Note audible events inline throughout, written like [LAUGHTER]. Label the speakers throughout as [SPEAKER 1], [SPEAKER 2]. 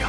[SPEAKER 1] 洋。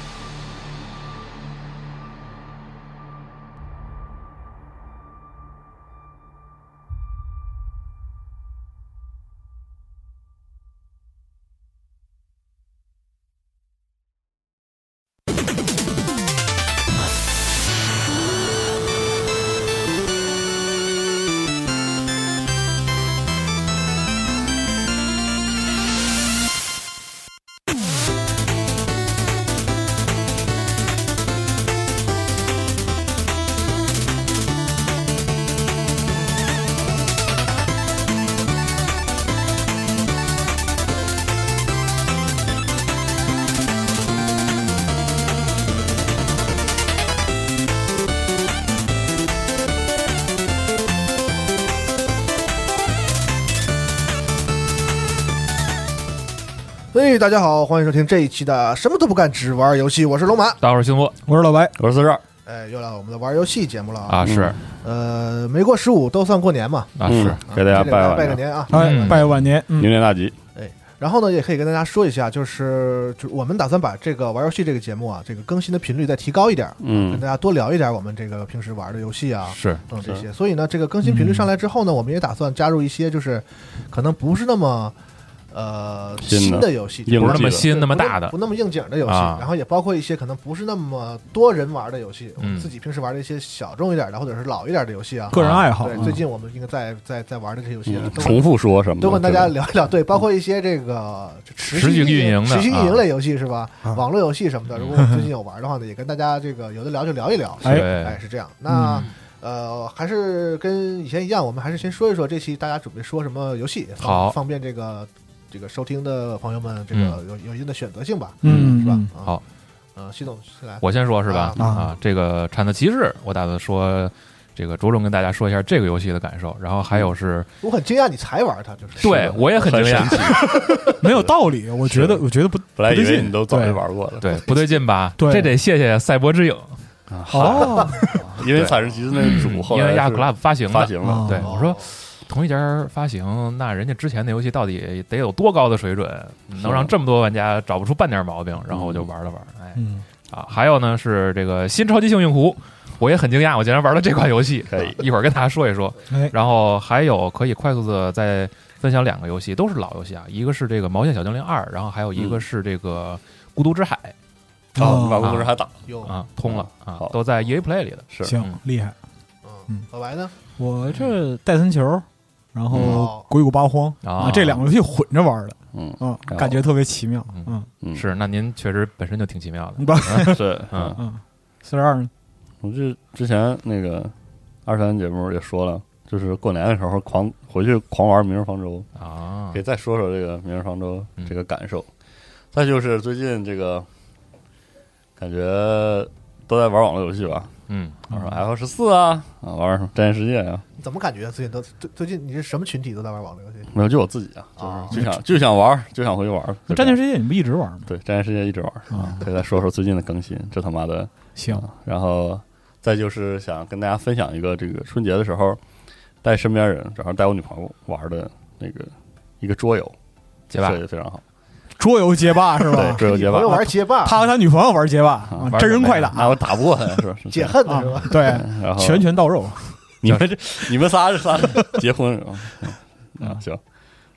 [SPEAKER 2] 嘿，大家好，欢迎收听这一期的什么都不干，只玩游戏。我是龙马，
[SPEAKER 3] 大伙儿幸福，
[SPEAKER 4] 我是老白，
[SPEAKER 3] 我是四十二
[SPEAKER 2] 哎，又来我们的玩游戏节目了啊！
[SPEAKER 3] 啊，是
[SPEAKER 2] 呃，没过十五都算过年嘛，
[SPEAKER 3] 啊
[SPEAKER 5] 嗯
[SPEAKER 3] 是，
[SPEAKER 5] 给大家
[SPEAKER 2] 这里来
[SPEAKER 5] 拜
[SPEAKER 2] 拜个
[SPEAKER 5] 晚年，
[SPEAKER 2] 年啊！
[SPEAKER 4] 哎，
[SPEAKER 3] 嗯
[SPEAKER 4] 拜晚年，
[SPEAKER 5] 牛
[SPEAKER 4] 嗯，
[SPEAKER 5] 年大吉。
[SPEAKER 2] 然后呢，也可以跟大家说一下，就是就是我们打算把这个玩游戏这个节目啊，这个更新的频率再提高一点，跟
[SPEAKER 5] 嗯
[SPEAKER 2] 大家多聊一点我们这个平时玩的游戏啊。
[SPEAKER 3] 是
[SPEAKER 2] 等这些，所以呢，这个更新频率上来之后呢，我们也打算加入一些就是可能不是那么呃
[SPEAKER 5] 新的
[SPEAKER 2] 新的游戏，
[SPEAKER 5] 硬
[SPEAKER 3] 不是那么
[SPEAKER 5] 记得
[SPEAKER 3] 新那么大
[SPEAKER 2] 对
[SPEAKER 3] 的
[SPEAKER 2] 不，那不那么应景的游戏，
[SPEAKER 3] 啊
[SPEAKER 2] 然后也包括一些可能不是那么多人玩的游戏，我
[SPEAKER 3] 嗯
[SPEAKER 2] 们自己平时玩的一些小众一点的或者是老一点的游戏啊。
[SPEAKER 4] 个人爱好，
[SPEAKER 2] 对，
[SPEAKER 4] 嗯
[SPEAKER 2] 最近我们应该在在在玩的这些游戏啊，
[SPEAKER 5] 嗯，
[SPEAKER 2] 都
[SPEAKER 5] 重复说什么的？
[SPEAKER 2] 都跟大
[SPEAKER 5] 这
[SPEAKER 2] 家
[SPEAKER 3] 嗯
[SPEAKER 5] 个
[SPEAKER 2] 聊一聊，对，包括一些这个持
[SPEAKER 3] 持续
[SPEAKER 2] 续
[SPEAKER 3] 运营的
[SPEAKER 2] 持续运营
[SPEAKER 3] 啊
[SPEAKER 2] 类游戏是吧？
[SPEAKER 4] 啊
[SPEAKER 2] 网络游戏什么的，
[SPEAKER 3] [LAUGHS]
[SPEAKER 2] 如果我们最近有玩的话呢，也跟大家这个有的聊就聊一聊。
[SPEAKER 4] 哎
[SPEAKER 2] 哎，
[SPEAKER 3] 对，
[SPEAKER 2] 是这样。那
[SPEAKER 4] 嗯
[SPEAKER 2] 呃，还是跟以前一样，我们还是先说一说这期大家准备说什么游戏，方
[SPEAKER 3] 好嗯
[SPEAKER 2] 方便这个这个收听的朋友们这个有有一定的选择性吧，
[SPEAKER 4] 嗯
[SPEAKER 2] 是吧
[SPEAKER 4] 嗯？
[SPEAKER 2] 啊
[SPEAKER 3] 好，
[SPEAKER 2] 呃，系统先来，
[SPEAKER 3] 我先说是吧？
[SPEAKER 5] 嗯
[SPEAKER 4] 啊
[SPEAKER 3] 啊，这个《产的骑士》，我打算说这个着重跟大家说一下这个游戏的感受，然后还有是
[SPEAKER 2] 我很惊讶你才玩它，就是
[SPEAKER 3] 嗯对我也很惊讶，
[SPEAKER 4] 没有道理，我觉得，我觉得不
[SPEAKER 5] 本来以
[SPEAKER 4] 不对
[SPEAKER 5] 为
[SPEAKER 4] 劲
[SPEAKER 5] 你都早就玩过了，
[SPEAKER 3] 对不对劲吧？
[SPEAKER 4] 对
[SPEAKER 3] 这得谢谢赛博之影，
[SPEAKER 4] 哦，
[SPEAKER 5] 因为彩石集的那个主后
[SPEAKER 3] 因
[SPEAKER 5] 来
[SPEAKER 3] 为亚
[SPEAKER 5] 是
[SPEAKER 3] club 发行
[SPEAKER 5] 发
[SPEAKER 3] 的。
[SPEAKER 5] [LAUGHS] 行
[SPEAKER 4] 哦
[SPEAKER 5] 了，
[SPEAKER 3] 对，
[SPEAKER 2] 哦
[SPEAKER 3] 我说同一家发行，那人家之前的游戏到底得有多高的水准，能让这么多玩家找不出半点毛病？然后我就玩了玩，哎，
[SPEAKER 4] 嗯，
[SPEAKER 3] 啊，还有呢是这个新超级幸运湖，我也很惊讶，我竟然玩了这款游戏。啊
[SPEAKER 5] 可以
[SPEAKER 3] 一会儿跟大家说一说。
[SPEAKER 4] 哎，
[SPEAKER 3] 然后还有可以快速的再分享两个游戏，都是老游戏啊，一个是这个《毛线小精灵二》，然后还有
[SPEAKER 5] 嗯
[SPEAKER 3] 一个是这个《孤独之海
[SPEAKER 5] 哦，你把
[SPEAKER 3] 哦
[SPEAKER 5] 公司还打
[SPEAKER 2] 有》
[SPEAKER 3] 啊，通了啊
[SPEAKER 5] 哦好，
[SPEAKER 3] 都在 EA Play 里的。
[SPEAKER 5] 是
[SPEAKER 4] 行
[SPEAKER 3] 嗯，
[SPEAKER 4] 厉害，
[SPEAKER 2] 嗯，老白呢？
[SPEAKER 4] 我这戴森球，然后
[SPEAKER 2] 哦
[SPEAKER 4] 鬼谷八荒
[SPEAKER 3] 啊
[SPEAKER 4] 这两个游戏混着玩的，
[SPEAKER 5] 嗯
[SPEAKER 4] 嗯，感觉特别奇妙，嗯
[SPEAKER 3] 嗯是，那您确实本身就挺奇妙的。
[SPEAKER 4] 你把
[SPEAKER 5] 是嗯，
[SPEAKER 4] 嗯四十二呢，
[SPEAKER 5] 我这之前那个二三节目也说了，就是过年的时候狂回去狂玩《明日方舟》，
[SPEAKER 3] 啊
[SPEAKER 5] 可以，再说说这个《明日方舟
[SPEAKER 3] 嗯》
[SPEAKER 5] 这个感受。再就是最近这个感觉都在玩网络游戏吧，
[SPEAKER 3] 嗯，
[SPEAKER 5] 玩 F 十四啊，啊玩什么《战舰世界》啊，
[SPEAKER 2] 你怎么感觉最近都最最近你是什么群体都在玩网络游戏？
[SPEAKER 5] 没有就我自己啊，
[SPEAKER 2] 啊
[SPEAKER 5] 就想就想玩，就想回去玩。
[SPEAKER 4] 那
[SPEAKER 5] 就
[SPEAKER 4] 战
[SPEAKER 5] 这
[SPEAKER 4] 舰
[SPEAKER 5] 样
[SPEAKER 4] 世界你不一直玩吗？
[SPEAKER 5] 对《战舰世界》一直玩，
[SPEAKER 4] 啊，
[SPEAKER 5] 可以再说说最近的更新，这他妈的
[SPEAKER 4] 行，
[SPEAKER 5] 啊然后再就是想跟大家分享一个这个春节的时候带身边人，然后带我女朋友玩的那个一个桌游，
[SPEAKER 3] 结
[SPEAKER 5] 设
[SPEAKER 3] 巴
[SPEAKER 5] 计得非常好。
[SPEAKER 4] 桌游街
[SPEAKER 5] [LAUGHS]
[SPEAKER 4] 霸是
[SPEAKER 5] 对，
[SPEAKER 4] 吧？
[SPEAKER 5] 只有街霸
[SPEAKER 2] 朋友，玩街霸，
[SPEAKER 4] 他和他女朋友玩街霸，
[SPEAKER 5] 啊
[SPEAKER 4] 啊真人快打，
[SPEAKER 5] 那我打不过他，是是
[SPEAKER 2] 解恨的
[SPEAKER 4] 啊
[SPEAKER 2] 是吧？
[SPEAKER 5] [LAUGHS]
[SPEAKER 4] 对，
[SPEAKER 5] 然后
[SPEAKER 4] 拳拳到肉，
[SPEAKER 5] 你们这你们仨是仨结婚是吧？嗯啊，行，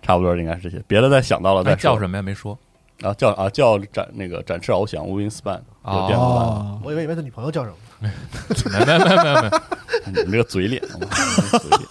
[SPEAKER 5] 差不多应该是这些，别的再想到了
[SPEAKER 3] 那
[SPEAKER 5] 再
[SPEAKER 3] 哎叫
[SPEAKER 5] 么
[SPEAKER 3] 什么呀？没说
[SPEAKER 5] 啊？叫啊叫展那个展翅翱翔无云 span 有电子版，
[SPEAKER 4] 哦，
[SPEAKER 2] 我以为以为他女朋友叫什么？
[SPEAKER 3] 没没没没没，
[SPEAKER 5] 你们这个嘴脸，我操嘴脸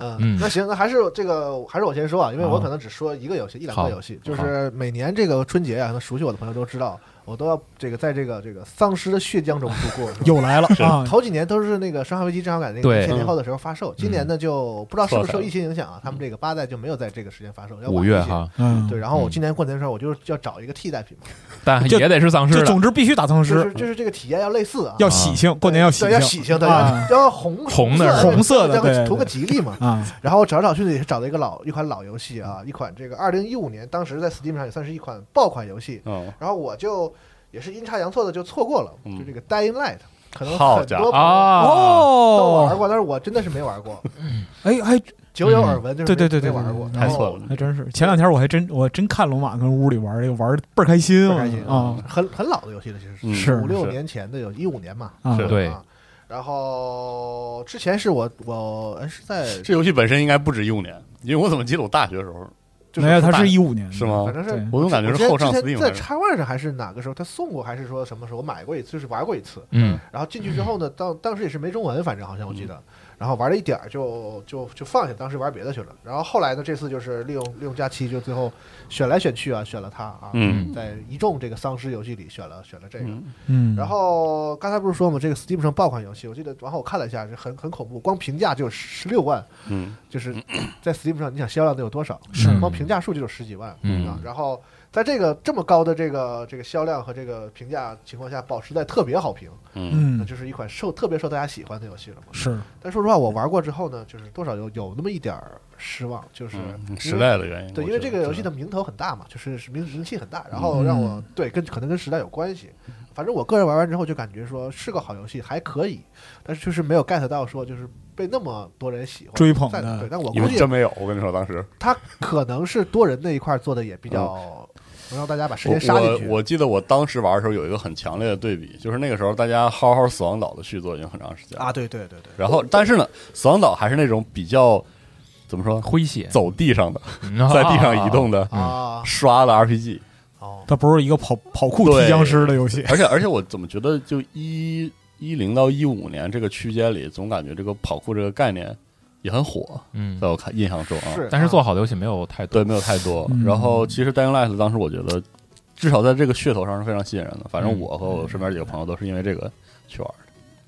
[SPEAKER 2] 嗯
[SPEAKER 3] 嗯，
[SPEAKER 2] 那行，那还是这个，还是我先说啊，因为我
[SPEAKER 3] 啊
[SPEAKER 2] 可能只说一个游戏，一两个
[SPEAKER 3] 好
[SPEAKER 2] 游戏，就是每年这个春节啊，可能熟悉我的朋友都知道，我都要这个在这个这个丧尸的血浆中度
[SPEAKER 3] [LAUGHS]
[SPEAKER 2] 过。是吧
[SPEAKER 4] 又来了啊！
[SPEAKER 2] 头几年都是那个《生化危机》正好赶那个
[SPEAKER 3] 对嗯
[SPEAKER 2] 一千年后的时候发售，今年呢就不知道是不是受疫情影响啊，他们这个八代就没有在这个时间发售，
[SPEAKER 5] [LAUGHS]
[SPEAKER 2] 要晚
[SPEAKER 3] 五
[SPEAKER 2] 一
[SPEAKER 3] 月
[SPEAKER 2] 些。
[SPEAKER 3] 哈，
[SPEAKER 4] 嗯，
[SPEAKER 2] 对，然后我今年过年的时候，我就是要找一个替代品嘛，
[SPEAKER 3] 但
[SPEAKER 4] 就
[SPEAKER 3] 也得是丧尸
[SPEAKER 4] 就
[SPEAKER 3] 了，
[SPEAKER 4] 总之必须打丧
[SPEAKER 2] 就
[SPEAKER 4] 尸
[SPEAKER 2] 是，就是这个体验要类似啊，
[SPEAKER 4] 要喜庆，过年要喜
[SPEAKER 2] 对
[SPEAKER 4] 庆，
[SPEAKER 2] 要喜庆，对，
[SPEAKER 4] 啊
[SPEAKER 2] 要红
[SPEAKER 3] 红的
[SPEAKER 4] 红色的
[SPEAKER 2] 这样
[SPEAKER 4] 对
[SPEAKER 2] 图个吉利嘛。
[SPEAKER 4] 啊，
[SPEAKER 2] 然后我找来找去呢，也是找到一个老一款老游戏啊，一款这个二零一五年当时在 Steam 上也算是一款爆款游戏，
[SPEAKER 5] 嗯，
[SPEAKER 2] 然后我就也是阴差阳错的就错过了，
[SPEAKER 5] 嗯
[SPEAKER 2] 就这个 Dying Light，可能
[SPEAKER 5] 好
[SPEAKER 2] 很
[SPEAKER 5] 家
[SPEAKER 2] 多朋友
[SPEAKER 3] 啊，
[SPEAKER 2] 都玩
[SPEAKER 4] 哦，
[SPEAKER 2] 过，但是哦我真的是没玩过，
[SPEAKER 4] 哎，还
[SPEAKER 2] 久有耳闻，就是
[SPEAKER 4] 对
[SPEAKER 2] 没
[SPEAKER 4] 对对对
[SPEAKER 2] 没玩过，
[SPEAKER 4] 对
[SPEAKER 5] 太
[SPEAKER 2] 然后
[SPEAKER 5] 错了，
[SPEAKER 4] 还真是，前两天我还真我真看龙马跟屋里玩这个，玩的倍儿开心，
[SPEAKER 2] 倍儿开心
[SPEAKER 4] 啊
[SPEAKER 2] 很很老的游戏了，其实
[SPEAKER 5] 嗯
[SPEAKER 4] 是
[SPEAKER 2] 五六
[SPEAKER 5] 是
[SPEAKER 2] 年前的游戏，一五年嘛，
[SPEAKER 4] 啊！
[SPEAKER 5] 是
[SPEAKER 3] 对
[SPEAKER 2] 啊。然后之前是我我呃是在
[SPEAKER 5] 这游戏本身应该不止一五年，因为我怎么记得我大学的时候
[SPEAKER 2] 就是
[SPEAKER 4] 没哎有，他
[SPEAKER 5] 大
[SPEAKER 4] 是一五年的
[SPEAKER 5] 是？吗
[SPEAKER 2] 反？正是
[SPEAKER 4] 对
[SPEAKER 5] 我总感觉
[SPEAKER 2] 我
[SPEAKER 5] 是啊后
[SPEAKER 2] 之
[SPEAKER 5] 上
[SPEAKER 2] 前之
[SPEAKER 5] Steam
[SPEAKER 2] 前
[SPEAKER 5] 还
[SPEAKER 2] 在
[SPEAKER 5] 是
[SPEAKER 2] X One 上还是哪个时候他送过，还是说什么时候我买过一次，就是玩过一次。
[SPEAKER 3] 嗯，
[SPEAKER 2] 然后进去之后呢，当当时也是没中文，反正好像我
[SPEAKER 5] 嗯
[SPEAKER 2] 记得。然后玩了一点儿就就就放下，当时玩别的去了。然后后来呢，这次就是利用利用假期，就最后选来选去啊，选了它啊，
[SPEAKER 5] 嗯
[SPEAKER 2] 在一众这个丧尸游戏里选了选了这个。
[SPEAKER 5] 嗯
[SPEAKER 4] 嗯，
[SPEAKER 2] 然后刚才不是说嘛，这个 Steam 上爆款游戏，我记得，然后我看了一下，是很很恐怖，光评价就有十六万，
[SPEAKER 5] 嗯
[SPEAKER 2] 就是在 Steam 上，你想销量得有多少？
[SPEAKER 3] 是
[SPEAKER 2] 光评价数就有十几万，
[SPEAKER 3] 嗯
[SPEAKER 2] 啊。然后在这个这么高的这个这个销量和这个评价情况下，保持在特别好评，
[SPEAKER 5] 嗯
[SPEAKER 2] 那
[SPEAKER 4] 嗯
[SPEAKER 2] 就是一款受特别受大家喜欢的游戏了嘛。
[SPEAKER 4] 是
[SPEAKER 2] 但说实话，我玩过之后呢，就是多少有有那么一点儿失望，就是因
[SPEAKER 5] 嗯，
[SPEAKER 2] 为
[SPEAKER 5] 时代的原因，
[SPEAKER 2] 对，
[SPEAKER 5] 我
[SPEAKER 2] 因为
[SPEAKER 5] 觉
[SPEAKER 2] 这
[SPEAKER 5] 得
[SPEAKER 2] 个游戏
[SPEAKER 5] 是
[SPEAKER 2] 的名头很大嘛，就是是名名气很大，然后让我
[SPEAKER 4] 嗯
[SPEAKER 2] 对跟可能跟时代有关系。反正我个人玩完之后就感觉说是个好游戏，还可以，但是就是没有 get 到说就是被那么多人喜欢
[SPEAKER 4] 追捧的
[SPEAKER 2] 在对，但我
[SPEAKER 5] 你
[SPEAKER 2] 估
[SPEAKER 5] 们
[SPEAKER 2] 计
[SPEAKER 5] 真没有，我跟你说，当时
[SPEAKER 2] 他可能是多人那一块做的也比较能让大家把时间杀进去。
[SPEAKER 5] 嗯我我记得我当时玩的时候有一个很强烈的对比，就是那个时候大家薅薅《死亡岛》的续作已经很长时间了
[SPEAKER 2] 啊，对对对对，
[SPEAKER 5] 然后但是呢，《死亡岛》还是那种比较怎么说，
[SPEAKER 3] 诙谐，
[SPEAKER 5] 走地上的，
[SPEAKER 3] 嗯
[SPEAKER 5] 在地上移动，的，
[SPEAKER 2] 啊
[SPEAKER 5] 刷的 RPG。
[SPEAKER 2] 哦，
[SPEAKER 4] 它不是一个跑跑酷
[SPEAKER 5] 对
[SPEAKER 4] 踢僵尸的游戏，
[SPEAKER 5] 而且而且我怎么觉得就一一零到一五年这个区间里，总感觉这个跑酷这个概念也很火，
[SPEAKER 3] 嗯
[SPEAKER 5] 在，我看印象中啊，
[SPEAKER 2] 是，
[SPEAKER 3] 但是做好的游戏没有太多，
[SPEAKER 5] 对，没有太多。
[SPEAKER 4] 嗯
[SPEAKER 5] 然后其实《Dying Light》当时我觉得，至少在这个噱头上是非常吸引人的。反
[SPEAKER 2] 嗯
[SPEAKER 5] 正我和我身边几个朋友都是因为这个去玩的。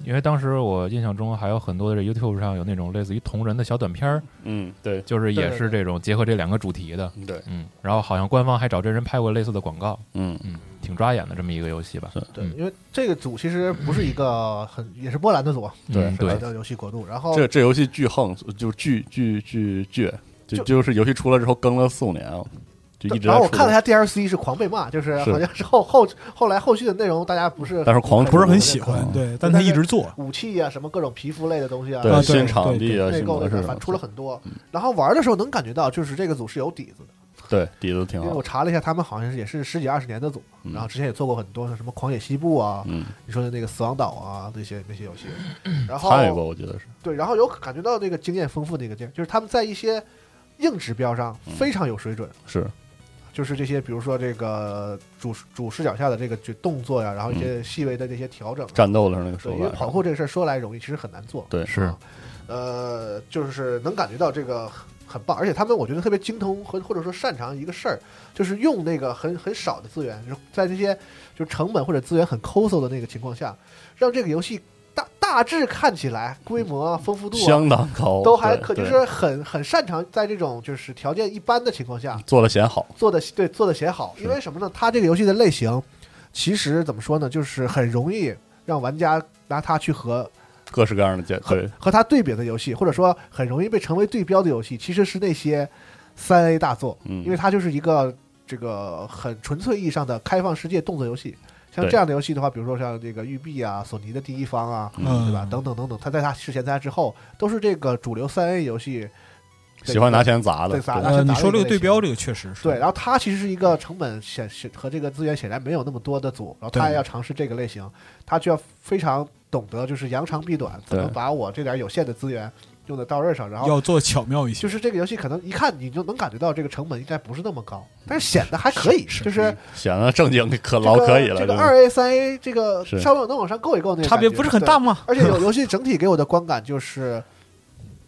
[SPEAKER 3] 因为当时我印象中还有很多的 YouTube 上有那种类似于同人的小短片儿，
[SPEAKER 5] 嗯，对，
[SPEAKER 3] 就是也
[SPEAKER 2] 对对
[SPEAKER 3] 是这种结合这两个主题的，
[SPEAKER 5] 对，
[SPEAKER 3] 嗯，然后好像官方还找真人拍过类似的广告，
[SPEAKER 5] 嗯
[SPEAKER 3] 嗯，挺抓眼的这么一个游戏吧，
[SPEAKER 2] 对，因为这个组其实不是一个很也是波兰的组，啊
[SPEAKER 5] 对
[SPEAKER 3] 嗯
[SPEAKER 2] 是
[SPEAKER 3] 对
[SPEAKER 2] 来，自游戏国度，然后
[SPEAKER 5] 这这游戏巨横，就是巨巨巨倔，就
[SPEAKER 2] 就
[SPEAKER 5] 就是游戏出了之后更了四五年啊，就一直
[SPEAKER 2] 然
[SPEAKER 5] 在
[SPEAKER 2] 后我
[SPEAKER 5] 出。
[SPEAKER 2] 看了一下 DLC 是狂被骂，就是
[SPEAKER 5] 是
[SPEAKER 2] 好像是后后后来后续的内容大家不是
[SPEAKER 5] 但是狂
[SPEAKER 4] 不是
[SPEAKER 5] 出
[SPEAKER 4] 很喜欢，对，但他一直做，
[SPEAKER 2] 武器啊什么各种皮肤类的东西啊，
[SPEAKER 5] 对
[SPEAKER 4] 啊对
[SPEAKER 5] 新场地啊，
[SPEAKER 2] 内
[SPEAKER 5] 新
[SPEAKER 2] 购
[SPEAKER 5] 模
[SPEAKER 2] 的
[SPEAKER 5] 式
[SPEAKER 2] 反
[SPEAKER 5] 啊
[SPEAKER 2] 正，出了很多。然后玩的时候能感觉到，就是这个组是有底子的，
[SPEAKER 5] 对底子挺
[SPEAKER 2] 因为
[SPEAKER 5] 好
[SPEAKER 2] 我。查了一下，他们好像是也是十几二十年的组，
[SPEAKER 5] 嗯
[SPEAKER 2] 然后之前也做过很多像什么狂野西部啊，
[SPEAKER 5] 嗯，
[SPEAKER 2] 你说的那个死亡岛啊那些那些游
[SPEAKER 5] [CLEARS THROAT]
[SPEAKER 2] 戏，然后
[SPEAKER 5] 参与过，我觉得是。
[SPEAKER 2] 对，然后有感觉到那个经验丰富那个劲儿，就是他们在一些硬指标上
[SPEAKER 5] 嗯
[SPEAKER 2] 非常有水准。
[SPEAKER 5] 是，
[SPEAKER 2] 就是这些，比如说这个主主视角下的这个就动作呀，然后一些细微的这些调整啊，
[SPEAKER 5] 嗯战斗的时候那个手
[SPEAKER 2] 对，因为
[SPEAKER 5] 感
[SPEAKER 2] 跑酷这个事儿说来容易，其实很难做。
[SPEAKER 5] 对
[SPEAKER 3] 是
[SPEAKER 2] 呃，就是能感觉到这个很很棒，而且他们我觉得特别精通和或者说擅长一个事儿，就是用那个很很少的资源，就是在这些就成本或者资源很抠搜的那个情况下，让这个游戏大大致看起来规模啊、丰富度啊
[SPEAKER 5] 相当高，
[SPEAKER 2] 都还
[SPEAKER 5] 对
[SPEAKER 2] 可，就
[SPEAKER 5] 对
[SPEAKER 2] 是很很擅长在这种就是条件一般的情况下
[SPEAKER 5] 做的显好，
[SPEAKER 2] 做的对做的写好，因为什么呢？它这个游戏的类型其实怎么说呢，就是很容易让玩家拿它去和
[SPEAKER 5] 各式各样的建
[SPEAKER 2] 和
[SPEAKER 5] 对，
[SPEAKER 2] 和它对比的游戏，或者说很容易被成为对标的游戏，其实是那些三 A 大作，
[SPEAKER 5] 嗯，
[SPEAKER 2] 因为它就是一个这个很纯粹意义上的开放世界动作游戏。像
[SPEAKER 5] 对
[SPEAKER 2] 这样的游戏的话，比如说像这个育碧啊、索尼的第一方啊，
[SPEAKER 5] 嗯
[SPEAKER 2] 对吧？等等等等，它在它之前、在它之后，都是这个主流三 A 游戏
[SPEAKER 5] 喜欢拿钱砸的，
[SPEAKER 2] 对砸
[SPEAKER 5] 对
[SPEAKER 2] 的
[SPEAKER 4] 呃，你说这个对标这个确实是，
[SPEAKER 2] 对，然后它其实是一个成本显显和这个资源显然没有那么多的组，然后它
[SPEAKER 4] 对
[SPEAKER 2] 也要尝试这个类型，它就要非常懂得就是扬长避短，怎么
[SPEAKER 5] 对
[SPEAKER 2] 把我这点有限的资源用在刀刃上，然后
[SPEAKER 4] 要做巧妙一些，
[SPEAKER 2] 就是这个游戏可能一看你就能感觉到这个成本应该不是那么高，但是显得还可以，
[SPEAKER 4] 是是
[SPEAKER 2] 就是
[SPEAKER 5] 显得正经可
[SPEAKER 2] 这
[SPEAKER 5] 老
[SPEAKER 2] 个
[SPEAKER 5] 可以了。
[SPEAKER 2] 这
[SPEAKER 5] 真
[SPEAKER 2] 个
[SPEAKER 5] 的
[SPEAKER 2] 二 A 三 A 这个
[SPEAKER 5] 是
[SPEAKER 2] 稍微能往上够一够那个
[SPEAKER 4] 差别
[SPEAKER 2] 感觉
[SPEAKER 4] 不是很大
[SPEAKER 2] 对
[SPEAKER 4] 吗？
[SPEAKER 2] [LAUGHS] 而且游游戏整体给我的观感就是，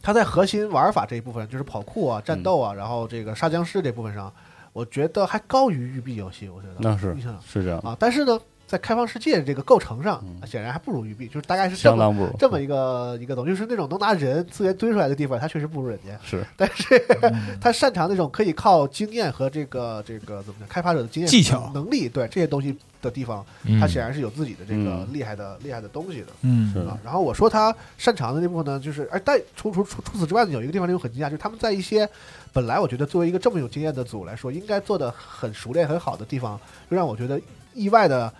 [SPEAKER 2] 它在核心玩法这一部分，就是跑酷啊、
[SPEAKER 5] 嗯
[SPEAKER 2] 战斗啊，然后这个杀僵尸这部分上，我觉得还高于育碧游戏，我觉得
[SPEAKER 5] 那是
[SPEAKER 2] 你想想
[SPEAKER 5] 是这样，
[SPEAKER 2] 啊，但是呢，在开放世界这个构成上，
[SPEAKER 5] 嗯
[SPEAKER 2] 显然还不如育碧，就是大概是这
[SPEAKER 5] 相
[SPEAKER 2] 么
[SPEAKER 5] 当不如
[SPEAKER 2] 这么一个一个东西，就是那种能拿人资源堆出来的地方，它确实不如人家，
[SPEAKER 5] 是
[SPEAKER 2] 但是它擅长那种可以靠经验和这个这个怎么讲，开发者的经验
[SPEAKER 4] 技巧
[SPEAKER 2] 能力，对这些东西的地方，
[SPEAKER 3] 嗯
[SPEAKER 2] 它显然是有自己的这个
[SPEAKER 5] 嗯
[SPEAKER 2] 厉害的厉害的东西的。
[SPEAKER 4] [LAUGHS] 嗯，
[SPEAKER 5] 是
[SPEAKER 2] 啊，然后我说他擅长的那部分呢，就是哎，但除除除除此之外呢，有一个地方令我很惊讶，就是他们在一些本来我觉得作为一个这么有经验的组来说，应该做的很熟练很好的地方，就让我觉得意外的，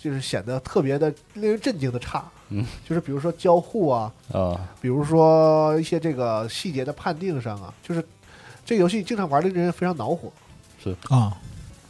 [SPEAKER 2] 就是显得特别的令人震惊的差。
[SPEAKER 5] 嗯，
[SPEAKER 2] 就是比如说交互啊，
[SPEAKER 5] 啊，
[SPEAKER 2] 比如说一些这个细节的判定上啊，就是这个游戏经常玩的令人非常恼火。
[SPEAKER 4] 啊，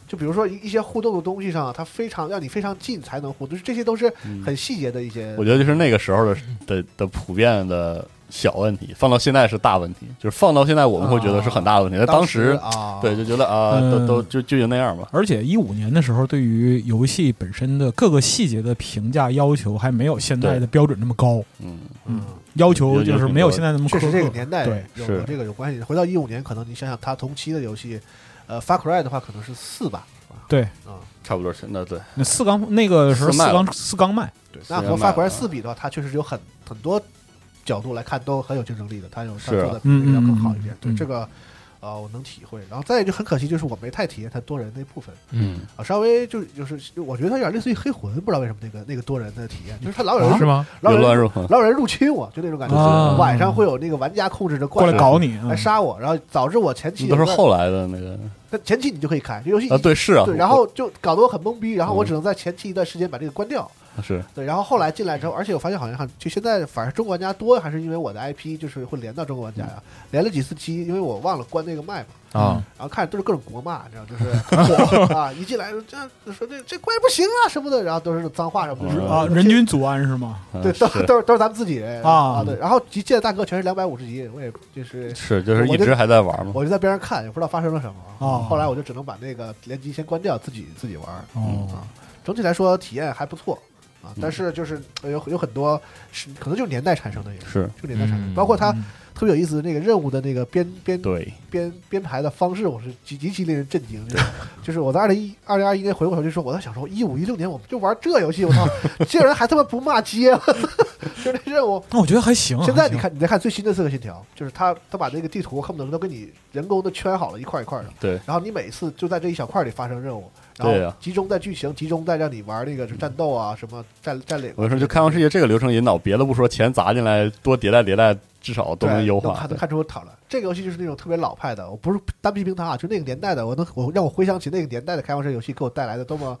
[SPEAKER 2] 就比如说一一些互动的东西上啊，它非常让你非常近才能互动，就是这些都是
[SPEAKER 5] 嗯
[SPEAKER 2] 很细节的一些。
[SPEAKER 5] 我觉得就是那个时候的的的普遍的小问题，放到现在是大问题，就是放到现在我们会觉得是很大的问题，但当时
[SPEAKER 2] 啊，
[SPEAKER 5] 对就觉得啊，
[SPEAKER 4] 嗯
[SPEAKER 5] 都都就就就那样吧。
[SPEAKER 4] 而且一五年的时候，对于游戏本身的各个细节的评价要求还没有现在的标准那么高，
[SPEAKER 5] 嗯，
[SPEAKER 2] 嗯。
[SPEAKER 4] 要求就是没有现在那么苛
[SPEAKER 2] 确
[SPEAKER 4] 刻。
[SPEAKER 2] 实这个年代
[SPEAKER 4] 对
[SPEAKER 2] 有
[SPEAKER 5] 是
[SPEAKER 2] 有这个有关系。回到一五年，可能你想想它同期的游戏，呃，Far Cry 的话可能是四吧，是吧
[SPEAKER 4] 对，
[SPEAKER 2] 啊、
[SPEAKER 5] 差不多是那对，
[SPEAKER 4] 那四缸那个时候
[SPEAKER 5] 四
[SPEAKER 4] 四
[SPEAKER 5] 卖了
[SPEAKER 4] 缸四缸卖，
[SPEAKER 2] 对，那和
[SPEAKER 5] 四连
[SPEAKER 2] Far
[SPEAKER 5] 麦
[SPEAKER 2] Cry
[SPEAKER 5] 啊
[SPEAKER 2] 四比的话，它确实有很很多角度来看都很有竞争力的，它有它
[SPEAKER 5] 是啊
[SPEAKER 2] 做的比那个要更好一点
[SPEAKER 4] 嗯。
[SPEAKER 2] 对
[SPEAKER 4] 嗯
[SPEAKER 2] 这个，呃，我能体会。然后再就很可惜，就是我没太体验它多人那部分
[SPEAKER 3] 嗯，
[SPEAKER 2] 啊，稍微就就是我觉得它有点类似于黑魂，不知道为什么那个那个多人的体验，就是它老有人
[SPEAKER 3] 哦是吗？
[SPEAKER 2] 老有
[SPEAKER 5] 乱
[SPEAKER 2] 人
[SPEAKER 5] 入啊
[SPEAKER 2] 老有人入侵我，就那种感
[SPEAKER 4] 啊
[SPEAKER 2] 觉，晚上会有那个玩家控制着怪
[SPEAKER 4] 过来
[SPEAKER 2] 物
[SPEAKER 4] 搞你，
[SPEAKER 2] 来
[SPEAKER 4] 嗯
[SPEAKER 2] 杀我，然后导致我前期
[SPEAKER 5] 那都
[SPEAKER 2] 有
[SPEAKER 5] 是
[SPEAKER 2] 个
[SPEAKER 5] 后来的那个
[SPEAKER 2] 但前期你就可以开这游戏
[SPEAKER 5] 啊，对是啊，
[SPEAKER 2] 对，然后就搞得我很懵逼，然后我
[SPEAKER 5] 嗯
[SPEAKER 2] 只能在前期一段时间把这个关掉。
[SPEAKER 5] 我是
[SPEAKER 2] 对，然后后来进来之
[SPEAKER 5] 嗯
[SPEAKER 2] 后，而且我发现好像还就现在反而中国玩家多，还是因为我的 IP 就是会连到中国玩家呀、连了几次机，因为我忘了关那个麦嘛，
[SPEAKER 5] 嗯
[SPEAKER 3] 啊，
[SPEAKER 2] 然后看着都是各种国骂，你知道，就是
[SPEAKER 5] [LAUGHS]
[SPEAKER 2] 火啊，一进来就这样说这这怪不行啊什么的，然后都是脏话什
[SPEAKER 5] 嗯
[SPEAKER 2] 么的
[SPEAKER 4] 啊，人。均组安是吗？
[SPEAKER 5] 啊
[SPEAKER 2] 对，都
[SPEAKER 5] 是嗯
[SPEAKER 2] 都是都是咱们自己人
[SPEAKER 4] 啊
[SPEAKER 2] 哎对，然后一进来大哥全是两百五十级，我也就是
[SPEAKER 5] 是就是
[SPEAKER 2] 我
[SPEAKER 5] 一
[SPEAKER 2] 就
[SPEAKER 5] 直还在玩嘛，
[SPEAKER 2] 我就在边上看，也不知道发生了什么。
[SPEAKER 4] 哦
[SPEAKER 2] 后来我就只能把那个联机先关掉，自己自己玩。
[SPEAKER 4] 哦
[SPEAKER 2] 啊，整体来说体验还不错啊，但是就是呃有有很多是可能就是年代产生的也是，
[SPEAKER 5] 是
[SPEAKER 2] 就年代产生的，
[SPEAKER 3] 嗯
[SPEAKER 2] 包括它
[SPEAKER 4] 嗯
[SPEAKER 2] 特别有意思的那个任务的那个编编
[SPEAKER 5] 对
[SPEAKER 2] 编编排的方式，我是极极其令人震惊。就是就是我在二零一二零二一年回过头去说，我在想说一五一六年我们就玩这游戏，我操， [LAUGHS] 竟然还他妈不骂街， [LAUGHS] 就是这任务。
[SPEAKER 4] 那我觉得还
[SPEAKER 5] 嗯
[SPEAKER 4] 行啊。
[SPEAKER 2] 现在
[SPEAKER 4] 还
[SPEAKER 2] 你
[SPEAKER 4] 行，
[SPEAKER 2] 看，你再看最新的《刺客信条》，就是他他把那个地图恨不得都给你人工的圈好了，一块一块的。
[SPEAKER 5] 对
[SPEAKER 2] 然后你每次就在这一小块里发生任务，然
[SPEAKER 5] 对啊
[SPEAKER 2] 后
[SPEAKER 5] 呀
[SPEAKER 2] 集中在剧情，集中在让你玩那个战斗啊，什么占占领啊。
[SPEAKER 5] 我就说，就开放世界这个流程引导，别的不说，钱砸进来多迭代迭代，至少都
[SPEAKER 2] 对
[SPEAKER 5] 能优
[SPEAKER 2] 能
[SPEAKER 5] 化
[SPEAKER 2] 看。能看出讨论。这个游戏就是那种特别老派的，我不是单批评它啊，就那个年代的，我能我让我回想起那个年代的开放式游戏给我带来的多么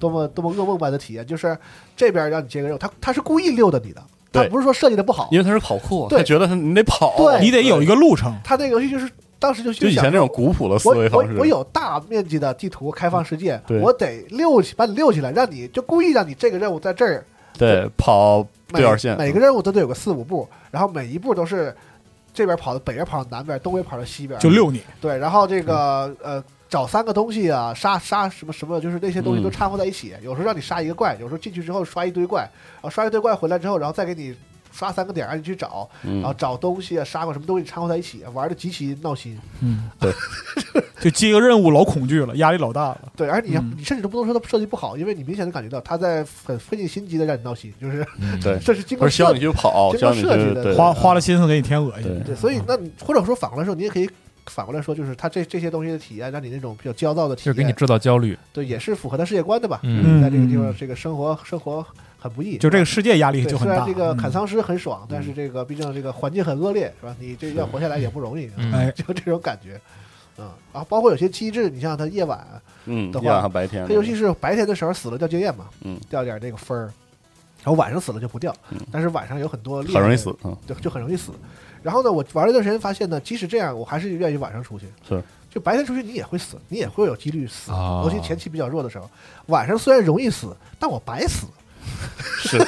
[SPEAKER 2] 多么多么噩梦般的体验，就是这边让你接个任务，他他是故意溜达你的，他
[SPEAKER 5] 对
[SPEAKER 2] 不是说设计的不好
[SPEAKER 5] 因，为他是跑酷，啊
[SPEAKER 2] 对
[SPEAKER 5] 他觉得他你得跑，
[SPEAKER 2] 对
[SPEAKER 4] 你得有一个路程，
[SPEAKER 2] 他那个游戏就是当时就
[SPEAKER 5] 就以
[SPEAKER 2] 想
[SPEAKER 5] 前那种古朴的思
[SPEAKER 2] 我
[SPEAKER 5] 维
[SPEAKER 2] 我
[SPEAKER 5] 方式。嗯
[SPEAKER 2] 我有大面积的地图开放世界，
[SPEAKER 5] 对
[SPEAKER 2] 我得溜起把你溜起来，让你就故意让你这个任务在这儿
[SPEAKER 5] 对跑
[SPEAKER 2] 每
[SPEAKER 5] 对角线，
[SPEAKER 2] 每个任务都得有个四五步，然后每一步都是这边跑到北边跑到南边，东北跑到西边，
[SPEAKER 4] 就遛你。
[SPEAKER 2] 对，然后这个
[SPEAKER 5] 嗯
[SPEAKER 2] 呃找三个东西啊，杀杀什么什么，就是那些东西都
[SPEAKER 5] 嗯
[SPEAKER 2] 掺和在一起，有时候让你杀一个怪，有时候进去之后刷一堆怪，然后刷一堆怪回来之后，然后再给你。刷三个点让你去找，
[SPEAKER 5] 嗯
[SPEAKER 2] 然后找东西啊，杀过什么东西掺和在一起，玩的极其闹心。
[SPEAKER 4] 嗯，
[SPEAKER 5] 对，
[SPEAKER 4] [LAUGHS] 就接个任务老恐惧了，压力老大了。
[SPEAKER 2] 对，而你、
[SPEAKER 4] 嗯
[SPEAKER 2] 你甚至都不能说它设计不好，因为你明显的感觉到他在很费尽心机的让你闹心，就是 [LAUGHS]
[SPEAKER 3] 嗯
[SPEAKER 5] 对
[SPEAKER 2] 这是经
[SPEAKER 5] 不
[SPEAKER 2] 过
[SPEAKER 5] 是需要
[SPEAKER 2] 设
[SPEAKER 5] 你
[SPEAKER 2] 计。
[SPEAKER 5] 去跑，
[SPEAKER 2] 经
[SPEAKER 5] 需要
[SPEAKER 2] 过
[SPEAKER 5] 你
[SPEAKER 2] 设计
[SPEAKER 5] 去
[SPEAKER 2] 的
[SPEAKER 5] 对
[SPEAKER 4] 花花了心思给你添恶心。
[SPEAKER 5] 对
[SPEAKER 2] 对，所以那你或者说反过来说，你也可以反过来说，就是他这这些东西的体验，让你那种比较焦躁的体
[SPEAKER 3] 就是给你
[SPEAKER 2] 验，
[SPEAKER 3] 制造焦虑。
[SPEAKER 2] 对，也是符合他世界观的吧？
[SPEAKER 3] 嗯
[SPEAKER 2] 在这个地
[SPEAKER 4] 嗯
[SPEAKER 2] 方，这个生活生活很不易，
[SPEAKER 4] 就这
[SPEAKER 2] 是吧。
[SPEAKER 4] 个世界压力
[SPEAKER 2] 对，
[SPEAKER 4] 就
[SPEAKER 2] 虽
[SPEAKER 4] 很大。
[SPEAKER 2] 然这个砍
[SPEAKER 4] 嗯
[SPEAKER 2] 丧尸很爽，但是这个毕竟这个环境很恶劣，是吧？你这要活下来也不容易，
[SPEAKER 3] 嗯
[SPEAKER 4] 哎，
[SPEAKER 2] [LAUGHS] 就这种感觉，嗯。然后包括有些机制，你像它夜晚，
[SPEAKER 5] 嗯，
[SPEAKER 2] 的话
[SPEAKER 5] 夜晚和白天
[SPEAKER 2] 这游戏是白天的时候死了掉经验嘛，
[SPEAKER 5] 嗯，
[SPEAKER 2] 掉点那个分儿，然后晚上死了就不掉
[SPEAKER 5] 嗯，
[SPEAKER 2] 但是晚上有很多厉害
[SPEAKER 5] 很
[SPEAKER 2] 的
[SPEAKER 5] 容易死，嗯，
[SPEAKER 2] 对，就很容易死。
[SPEAKER 6] 然后呢，我玩了一段时间，发现呢，即使这样，我还是愿意晚上出去。
[SPEAKER 5] 是，
[SPEAKER 6] 就白天出去你也会死，你也会有几率死，
[SPEAKER 4] 啊
[SPEAKER 3] 哦
[SPEAKER 6] 尤其前期比较弱的时候。晚上虽然容易死，但我白死。
[SPEAKER 5] 是，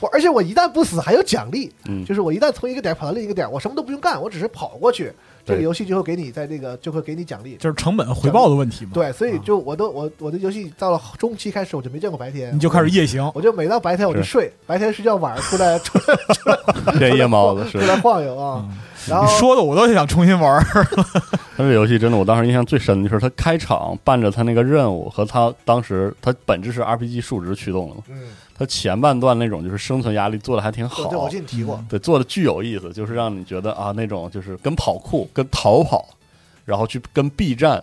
[SPEAKER 6] 我而且我一旦不死还有奖励，
[SPEAKER 5] 嗯，
[SPEAKER 6] 就是我一旦从一个点跑到另一个点，我什么都不用干，我只是跑过去，这个
[SPEAKER 5] 对
[SPEAKER 6] 游戏就会给你在这个就会给你奖励。
[SPEAKER 4] 就是成本回报的问题嘛。，
[SPEAKER 6] 对，所以就我都我我的游戏到了中期开始，我就没见过白天，
[SPEAKER 4] 你就开始夜行，
[SPEAKER 6] 我就每到白天我就是睡，白天睡觉，晚上出来出来
[SPEAKER 5] 变夜猫子
[SPEAKER 6] 出
[SPEAKER 2] [LAUGHS]
[SPEAKER 5] 是。
[SPEAKER 6] 来晃悠啊。
[SPEAKER 4] 嗯
[SPEAKER 6] 然
[SPEAKER 4] 你
[SPEAKER 6] 后
[SPEAKER 4] 说的我都想重新玩儿。
[SPEAKER 5] 他这游戏真的，我当时印象最深的就是他开场伴着他那个任务和他当时他本质是 RPG 数值驱动的嘛，
[SPEAKER 6] 嗯，
[SPEAKER 5] 他前半段那种就是生存压力做的还挺
[SPEAKER 6] 对对，我
[SPEAKER 5] 好嗯
[SPEAKER 6] 记，得你提过，
[SPEAKER 5] 对，做的巨有意思，就是让你觉得啊那种就是跟跑酷、跟逃跑，然后去跟 B 站，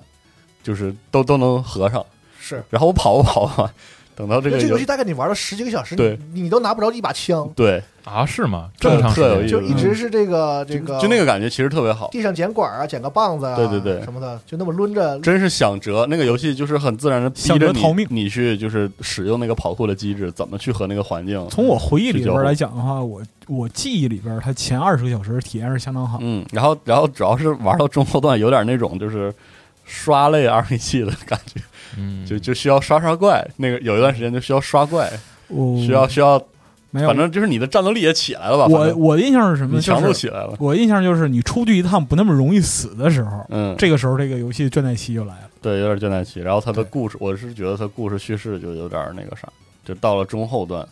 [SPEAKER 5] 就是都都能合上。
[SPEAKER 6] 是
[SPEAKER 5] 然后我跑跑跑，等到这
[SPEAKER 6] 这
[SPEAKER 5] 个
[SPEAKER 6] 个
[SPEAKER 5] 游
[SPEAKER 6] 游戏大概你玩了十几个小时，
[SPEAKER 5] 对
[SPEAKER 6] 你你都拿不着一把枪，
[SPEAKER 5] 对
[SPEAKER 3] 啊，是吗？
[SPEAKER 5] 这
[SPEAKER 3] 这么长时
[SPEAKER 5] 特有意
[SPEAKER 3] 间，
[SPEAKER 6] 就
[SPEAKER 5] 思
[SPEAKER 6] 一直是这个这个
[SPEAKER 5] 就那个感觉其实特别好，
[SPEAKER 6] 地上捡管啊，捡个棒子啊，
[SPEAKER 5] 对对对
[SPEAKER 6] 什么的，就那么抡着。
[SPEAKER 5] 真是想辙。那个游戏就是很自然的逼
[SPEAKER 4] 想
[SPEAKER 5] 着
[SPEAKER 4] 辙
[SPEAKER 5] 你
[SPEAKER 4] 逃命
[SPEAKER 5] 你去就是使用那个跑酷的机制，怎么去和那个环
[SPEAKER 4] [LAUGHS]
[SPEAKER 5] 境。
[SPEAKER 4] 从我回忆里边
[SPEAKER 5] 是
[SPEAKER 4] 来讲的话，我我记忆里边，它前二十个小时体验是相当好。
[SPEAKER 5] 嗯，然后然后主要是玩到中后段有点那种就是刷类 RPG 的感觉，
[SPEAKER 3] 嗯，
[SPEAKER 5] 就就需要刷刷怪。那个有一段时间就需要刷怪，
[SPEAKER 4] 我
[SPEAKER 5] 需要需要，
[SPEAKER 4] 没有
[SPEAKER 5] 啊反？正就是你的战斗力也起来了吧？反
[SPEAKER 4] 我
[SPEAKER 5] 正
[SPEAKER 4] 我的印象是什么？
[SPEAKER 5] 你强
[SPEAKER 4] 就
[SPEAKER 5] 度
[SPEAKER 4] 是
[SPEAKER 5] 起来了。
[SPEAKER 4] 我印象就是你出去一趟不那么容易死的时候，
[SPEAKER 5] 嗯，
[SPEAKER 4] 这个时候这个游戏倦怠期就来了。
[SPEAKER 5] 对，有点倦怠期。然后他的
[SPEAKER 4] 对
[SPEAKER 5] 故事，我是觉得他故事叙事就有点那个啥，就到了中后段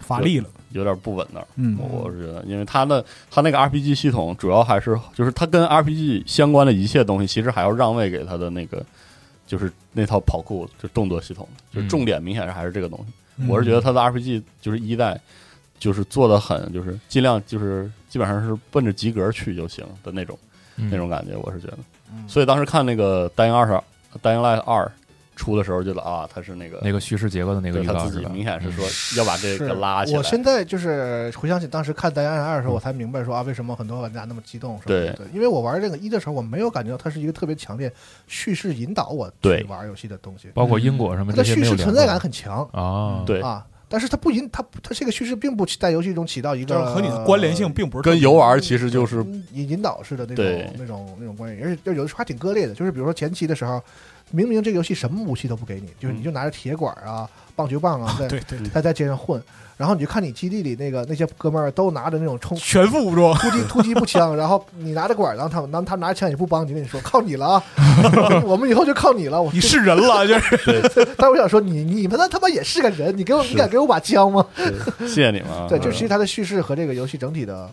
[SPEAKER 4] 乏力了，
[SPEAKER 5] 有点不稳那儿。
[SPEAKER 4] 嗯，
[SPEAKER 5] 我我是觉得，因为他的他那个 RPG 系统主要还是就是他跟 RPG 相关的一切东西，其实还要让位给他的那个就是那套跑酷就动作系统，就是
[SPEAKER 3] 嗯
[SPEAKER 5] 重点明显还是这个东西。
[SPEAKER 4] 嗯
[SPEAKER 5] 我是觉得他的 RPG 就是一代，就是做的很，就是尽量就是基本上是奔着及格去就行的那种
[SPEAKER 3] 嗯
[SPEAKER 5] 那种感觉，我是觉得。
[SPEAKER 2] 嗯
[SPEAKER 5] 所以当时看那个《单影二十二》《单影 Life 二》出的时候，觉得啊，他是那个
[SPEAKER 3] 那个叙事结构的那个
[SPEAKER 5] 对
[SPEAKER 3] 预
[SPEAKER 5] 他
[SPEAKER 3] 告
[SPEAKER 5] 自
[SPEAKER 3] 是
[SPEAKER 5] 己
[SPEAKER 3] 吧？
[SPEAKER 5] 明显是说
[SPEAKER 3] 嗯
[SPEAKER 5] 要把这个拉起来。
[SPEAKER 2] 我现在就是回想起当时看《单人二》的时候，我才明白说啊，为什么很多玩家那么激动什么的。
[SPEAKER 5] 对
[SPEAKER 2] 对，因为我玩这个一的时候，我没有感觉到它是一个特别强烈叙事引导我
[SPEAKER 5] 对
[SPEAKER 2] 去玩游戏的东西，
[SPEAKER 3] 包括因果什么
[SPEAKER 2] 它
[SPEAKER 3] 这
[SPEAKER 2] 的
[SPEAKER 3] 些
[SPEAKER 2] 嗯叙
[SPEAKER 3] 没有
[SPEAKER 2] 事
[SPEAKER 3] 聊
[SPEAKER 2] 存在感很强
[SPEAKER 3] 过啊，
[SPEAKER 5] 对
[SPEAKER 2] 啊。但是它不引它它这个叙事并不在游戏中起到一
[SPEAKER 4] 就是
[SPEAKER 2] 个
[SPEAKER 4] 和你的关联性并不是特
[SPEAKER 5] 跟
[SPEAKER 4] 别
[SPEAKER 5] 游玩其实就是
[SPEAKER 2] 引引导式的那
[SPEAKER 5] 对
[SPEAKER 2] 种那种那种关系，而且就有的时候还挺割裂的。就是比如说前期的时候，明明这个游戏什么武器都不给你，就是
[SPEAKER 5] 嗯
[SPEAKER 2] 你就拿着铁管啊、棒球棒啊，在
[SPEAKER 4] 对对对，
[SPEAKER 2] 在在街上混，然后你就看你基地里那个那些哥们儿都拿着那种冲
[SPEAKER 4] 全副武
[SPEAKER 5] [LAUGHS]
[SPEAKER 4] 装，
[SPEAKER 2] 突击突击步枪，然后你拿着管儿，然后他们，然后他们拿着枪也不帮你，跟你说靠你了啊， [LAUGHS] 我们以后就靠你了。我
[SPEAKER 4] 你是人了，
[SPEAKER 5] [LAUGHS]
[SPEAKER 4] 就是
[SPEAKER 2] 但我想说你你们那他妈也是个人，你给我
[SPEAKER 5] 是
[SPEAKER 2] 你敢给我把枪吗？
[SPEAKER 5] 对谢谢你们啊。
[SPEAKER 2] 对，就其实它的叙事和这个游戏整体的，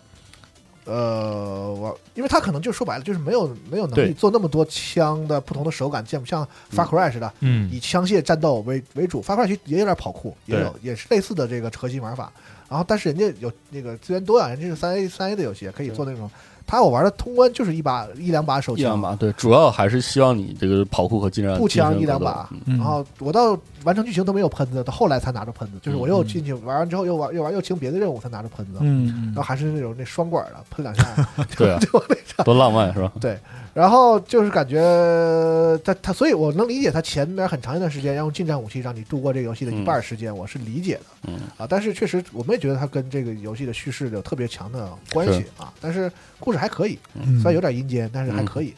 [SPEAKER 2] 呃，我因为他可能就说白了就是没有没有能
[SPEAKER 5] 对
[SPEAKER 2] 力做那么多枪的不同的手感，像不像 Far Cry 似的，
[SPEAKER 3] 嗯
[SPEAKER 2] 以枪械战斗为为主。发块其实也有点跑酷，也
[SPEAKER 5] 对
[SPEAKER 2] 有也是类似的这个核心玩法。然后，但是人家有那个资源多啊呀，人家是三 A 三 A 的游戏，可以做那种。他我玩的通关就是一把一两把手
[SPEAKER 5] 一两
[SPEAKER 2] 枪，
[SPEAKER 5] 把，对，主要还是希望你这个跑酷和近战
[SPEAKER 2] 步枪
[SPEAKER 5] 近身
[SPEAKER 2] 一两
[SPEAKER 5] 格斗
[SPEAKER 2] 把
[SPEAKER 5] 嗯
[SPEAKER 4] 然
[SPEAKER 2] 然后我到完成剧情都没有喷子，到后来才拿着喷子，就是我又
[SPEAKER 4] 嗯
[SPEAKER 2] 进去玩完之后又玩又玩又清别的任务才拿着喷子，
[SPEAKER 4] 嗯，
[SPEAKER 2] 然后还是那种那双管的喷两下，
[SPEAKER 5] [LAUGHS] 对啊， [LAUGHS] 多浪漫是吧？
[SPEAKER 2] 然后就是感觉他他，所以我能理解他前面很长一段时间要用近战武器让你度过这个游戏的一半时间，我是理解的。
[SPEAKER 5] 嗯
[SPEAKER 2] 啊，但是确实我们也觉得它跟这个游戏的叙事有特别强的关系啊。但是故事还可以，
[SPEAKER 4] 嗯
[SPEAKER 2] 虽然有点阴间，但是还
[SPEAKER 5] 嗯
[SPEAKER 2] 可以。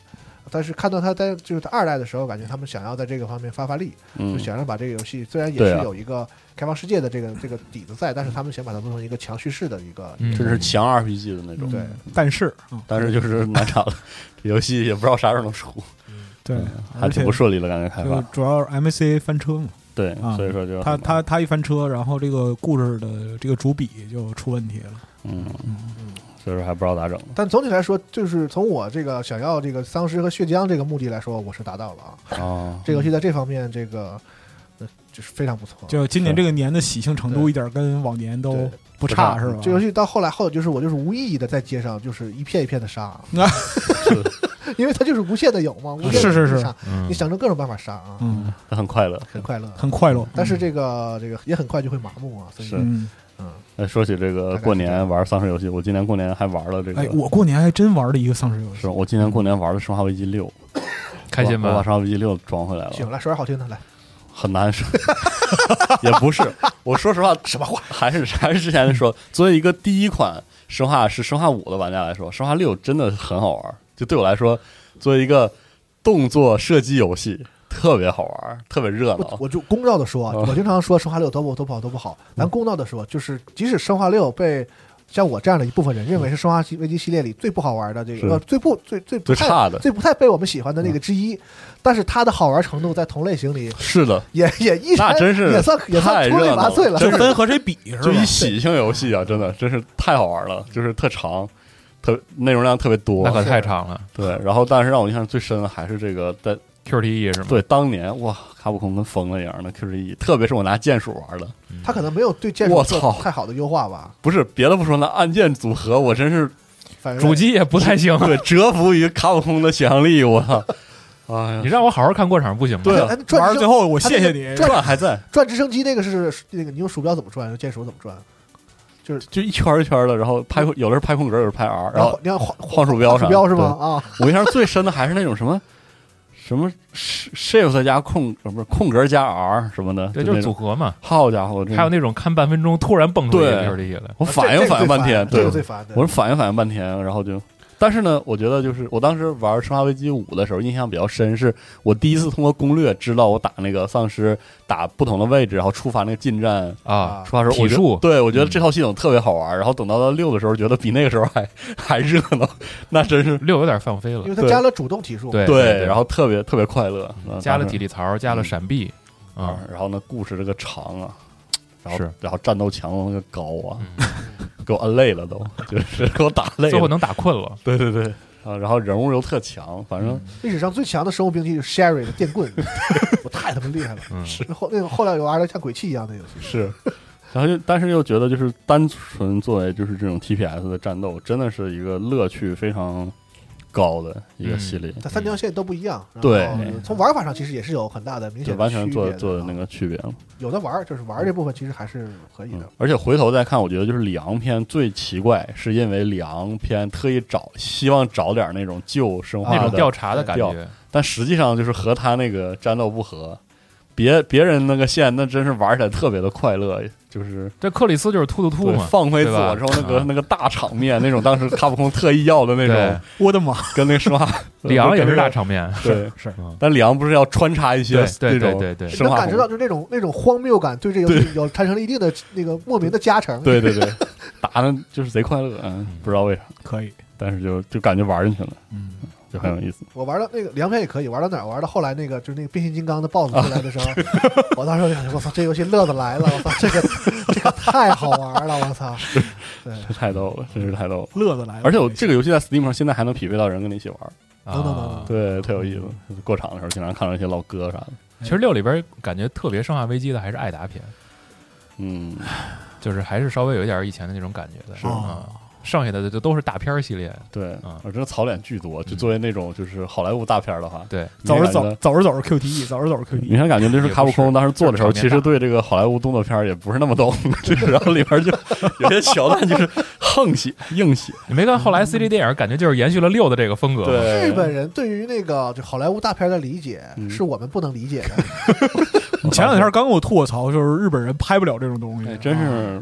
[SPEAKER 2] 但是看到他在就是他二代的时候，感觉他们想要在这个方面发发力，
[SPEAKER 5] 嗯
[SPEAKER 2] 就，想让把这个游戏虽然也
[SPEAKER 5] 对
[SPEAKER 2] 是
[SPEAKER 5] 啊
[SPEAKER 2] 有一个开放世界的这个这个底子在，但是他们想把它弄成一个强叙事的一个
[SPEAKER 3] 嗯，
[SPEAKER 5] 这是强 RPG 的那种，
[SPEAKER 2] 对
[SPEAKER 4] 嗯但是啊，
[SPEAKER 5] 但是就是难产了，这游戏也不知道啥时候能出，
[SPEAKER 4] 对，
[SPEAKER 5] 还
[SPEAKER 4] 而且
[SPEAKER 5] 挺不顺利的感觉开
[SPEAKER 4] 就
[SPEAKER 5] 发。
[SPEAKER 4] 主要是 MCA 翻车嘛，
[SPEAKER 5] 对
[SPEAKER 4] 啊，
[SPEAKER 5] 所以说就
[SPEAKER 4] 他
[SPEAKER 5] 很
[SPEAKER 4] 他他一翻车，然后这个故事的这个主笔就出问题了。
[SPEAKER 5] 嗯，所以说还不知道咋整。
[SPEAKER 2] 但总体来说，就是从我这个想要这个丧尸和血浆这个目的来说，我是达到了啊。
[SPEAKER 5] 啊，
[SPEAKER 2] 这个游戏在这方面，这个呃就是非常不
[SPEAKER 5] 哦
[SPEAKER 2] 错。
[SPEAKER 4] 就今年这个年的喜庆程度
[SPEAKER 2] 对
[SPEAKER 4] 一点跟往年都
[SPEAKER 2] 对
[SPEAKER 4] 不
[SPEAKER 5] 不
[SPEAKER 4] 差，
[SPEAKER 5] 差
[SPEAKER 4] 是吧？
[SPEAKER 2] 这游戏到后来，后来就是我就是无意义的在街上就是一片一片的杀，啊 [LAUGHS] 因为它就是无限的有嘛，无限地
[SPEAKER 4] 啊是是是
[SPEAKER 2] 杀，
[SPEAKER 3] 嗯
[SPEAKER 2] 你想着各种办法杀啊，
[SPEAKER 4] 嗯，
[SPEAKER 5] [LAUGHS] 很快乐。
[SPEAKER 2] 很快乐。
[SPEAKER 4] 很快乐，
[SPEAKER 2] 但是这个这个也很快就会麻木啊，所以
[SPEAKER 5] 是
[SPEAKER 4] 嗯，
[SPEAKER 2] 嗯，
[SPEAKER 5] 哎，说起这个过年玩丧尸游戏，我今年过年还玩了这个，
[SPEAKER 4] 哎，我过年还真玩了一个丧尸游戏
[SPEAKER 5] 是，我今年过年玩的《生化危机六》，
[SPEAKER 3] 嗯开心
[SPEAKER 5] 我把《
[SPEAKER 3] 吗？
[SPEAKER 5] 生化危机六》装回来了，
[SPEAKER 2] 行，来说点好听的来，
[SPEAKER 5] 很难说， [LAUGHS] 也不是。我说实话，什么话？还是还是之前说，作为一个第一款生化是生化五的玩家来说，生化六真的很好玩。就对我来说，作为一个动作射击游戏，特别好玩，特别热
[SPEAKER 2] 我
[SPEAKER 5] 闹。
[SPEAKER 2] 我就公道的说啊，
[SPEAKER 5] 嗯
[SPEAKER 2] 我经常说生化六多不多不好多不好，咱公道的说，就是即使生化六被像我这样的一部分人认为是生化危机系列里最不好玩的这
[SPEAKER 5] 是
[SPEAKER 2] 个呃最不最最不
[SPEAKER 5] 最
[SPEAKER 2] 太
[SPEAKER 5] 差的
[SPEAKER 2] 最不太被我们喜欢的那个之一，但是它的好玩程度在同类型里
[SPEAKER 5] 是的，
[SPEAKER 2] 也也依然
[SPEAKER 5] 嗯那真是
[SPEAKER 2] 也算也
[SPEAKER 5] 太
[SPEAKER 2] 算出类
[SPEAKER 5] 热
[SPEAKER 2] 拔
[SPEAKER 5] 闹
[SPEAKER 2] 萃了，
[SPEAKER 4] 这分和谁比是
[SPEAKER 5] 就一
[SPEAKER 4] 吧？
[SPEAKER 5] 喜庆游戏啊，真的真是太好玩了，就是特长，特内容量特别多
[SPEAKER 3] 那。可太长了。
[SPEAKER 5] 对，然后但是让我印象最深的还是这个在
[SPEAKER 3] QTE E 是吗？
[SPEAKER 5] 对当年哇，卡普空跟疯了一样的 QTE，特别是我拿键鼠玩的，
[SPEAKER 2] 他可能没有对建筑
[SPEAKER 5] 我
[SPEAKER 2] 做
[SPEAKER 5] 操
[SPEAKER 2] 太好的优化吧，
[SPEAKER 5] 不是别的不说，那按键组合我真是
[SPEAKER 2] 反正
[SPEAKER 3] 主机也不太行。
[SPEAKER 5] 对折服于卡普空的想象力，我操！哎呀
[SPEAKER 3] 你，让我好好看过场不行吗？
[SPEAKER 5] 对啊
[SPEAKER 2] 哎转
[SPEAKER 4] 玩到
[SPEAKER 2] 直
[SPEAKER 4] 最
[SPEAKER 2] 升
[SPEAKER 4] 后，我谢谢你。
[SPEAKER 5] 转还在，
[SPEAKER 2] 转直升机那个是是那个你用鼠标怎么转，用键鼠怎么转，
[SPEAKER 5] 就一圈儿一圈儿的，然后拍有的是拍空格，有的是拍 R，然后
[SPEAKER 2] 你要晃
[SPEAKER 5] 晃鼠标
[SPEAKER 2] 鼠
[SPEAKER 5] 上
[SPEAKER 2] 标是吗？？啊，
[SPEAKER 5] 对我印象最深的还是那种什么。什么 shift 加空呃不是空格加 R 什么的，
[SPEAKER 3] 对，
[SPEAKER 5] 就
[SPEAKER 3] 就是
[SPEAKER 5] 那
[SPEAKER 3] 组
[SPEAKER 5] 种。
[SPEAKER 3] 合嘛。
[SPEAKER 5] 好家伙，真
[SPEAKER 3] 还有那种看半分钟突然蹦出一个
[SPEAKER 5] 对
[SPEAKER 3] QTE 来，
[SPEAKER 5] 我反
[SPEAKER 2] 这
[SPEAKER 5] 应
[SPEAKER 2] 这个
[SPEAKER 5] 反应半
[SPEAKER 2] 最
[SPEAKER 5] 天，
[SPEAKER 2] 烦这
[SPEAKER 5] 对
[SPEAKER 2] 个，最烦的。
[SPEAKER 5] 我是反应反应半天，然后就，但是呢，我觉得就是我当时玩《生化危机五》的时候，印象比较深，是我第一次通过攻略知道我打那个丧尸打不同的位置，然后触发那个近战。
[SPEAKER 3] 啊，
[SPEAKER 5] 触发时候，我
[SPEAKER 3] 体
[SPEAKER 5] 觉
[SPEAKER 3] 术嗯
[SPEAKER 5] 得对我觉得这套系统特别好玩。然后等到到六的时候，觉得比那个时候还还热闹，那真是
[SPEAKER 3] 六有点放飞了
[SPEAKER 2] 因为。它
[SPEAKER 5] 对
[SPEAKER 2] 加了主动体数，
[SPEAKER 3] 对
[SPEAKER 5] 对，然后特别特别快乐，嗯
[SPEAKER 3] 加了
[SPEAKER 5] 当时
[SPEAKER 3] 体力槽，加了闪避，
[SPEAKER 5] 啊
[SPEAKER 3] 啊，，
[SPEAKER 5] 然后呢，故事这个长啊，然后
[SPEAKER 3] 是嗯
[SPEAKER 5] 然后战斗强度那个高啊， [LAUGHS] 给我摁累了都，就是给我打累
[SPEAKER 3] 最后
[SPEAKER 5] 了。
[SPEAKER 3] 能打困了。
[SPEAKER 5] 对对对，啊，然后人物又特强，反正
[SPEAKER 2] 历史上最强的生物兵器就是 Sherry 的电
[SPEAKER 5] [LAUGHS]
[SPEAKER 2] 棍，我太他妈厉害了。
[SPEAKER 3] 嗯，
[SPEAKER 2] 那后那个后来有玩的像鬼泣一样的游戏，
[SPEAKER 5] 是， [LAUGHS] 然后又但是又觉得就是单纯作为就是这种 TPS 的战斗，真的是一个乐趣非常高的一
[SPEAKER 3] 嗯
[SPEAKER 5] 个系列，
[SPEAKER 2] 在三条线都不一样。然后
[SPEAKER 5] 对
[SPEAKER 2] 从玩法上其实也是有很大的明
[SPEAKER 5] 就
[SPEAKER 2] 显
[SPEAKER 5] 完
[SPEAKER 2] 的
[SPEAKER 5] 全
[SPEAKER 2] 区
[SPEAKER 5] 做
[SPEAKER 2] 别的
[SPEAKER 5] 做的那
[SPEAKER 2] 啊
[SPEAKER 5] 个区别了。
[SPEAKER 2] 有的玩儿就是玩儿这部分其实还是可以
[SPEAKER 5] 嗯
[SPEAKER 2] 的。，
[SPEAKER 5] 而且回头再看，我觉得就是里昂篇最奇怪，是因为里昂篇特意找希望找点那种旧生
[SPEAKER 3] 那
[SPEAKER 5] 化
[SPEAKER 3] 种
[SPEAKER 5] 的
[SPEAKER 3] 调查的感觉，
[SPEAKER 5] 但实际上就是和他那个战斗不合。别别人那个线，那真是玩起来特别的快乐，就是
[SPEAKER 3] 这克里斯就是突突突
[SPEAKER 5] 对
[SPEAKER 3] 嘛，
[SPEAKER 5] 放飞自
[SPEAKER 3] 对吧
[SPEAKER 5] 我之后那
[SPEAKER 3] [LAUGHS]
[SPEAKER 5] 个
[SPEAKER 3] 啊
[SPEAKER 5] 那个大场面，那种当时卡普空特意要的那
[SPEAKER 3] 对
[SPEAKER 5] 种，
[SPEAKER 4] 我的妈！
[SPEAKER 5] 跟那
[SPEAKER 3] [LAUGHS]
[SPEAKER 5] 个生化
[SPEAKER 3] 里昂也是大
[SPEAKER 5] 大
[SPEAKER 3] 场面，
[SPEAKER 5] 对，
[SPEAKER 4] 是
[SPEAKER 5] 但里昂不是要穿插一些
[SPEAKER 3] 对对
[SPEAKER 5] 那种
[SPEAKER 3] 对对对
[SPEAKER 5] 生
[SPEAKER 2] 能
[SPEAKER 5] 化
[SPEAKER 2] 感
[SPEAKER 5] 恐
[SPEAKER 2] 觉到就是那种那种荒谬感，对这游戏有产生了一定的那个莫名的加成。
[SPEAKER 5] 对对对，打的就是贼快乐，嗯，不知道为啥，
[SPEAKER 4] 可以，
[SPEAKER 5] 但是就就感觉玩进去了，
[SPEAKER 4] 嗯，
[SPEAKER 5] 就很有意思。
[SPEAKER 2] 我玩到那个良片也可以，玩到哪儿玩到后来那个就是那个变形金刚的 BOSS 出来的时
[SPEAKER 5] 啊
[SPEAKER 2] 候， [LAUGHS] 我当时我就想，我操，这游戏乐子来了，我操，这个这个太好玩了，我操，对，
[SPEAKER 5] 这太逗了，真是太逗了。
[SPEAKER 4] 乐子来了。
[SPEAKER 5] 而且我这个游戏在 Steam 上现在还能匹配到人跟你一起玩，
[SPEAKER 2] 能能能
[SPEAKER 3] 啊
[SPEAKER 2] 能
[SPEAKER 5] 对，特有意思。过场的时候经常看到一些老哥啥的，
[SPEAKER 3] 其
[SPEAKER 4] 哎
[SPEAKER 3] 实六里边感觉特别《生化危机》的还是艾达篇，
[SPEAKER 5] 嗯，
[SPEAKER 3] 就是还是稍微有一点以前的那种感觉的。
[SPEAKER 4] 是哦
[SPEAKER 3] 啊，剩下的就就都是大片儿系列。
[SPEAKER 5] 对
[SPEAKER 3] 啊，
[SPEAKER 5] 我真的槽点巨多。就作为那种就是好莱坞大片的话，
[SPEAKER 3] 嗯对，
[SPEAKER 4] 走着
[SPEAKER 5] 明显
[SPEAKER 4] 走
[SPEAKER 5] 的。
[SPEAKER 4] 走着走着 QTE，走着 E 走着
[SPEAKER 5] 明
[SPEAKER 4] QTE，
[SPEAKER 5] 显感觉就是卡普空当时做的时候，
[SPEAKER 3] 也不是
[SPEAKER 5] 其实对这个好莱坞动作片也不是那么懂，就是然后里边就有些桥段就是横写、硬写，
[SPEAKER 3] 你没
[SPEAKER 4] 嗯
[SPEAKER 3] 看后来 CG 电影，感觉就是延续了六的这个风格。，
[SPEAKER 5] 对，
[SPEAKER 2] 日本人啊对于那个就好莱坞大片的理解，
[SPEAKER 5] 嗯
[SPEAKER 2] 是我们不能理解的。
[SPEAKER 5] [LAUGHS]
[SPEAKER 4] 你前两天刚跟我吐槽，就是日本人拍不了这种东
[SPEAKER 5] 哎
[SPEAKER 4] 西，啊
[SPEAKER 5] 真是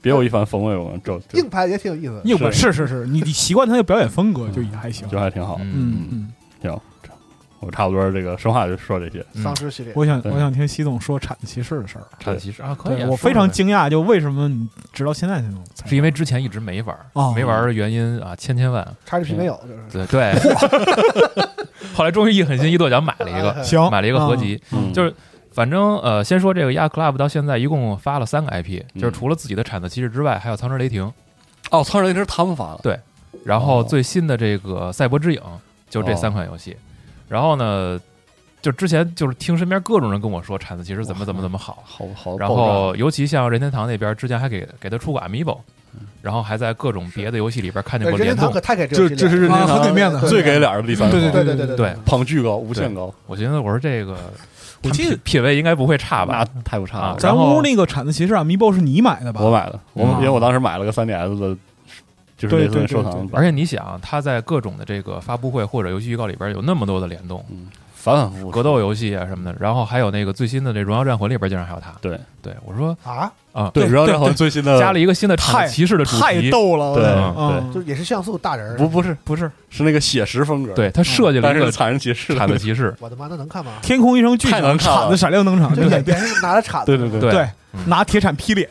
[SPEAKER 5] 别有一番风味。我们这就
[SPEAKER 2] 硬拍也挺有意思的。
[SPEAKER 4] 硬本是是是，你你习惯他的表演风格就也还行。
[SPEAKER 5] 嗯就还挺好。
[SPEAKER 3] 嗯，
[SPEAKER 4] 嗯嗯，
[SPEAKER 5] 行，这我差不多这个生化就说这些。
[SPEAKER 3] 嗯
[SPEAKER 2] 丧尸系列，
[SPEAKER 4] 我想
[SPEAKER 5] 对
[SPEAKER 4] 我想听西总说铲子骑士的事儿。
[SPEAKER 3] 产骑士啊，可以
[SPEAKER 4] 对
[SPEAKER 3] 啊。说
[SPEAKER 4] 我非常
[SPEAKER 3] 呗
[SPEAKER 4] 惊讶，就为什么你直到现在才能才
[SPEAKER 3] 是因为之前一直没玩儿，
[SPEAKER 4] 哦
[SPEAKER 3] 没玩儿的原因啊，千千万。
[SPEAKER 2] 叉 GP 没有，就是
[SPEAKER 3] 对对，后来终于一狠心一跺脚买了一
[SPEAKER 7] 哎
[SPEAKER 3] 个，
[SPEAKER 4] 行
[SPEAKER 3] 买了一个合集，
[SPEAKER 5] 嗯，
[SPEAKER 3] 就是反正呃，先说这个亚 club 到现在一共发了三个 IP，
[SPEAKER 5] 嗯
[SPEAKER 3] 就是除了自己的产子骑士之外，还有苍之雷霆，
[SPEAKER 5] 哦，苍人是他们发的，
[SPEAKER 3] 然后
[SPEAKER 5] 哦
[SPEAKER 3] 最新的这个赛博之影，就这三款游戏。然后呢，就之前就是听身边各种人跟我说产子骑士怎么怎么怎么好，
[SPEAKER 5] 好好。
[SPEAKER 3] 然后尤其像任天堂那边之前还给给他出过 amiibo，然后还在各种别的游戏里边看见
[SPEAKER 2] 对
[SPEAKER 3] 过
[SPEAKER 2] 任天
[SPEAKER 3] 联
[SPEAKER 2] 堂
[SPEAKER 3] 动
[SPEAKER 2] 可。太给这个
[SPEAKER 5] 这
[SPEAKER 2] 系
[SPEAKER 5] 这
[SPEAKER 2] 列了
[SPEAKER 5] 是任天
[SPEAKER 4] 啊
[SPEAKER 5] 堂
[SPEAKER 4] 很给面子
[SPEAKER 5] 最给脸儿的第三方，
[SPEAKER 4] 对
[SPEAKER 2] 对对对
[SPEAKER 4] 对
[SPEAKER 2] 对
[SPEAKER 5] 捧巨高，无限高，
[SPEAKER 3] 我寻思我说这个，
[SPEAKER 4] 我记得
[SPEAKER 3] 他们品品味应该不会差吧？
[SPEAKER 5] 那太不差
[SPEAKER 3] 啊
[SPEAKER 5] 了。
[SPEAKER 4] 咱
[SPEAKER 3] 然后
[SPEAKER 4] 屋那个铲子骑士 Amiibo 是你买的吧？
[SPEAKER 5] 我买的，我
[SPEAKER 4] 嗯
[SPEAKER 5] 因为我当时买了个 3DS 的，就是
[SPEAKER 4] 对
[SPEAKER 5] 类似
[SPEAKER 4] 对
[SPEAKER 5] 于收
[SPEAKER 4] 对
[SPEAKER 5] 藏
[SPEAKER 4] 对
[SPEAKER 5] 版，
[SPEAKER 3] 而且你想，他在各种的这个发布会或者游戏预告里边有那么多的联动，
[SPEAKER 5] 嗯，反反复复
[SPEAKER 3] 格斗游戏啊什么的，然后还有那个最新的那《荣耀战魂》里边竟然还有他。
[SPEAKER 5] 对
[SPEAKER 3] 对，我说
[SPEAKER 7] 啊，
[SPEAKER 3] 啊，
[SPEAKER 5] 对，
[SPEAKER 4] 对
[SPEAKER 5] 荣耀
[SPEAKER 4] 对
[SPEAKER 5] 战魂最新的
[SPEAKER 3] 加了一个新的场
[SPEAKER 4] 太
[SPEAKER 3] 骑士的主
[SPEAKER 4] 太
[SPEAKER 3] 题，
[SPEAKER 4] 逗了，
[SPEAKER 5] 对
[SPEAKER 4] 嗯
[SPEAKER 7] 就也是像素大人儿
[SPEAKER 5] 不，不是
[SPEAKER 3] 不是，
[SPEAKER 5] 是那个写实风格，，
[SPEAKER 3] 对他设
[SPEAKER 4] 嗯
[SPEAKER 3] 计了
[SPEAKER 5] 但
[SPEAKER 3] 一
[SPEAKER 5] 是
[SPEAKER 3] 个
[SPEAKER 5] 惨人骑士的
[SPEAKER 3] 铲子骑士，
[SPEAKER 7] 我的妈，那能看吗？
[SPEAKER 4] 天空一声巨
[SPEAKER 5] 太能
[SPEAKER 4] 响，
[SPEAKER 5] 看了
[SPEAKER 4] 铲子闪亮登场，
[SPEAKER 7] 就
[SPEAKER 4] 真的
[SPEAKER 7] 演别人拿着铲子，
[SPEAKER 5] 对对对，
[SPEAKER 3] 对
[SPEAKER 4] 啊对
[SPEAKER 3] 嗯，
[SPEAKER 4] 拿铁铲劈脸，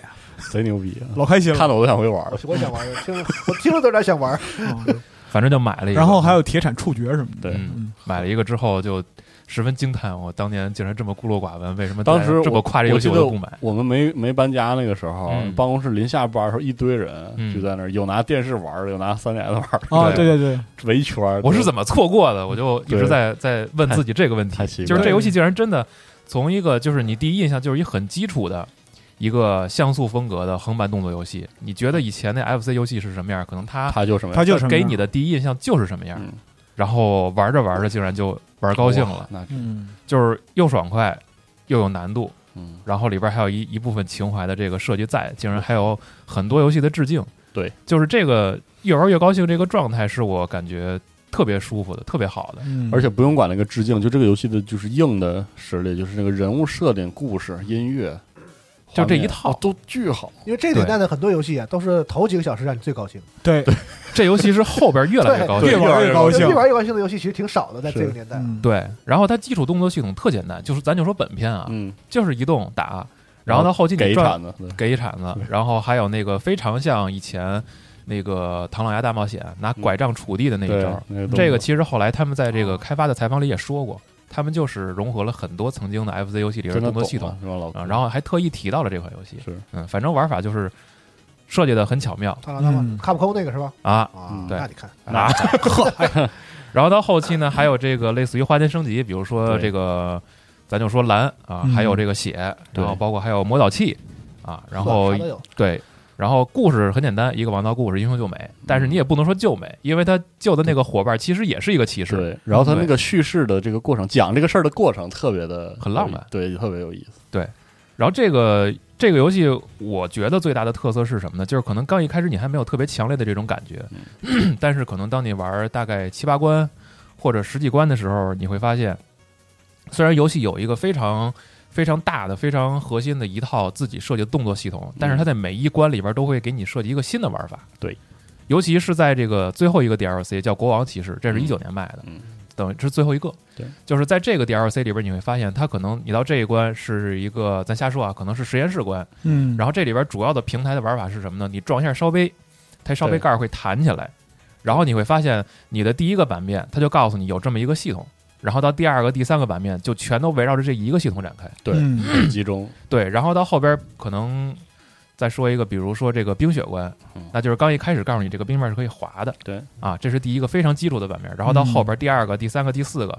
[SPEAKER 5] 贼牛逼啊，
[SPEAKER 4] 老开心
[SPEAKER 5] 看
[SPEAKER 4] 了。
[SPEAKER 5] 的我都想回玩儿
[SPEAKER 3] [LAUGHS]
[SPEAKER 7] 我。我想玩儿，听着我听着都有点想玩儿。
[SPEAKER 3] 哎
[SPEAKER 4] 嗯
[SPEAKER 3] 反正就买了一个。
[SPEAKER 4] 然后还有铁铲触觉什么的，
[SPEAKER 5] 对
[SPEAKER 3] 嗯，买了一个之后就十分惊叹，我当年竟然这么孤陋寡闻，为什么
[SPEAKER 5] 当时
[SPEAKER 3] 大家这
[SPEAKER 5] 我
[SPEAKER 3] 么夸这游戏
[SPEAKER 5] 我记
[SPEAKER 3] 都
[SPEAKER 5] 得
[SPEAKER 3] 不买？
[SPEAKER 5] 我们没没搬家那个时候，
[SPEAKER 3] 嗯
[SPEAKER 5] 办公室临下班的时候，一堆人
[SPEAKER 3] 嗯
[SPEAKER 5] 就在那儿，有拿电视玩儿的，有拿三 DS 玩儿的，
[SPEAKER 4] 啊，
[SPEAKER 3] 对
[SPEAKER 4] 对对对，
[SPEAKER 5] 围一圈儿。
[SPEAKER 3] 我是怎
[SPEAKER 5] 么
[SPEAKER 3] 么错过的？我就一
[SPEAKER 5] 对
[SPEAKER 3] 直在在问自己这个问题
[SPEAKER 5] 太，奇怪了
[SPEAKER 3] 就是这游戏竟然真的从一个就是你第一印象就是一很基础的一个像素风格的横版动作游戏，你觉得以前那 FC 游戏是什么样？可能它
[SPEAKER 5] 嗯他就什么样
[SPEAKER 4] 他就什么
[SPEAKER 3] 给
[SPEAKER 4] 样
[SPEAKER 3] 你，的第一印象就是什么样
[SPEAKER 5] 嗯，
[SPEAKER 3] 然后玩着玩着竟然就玩高兴
[SPEAKER 5] 哇
[SPEAKER 3] 了，
[SPEAKER 5] 那
[SPEAKER 4] 嗯，
[SPEAKER 3] 就是又爽快又有难度，
[SPEAKER 5] 嗯
[SPEAKER 3] 然后里边还有一一部分情怀的这个设计在，竟然还有很多游戏的致敬。
[SPEAKER 5] 对，
[SPEAKER 3] 就是这个越玩越高兴这个状态，是我感觉特别舒服的，特别好的。
[SPEAKER 4] 嗯
[SPEAKER 5] 而且不用管那个致敬，就这个游戏的就是硬的实力，就是那个人物设定、故事、音乐，
[SPEAKER 3] 就这
[SPEAKER 5] 画面
[SPEAKER 3] 一套
[SPEAKER 5] 哦都巨好。
[SPEAKER 7] 因为这个年代的很多游戏啊，都是头几个小时让你最高兴，
[SPEAKER 4] 对，
[SPEAKER 3] 这尤其是后边越来越高兴。
[SPEAKER 4] 越
[SPEAKER 5] 对
[SPEAKER 4] 玩越高兴
[SPEAKER 7] 就，一玩一玩性的游戏其实挺少的，在
[SPEAKER 5] 是
[SPEAKER 7] 这个年代。
[SPEAKER 4] 嗯，
[SPEAKER 3] 对，然后它基础动作系统特简单，就是咱就说本片啊，
[SPEAKER 5] 嗯，
[SPEAKER 3] 就是移动打，然后到后期
[SPEAKER 5] 给
[SPEAKER 3] 你
[SPEAKER 5] 一
[SPEAKER 3] 转
[SPEAKER 5] 铲子，对
[SPEAKER 3] 给一铲子，然后还有那个非常像以前那个《唐老鸭大冒险》拿
[SPEAKER 5] 嗯
[SPEAKER 3] 拐杖锄地的那一招
[SPEAKER 5] 对，那个动
[SPEAKER 3] 这个
[SPEAKER 5] 作
[SPEAKER 3] 其实后来他们在这
[SPEAKER 5] 哦
[SPEAKER 3] 个开发的采访里也说过，他们就是融合了很多曾经的 FC 游戏里边
[SPEAKER 5] 真
[SPEAKER 3] 的
[SPEAKER 5] 的
[SPEAKER 3] 动作系统
[SPEAKER 5] 懂啊是吧，老
[SPEAKER 3] 啊，
[SPEAKER 5] 哥
[SPEAKER 3] 然后还特意提到了这款游戏。
[SPEAKER 5] 是
[SPEAKER 3] 嗯，反正玩法就是设计的很巧妙
[SPEAKER 7] 他老大
[SPEAKER 4] 嗯
[SPEAKER 7] 吗？卡普空那个是吧？
[SPEAKER 3] 啊。
[SPEAKER 7] 啊，
[SPEAKER 3] 对
[SPEAKER 7] 那你看，
[SPEAKER 3] 啊，然后到后期
[SPEAKER 5] [LAUGHS]
[SPEAKER 3] 呢，还有这个类似于花间升级，比如说
[SPEAKER 5] 对
[SPEAKER 3] 这个，咱就说蓝啊，
[SPEAKER 4] 嗯
[SPEAKER 3] 还有这个血，然后
[SPEAKER 5] 对
[SPEAKER 3] 包括还有魔导器啊，然后
[SPEAKER 7] 啥都有。
[SPEAKER 3] 对，然后故事很简单，一个王道故事，英雄救美，但是你也不能说救美，因为他救的那个伙伴其实也是一个骑士，
[SPEAKER 5] 对，然后他那
[SPEAKER 3] 对
[SPEAKER 5] 个叙事的这个过程，讲这个事儿的过程特别的
[SPEAKER 3] 很浪漫
[SPEAKER 5] 对，特别有意思。
[SPEAKER 3] 然后这个这个游戏，我觉得最大的特色是什么呢？就是可能刚一开始你还没有特别强烈的这种感觉， [CLEARS THROAT] 但是可能当你玩大概七八关或者十几关的时候，你会发现，虽然游戏有一个非常非常大的、非常核心的一套自己设计的动作系统，但是它在每一关里边都会给你设计一个新的玩法。
[SPEAKER 5] 对，
[SPEAKER 3] 尤其是在这个最后一个 DLC 叫《国王骑士》，这是一九年卖的，
[SPEAKER 5] 嗯
[SPEAKER 3] 等于是最后一个。
[SPEAKER 5] 对，
[SPEAKER 3] 就是在这个 DLC 里边，你会发现它可能你到这一关是一个，咱瞎说啊，可能是实验室关。
[SPEAKER 4] 嗯，
[SPEAKER 3] 然后这里边主要的平台的玩法是什么呢？你撞一下烧杯，它烧杯
[SPEAKER 5] 对
[SPEAKER 3] 盖儿会弹起来，然后你会发现你的第一个版面它就告诉你有这么一个系统，然后到第二个、第三个版面就全都围绕着这一个系统展开。
[SPEAKER 5] 对，
[SPEAKER 4] 嗯
[SPEAKER 5] 很集中，
[SPEAKER 3] 对，然后到后边可能再说一个，比如说这个冰雪关
[SPEAKER 5] 嗯，
[SPEAKER 3] 那就是刚一开始告诉你这个冰面是可以滑的，
[SPEAKER 5] 对
[SPEAKER 3] 啊，这是第一个非常基础的版面。然后到后边第二个、第三个、第四个，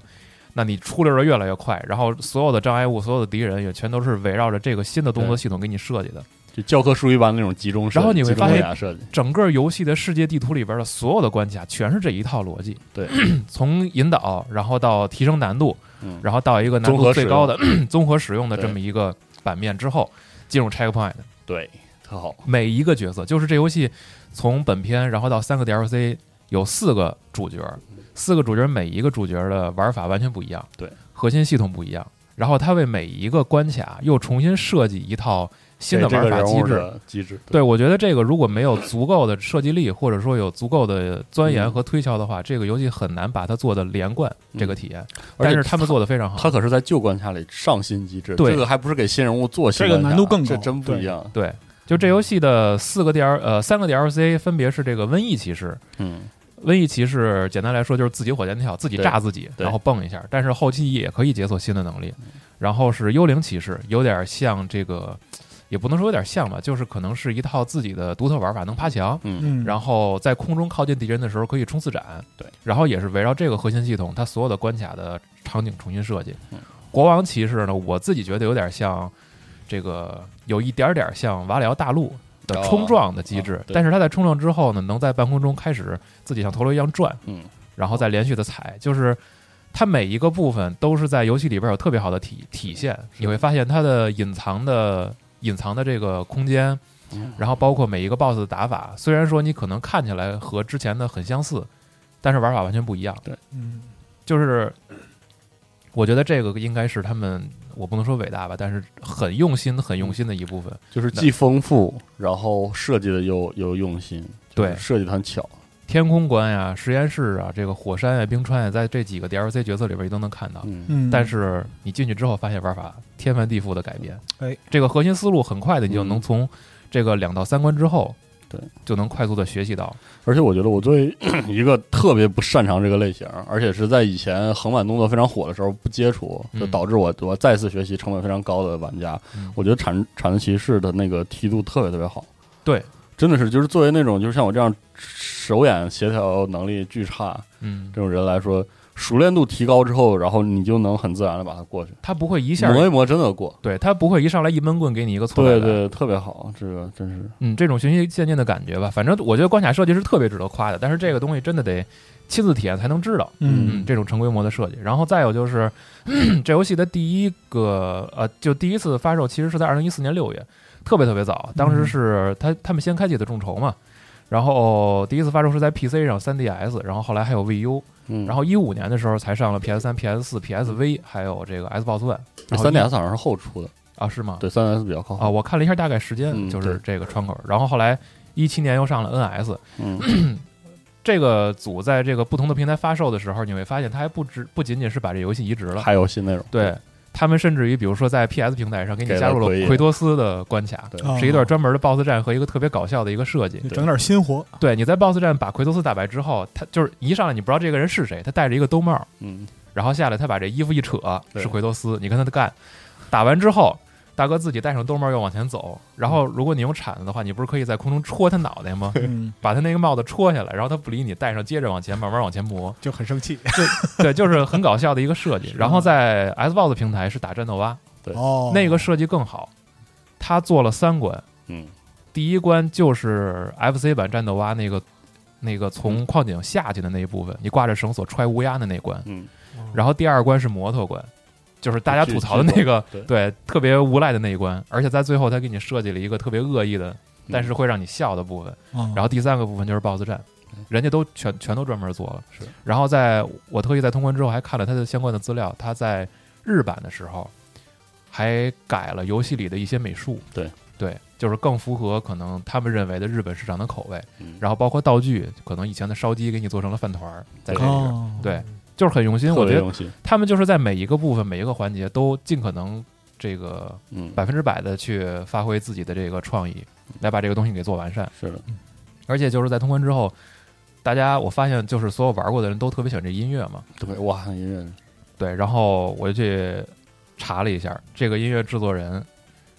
[SPEAKER 3] 那你出溜的越来越快，然后所有的障碍物、所有的敌人也全都是围绕着这个新的动作系统给你设计的。
[SPEAKER 5] 就教科书一般那种集中设计，
[SPEAKER 3] 然后你会
[SPEAKER 5] 集中
[SPEAKER 3] 发现
[SPEAKER 5] 打设计，
[SPEAKER 3] 整个游戏的世界地图里边的所有的关卡全是这一套逻辑，
[SPEAKER 5] 对，
[SPEAKER 3] [CLEARS THROAT] 从引导，然后到提升难度，
[SPEAKER 5] 嗯，
[SPEAKER 3] 然后到一个难
[SPEAKER 5] 综
[SPEAKER 3] 度
[SPEAKER 5] 合
[SPEAKER 3] 最
[SPEAKER 5] 使
[SPEAKER 3] 高的 [CLEARS THROAT] 综合使用的
[SPEAKER 5] 对
[SPEAKER 3] 这么一个版面之后，进入 checkpoint。
[SPEAKER 5] 对，特好，
[SPEAKER 3] 每一个角色，就是这游戏从本片然后到三个 DLC 有四个主角，四个主角每一个主角的玩法完全不一样，
[SPEAKER 5] 嗯对，
[SPEAKER 3] 核心系统不一样，然后他为每一个关卡又重新设计一套新的
[SPEAKER 5] 给这
[SPEAKER 3] 玩
[SPEAKER 5] 个
[SPEAKER 3] 法
[SPEAKER 5] 人
[SPEAKER 3] 机
[SPEAKER 5] 物
[SPEAKER 3] 制。
[SPEAKER 5] 的机制，
[SPEAKER 3] 对，我觉得这个如果没有足够的设计力，或者说有足够的钻研
[SPEAKER 5] 嗯
[SPEAKER 3] 和推敲的话，这个游戏很难把它做的连贯
[SPEAKER 5] 嗯
[SPEAKER 3] 这个体验。
[SPEAKER 5] 而
[SPEAKER 3] 但
[SPEAKER 5] 且
[SPEAKER 3] 是他们做的非常好，
[SPEAKER 5] 他可是在旧关卡里上新机制，
[SPEAKER 3] 对
[SPEAKER 5] 这个还不是给新人物做新
[SPEAKER 4] 这个
[SPEAKER 5] 关卡
[SPEAKER 4] 难度更高
[SPEAKER 5] 这真不一样。
[SPEAKER 3] 对，就这游戏的四个 D L 呃三个 DLC 分别是这个瘟疫骑士，
[SPEAKER 5] 嗯，
[SPEAKER 3] 瘟疫骑士简单来说就是自己火箭跳，自己炸自己，
[SPEAKER 5] 对嗯
[SPEAKER 3] 然后蹦一下，但是后期也可以解锁新的能力。然后是幽灵骑士，有点像这个，也不能说有点像吧，就是可能是一套自己的独特玩法，能爬墙，
[SPEAKER 4] 嗯，
[SPEAKER 3] 然后在空中靠近敌人的时候可以冲刺斩。
[SPEAKER 5] 对，
[SPEAKER 3] 然后也是围绕这个核心系统，它所有的关卡的场景重新设计
[SPEAKER 5] 嗯。
[SPEAKER 3] 国王骑士呢，我自己觉得有点像这个，有一点点像瓦里奥大陆的
[SPEAKER 5] 哦
[SPEAKER 3] 冲撞的机制
[SPEAKER 5] 哦，对
[SPEAKER 3] 但是它在冲撞之后呢，能在半空中开始自己像陀螺一样转，
[SPEAKER 5] 嗯，
[SPEAKER 3] 然后再连续的踩，就是它每一个部分都是在游戏里边有特别好的体体现，你会发现它的隐藏的隐藏的这个空间
[SPEAKER 5] 嗯，
[SPEAKER 3] 然后包括每一个 BOSS 的打法，虽然说你可能看起来和之前的很相似，但是玩法完全不一样，
[SPEAKER 4] 嗯，
[SPEAKER 3] 就是。我觉得这个应该是他们，我不能说伟大吧，但是很用心、很
[SPEAKER 5] 嗯
[SPEAKER 3] 用心的一部分。
[SPEAKER 5] 就是既丰富，然后设计的又又用心，就是
[SPEAKER 3] 对
[SPEAKER 5] 设计的很巧，
[SPEAKER 3] 天空关呀、实验室啊、这个火山呀、冰川呀，在这几个 DLC 角色里边儿都能看到。
[SPEAKER 5] 嗯，
[SPEAKER 4] 嗯，
[SPEAKER 3] 但是你进去之后，发现玩法天翻地覆的改变。
[SPEAKER 4] 哎，
[SPEAKER 3] 这个核心思路很快的，你就能从这个两到三关之后，
[SPEAKER 5] 嗯对，
[SPEAKER 3] 就能快速的学习到。
[SPEAKER 5] 而且我觉得我作为 [CLEARS THROAT] 一个特别不擅长这个类型，而且是在以前横版动作非常火的时候不接触，
[SPEAKER 3] 嗯
[SPEAKER 5] 就导致我我再次学习成本非常高的玩家，
[SPEAKER 3] 嗯
[SPEAKER 5] 我觉得铲铲子骑士的那个梯度特别特别好，
[SPEAKER 3] 对，
[SPEAKER 5] 真的是就是作为那种就是像我这样手眼协调能力巨差
[SPEAKER 3] 嗯，
[SPEAKER 5] 这种人来说，熟练度提高之后，然后你就能很自然的把它过去，
[SPEAKER 3] 他不会一下，
[SPEAKER 5] 磨一磨真的过，
[SPEAKER 3] 对他不会一上来一闷棍给你一个错
[SPEAKER 5] 对
[SPEAKER 3] 乱。
[SPEAKER 5] 对，特别好，这个真是
[SPEAKER 3] 嗯，这种循序渐进的感觉吧，反正我觉得关卡设计是特别值得夸的，但是这个东西真的得亲自体验才能知道。
[SPEAKER 4] 嗯
[SPEAKER 3] 嗯，这种成规模的设计，然后再有就是，这游戏的第一个呃，就第一次发售其实是在二零一四年六月，特别特别早，当
[SPEAKER 5] 嗯
[SPEAKER 3] 时是他他们先开启的众筹嘛，然后第一次发售是在 PC 上、三 DS，然后后来还有 VU，
[SPEAKER 5] 嗯，
[SPEAKER 3] 然后一五年的时候才上了 PS 三、PS 四、PSV，还有这个 Xbox One，然后
[SPEAKER 5] 三 DS 好像是后出的，
[SPEAKER 3] 啊是吗？
[SPEAKER 5] 对，三 DS 比较靠
[SPEAKER 3] 啊，
[SPEAKER 5] 后，
[SPEAKER 3] 我看了一下大概时间，
[SPEAKER 5] 嗯
[SPEAKER 3] 就是这个窗口，然后后来一七年又上了 NS，
[SPEAKER 5] 嗯，
[SPEAKER 3] 这个组在这个不同的平台发售的时候，你会发现它还不只不仅仅是把这游戏移植了，
[SPEAKER 5] 还有新内容，
[SPEAKER 3] 对他们甚至于比如说在 PS 平台上给你
[SPEAKER 5] 给了
[SPEAKER 3] 加入
[SPEAKER 5] 奎
[SPEAKER 3] 了
[SPEAKER 5] 爷
[SPEAKER 3] 奎托斯的关卡，
[SPEAKER 5] 对哦嗯
[SPEAKER 4] 啊
[SPEAKER 3] 是一段专门的 BOSS 战和一个特别搞笑的一个设计。
[SPEAKER 4] 整点新活，
[SPEAKER 3] 对你在 BOSS 战把奎托斯打败之后，他就是一上来你不知道这个人是谁，他戴着一个兜帽，
[SPEAKER 5] 嗯，
[SPEAKER 3] 然后下来他把这衣服一扯，
[SPEAKER 5] 对
[SPEAKER 3] 是奎托斯，你跟他干，打完之后。大哥自己戴上兜帽又往前走，然
[SPEAKER 5] 嗯
[SPEAKER 3] 后如果你用铲子的话，你不是可以在空中戳他脑袋吗？ [LAUGHS]
[SPEAKER 4] 嗯，
[SPEAKER 3] 把他那个帽子戳下来，然后他不理你，戴上接着往前慢慢往前磨。
[SPEAKER 4] 就很生气。
[SPEAKER 3] 对，就是很搞笑的一个设
[SPEAKER 5] [LAUGHS] 啊
[SPEAKER 3] 计。然后在 Xbox 平台是打战斗蛙，
[SPEAKER 5] 对
[SPEAKER 4] 哦，
[SPEAKER 3] 那个设计更好，他做了三关，
[SPEAKER 5] 嗯，
[SPEAKER 3] 第一关就是 FC 版战斗蛙那个那个从
[SPEAKER 5] 嗯
[SPEAKER 3] 矿井下去的那一部分，你挂着绳索揣乌鸦的那关，
[SPEAKER 5] 嗯，
[SPEAKER 3] 然后第二关是摩托关，就是大家吐槽的那个
[SPEAKER 5] 巨巨
[SPEAKER 3] 对特别无赖的那一关，而且在最后他给你设计了一个特别恶意的，但是会让你笑的部分。
[SPEAKER 4] 嗯，
[SPEAKER 3] 然后第三个部分就是 BOSS 战，
[SPEAKER 5] 嗯
[SPEAKER 3] 人家都全全都专门做了。是，然后在我特意在通关之后还看了他的相关的资料，他在日版的时候还改了游戏里的一些美术。
[SPEAKER 5] 对
[SPEAKER 3] 对，就是更符合可能他们认为的日本市场的口味。
[SPEAKER 5] 嗯
[SPEAKER 3] 然后包括道具，可能以前的烧鸡给你做成了饭团儿，在这里边，
[SPEAKER 4] 哦，
[SPEAKER 3] 对，就是很用心。
[SPEAKER 5] 特
[SPEAKER 3] 我
[SPEAKER 5] 别
[SPEAKER 3] 觉得
[SPEAKER 5] 用心，
[SPEAKER 3] 他们就是在每一个部分、每一个环节都尽可能这个
[SPEAKER 5] 嗯，
[SPEAKER 3] 百分之百的去发挥自己的这个创意，来把这个东西给做完善。
[SPEAKER 5] 是的，
[SPEAKER 3] 而且就是在通关之后，大家我发现就是所有玩过的人都特别喜欢这音乐嘛，
[SPEAKER 5] 对，哇，那音乐，
[SPEAKER 3] 对，然后我就去查了一下这个音乐制作人，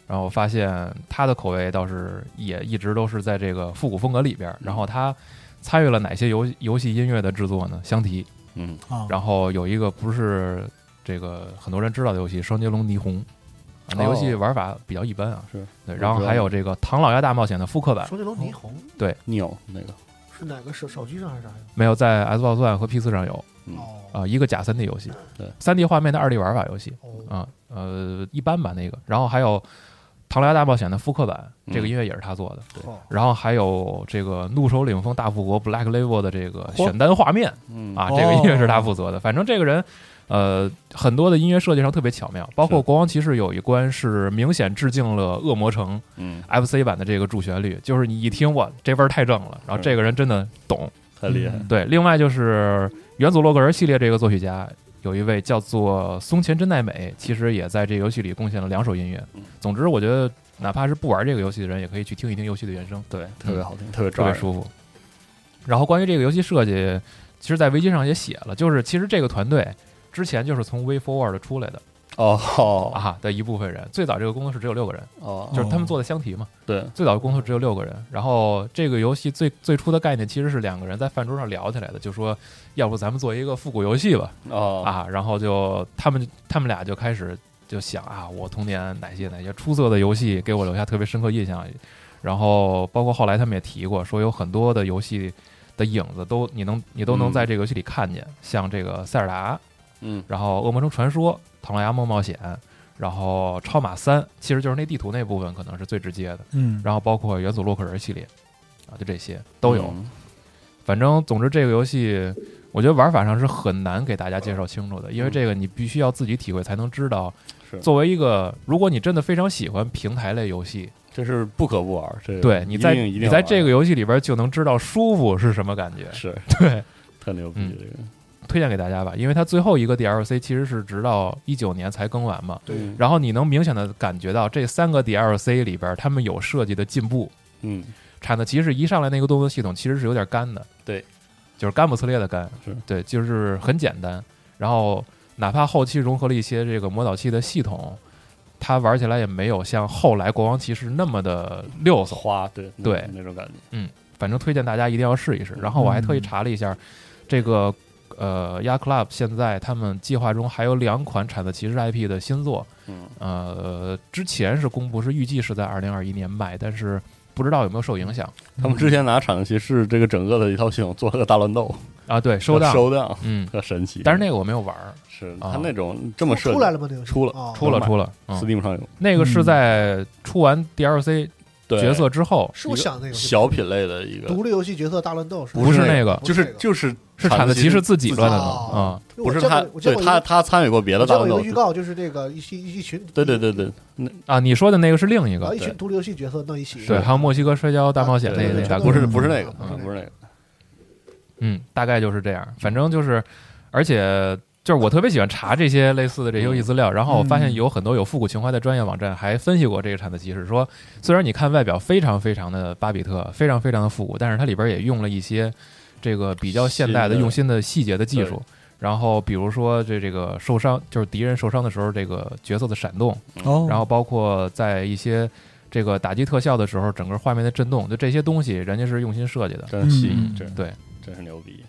[SPEAKER 3] 然后发现他的口味倒是也一直都是在这个复古风格里边儿，然后他。参与了哪些游游戏音乐的制作呢？相提，
[SPEAKER 5] 嗯，
[SPEAKER 4] 啊，
[SPEAKER 3] 然后有一个不是这个很多人知道的游戏《双截龙霓虹》，啊那游戏
[SPEAKER 5] 哦
[SPEAKER 3] 玩法比较一般啊。
[SPEAKER 5] 是
[SPEAKER 3] 对，然后还有这个《唐老鸭大冒险》的复刻版，
[SPEAKER 7] 双截龙霓虹
[SPEAKER 5] ，Neo 那个，
[SPEAKER 7] 是哪个手手机上还是啥呀？
[SPEAKER 3] 没有在 Xbox One 和 PC 上有。
[SPEAKER 5] 嗯
[SPEAKER 7] 哦
[SPEAKER 3] 啊、一个假三 D 游戏，
[SPEAKER 5] 对，
[SPEAKER 3] 三 D 画面的二 D 玩法游戏
[SPEAKER 7] 哦，
[SPEAKER 3] 啊、呃，一般吧那个。然后还有《唐老鸭大冒险》的复刻版，
[SPEAKER 5] 嗯
[SPEAKER 3] 这个音乐也是他做的。
[SPEAKER 7] 好
[SPEAKER 3] 然后还有这个《怒手领风大复活》Black Label 的这个选单画面
[SPEAKER 5] 嗯
[SPEAKER 3] 啊，
[SPEAKER 4] 哦
[SPEAKER 3] 这个音乐是他负责的。反正这个人，呃，很多的音乐设计上特别巧妙，包括《
[SPEAKER 5] 是
[SPEAKER 3] 国王骑士》有一关是明显致敬了《恶魔城
[SPEAKER 5] 嗯，》
[SPEAKER 3] FC 版的这个主旋律，就是你一听哇，这味儿太正了，然后这个人真的懂。
[SPEAKER 5] 太厉害，
[SPEAKER 4] 嗯
[SPEAKER 3] 对，另外就是元祖洛克人系列这个作曲家，有一位叫做松前真奈美，其实也在这游戏里贡献了两首音乐
[SPEAKER 5] 嗯。
[SPEAKER 3] 总之，我觉得哪怕是不玩这个游戏的人，也可以去听一听游戏的原声，嗯
[SPEAKER 5] 对，特别好听，特别
[SPEAKER 3] 特
[SPEAKER 5] 抓
[SPEAKER 3] 别
[SPEAKER 5] 人，
[SPEAKER 3] 舒服。然后关于这个游戏设计，其实在维基上也写了，就是其实这个团队之前就是从 w a y Forward 出来的
[SPEAKER 5] 哦哦
[SPEAKER 3] 啊的一部分人，最早这个工作室只有六个人，
[SPEAKER 5] 哦，
[SPEAKER 3] 就是他们做的相提嘛。
[SPEAKER 5] 对，
[SPEAKER 3] 最早的工作只有六个人，然后这个游戏最最初的概念其实是两个人在饭桌上聊起来的，就说要不咱们做一个复古游戏吧，
[SPEAKER 5] 哦，
[SPEAKER 3] 啊，然后就他们他们俩就开始就想啊，我童年哪些哪些出色的游戏给我留下特别深刻印象，然后包括后来他们也提过，说有很多的游戏的影子都你能你都能
[SPEAKER 5] 嗯
[SPEAKER 3] 在这个游戏里看见，像这个塞尔达，
[SPEAKER 5] 嗯，
[SPEAKER 3] 然后《恶魔城传说》《唐老鸭梦冒险》，然后《超马三》，其实就是那地图那部分可能是最直接的。
[SPEAKER 4] 嗯，
[SPEAKER 3] 然后包括元祖洛克人系列啊，就这些都有。
[SPEAKER 5] 嗯
[SPEAKER 3] 反正总之这个游戏，我觉得玩法上是很难给大家介绍清楚的，因为这个你必须要自己体会才能知道
[SPEAKER 5] 是。
[SPEAKER 3] 作为一个，如果你真的非常喜欢平台类游戏，
[SPEAKER 5] 这是不可不玩。这
[SPEAKER 3] 对你在
[SPEAKER 5] 一定一定
[SPEAKER 3] 你
[SPEAKER 5] 要
[SPEAKER 3] 在
[SPEAKER 5] 玩
[SPEAKER 3] 这个游戏里边就能知道舒服是什么感觉。
[SPEAKER 5] 是
[SPEAKER 3] 对，
[SPEAKER 5] 特牛逼
[SPEAKER 3] 嗯
[SPEAKER 5] 这个。
[SPEAKER 3] [LAUGHS] 推荐给大家吧，因为它最后一个 DLC 其实是直到一九年才更完嘛。
[SPEAKER 5] 对，
[SPEAKER 3] 然后你能明显的感觉到这三个 DLC 里边，他们有设计的进步，
[SPEAKER 5] 嗯，
[SPEAKER 3] 产的其实一上来那个动作系统其实是有点干的，
[SPEAKER 5] 对，
[SPEAKER 3] 就是干不呲裂的干
[SPEAKER 5] 是，
[SPEAKER 3] 对，就是很简单。然后哪怕后期融合了一些这个魔导器的系统，它玩起来也没有像后来国王骑士那么的溜索。
[SPEAKER 5] 花对那
[SPEAKER 3] 对
[SPEAKER 5] 那种感觉，
[SPEAKER 3] 反正推荐大家一定要试一试。然后我还特意查了一下，这个呃 y a Club 现在他们计划中还有两款产自骑士 IP 的新作，
[SPEAKER 5] 嗯，
[SPEAKER 3] 呃，之前是公布是预计是在二零二一年卖，但是不知道有没有受影响
[SPEAKER 4] 嗯
[SPEAKER 5] 他们之前拿铲子骑士这个整个的一套系统做了个大乱斗，
[SPEAKER 3] 啊？对，收档，
[SPEAKER 5] 收档，
[SPEAKER 3] 嗯，
[SPEAKER 5] 特神奇。
[SPEAKER 3] 但是那个我没有玩儿，
[SPEAKER 5] 是
[SPEAKER 3] 啊
[SPEAKER 5] 他那种这么设计
[SPEAKER 7] 出来了吗？那个
[SPEAKER 5] 出了
[SPEAKER 7] 哦
[SPEAKER 3] 出了
[SPEAKER 5] 能买
[SPEAKER 3] 出了，嗯，
[SPEAKER 5] ，Steam 上有
[SPEAKER 3] 那个是在出完 DLC
[SPEAKER 5] 对
[SPEAKER 3] 角色之后，
[SPEAKER 7] 是我
[SPEAKER 5] 一个
[SPEAKER 7] 想那个
[SPEAKER 5] 小品类的一个，
[SPEAKER 7] 独立游戏角色大乱斗是吧
[SPEAKER 5] 不
[SPEAKER 3] 不
[SPEAKER 5] 是
[SPEAKER 3] 是
[SPEAKER 5] 那
[SPEAKER 3] 那个，
[SPEAKER 7] 不
[SPEAKER 5] 就是是
[SPEAKER 7] 这个
[SPEAKER 5] 就是
[SPEAKER 3] 是
[SPEAKER 5] 铲
[SPEAKER 3] 产
[SPEAKER 5] 子
[SPEAKER 3] 子骑士
[SPEAKER 5] 士
[SPEAKER 3] 自己乱的呢，
[SPEAKER 7] 哦
[SPEAKER 3] 啊，
[SPEAKER 7] 因为我
[SPEAKER 5] 不是
[SPEAKER 7] 见过
[SPEAKER 5] 他，
[SPEAKER 7] 我见
[SPEAKER 5] 对
[SPEAKER 7] 过一
[SPEAKER 5] 他
[SPEAKER 7] 个
[SPEAKER 5] 他参与过别
[SPEAKER 7] 我
[SPEAKER 5] 的
[SPEAKER 7] 见
[SPEAKER 5] 大
[SPEAKER 7] 过
[SPEAKER 5] 乱
[SPEAKER 7] 一
[SPEAKER 5] 斗
[SPEAKER 7] 个，预告，就是那个一群一群
[SPEAKER 5] 对对对对，
[SPEAKER 3] 啊，你说的那个是另一
[SPEAKER 7] 然后
[SPEAKER 3] 个
[SPEAKER 7] 一，群独立游戏角色弄一起， [LAUGHS]
[SPEAKER 3] 对，还有墨西哥摔跤大冒险
[SPEAKER 5] 哎啊对
[SPEAKER 3] 那
[SPEAKER 5] 对
[SPEAKER 3] 那
[SPEAKER 5] 对
[SPEAKER 3] 大
[SPEAKER 5] 不
[SPEAKER 3] 哥，
[SPEAKER 5] 是不是那个，
[SPEAKER 7] 嗯
[SPEAKER 5] 不是那个，
[SPEAKER 3] 嗯，大概就是这样，反正就是，而且。就是我特别喜欢查这些类似的这些游戏资料，然后我发现有很多有复古情怀的专业网站还分析过这个产子骑士，说虽然你看外表非常非常的巴比特，非常非常的复古，但是它里边也用了一些这个比较现代的、
[SPEAKER 5] 新的
[SPEAKER 3] 用心的细节的技术。然后比如说这这个受伤，就是敌人受伤的时候，这个角色的闪动，
[SPEAKER 4] 哦，
[SPEAKER 3] 然后包括在一些这个打击特效的时候，整个画面的震动，就这些东西，人家是用心设计的。
[SPEAKER 5] 真细
[SPEAKER 4] 嗯，
[SPEAKER 5] 真
[SPEAKER 3] 对，
[SPEAKER 5] 真是牛逼，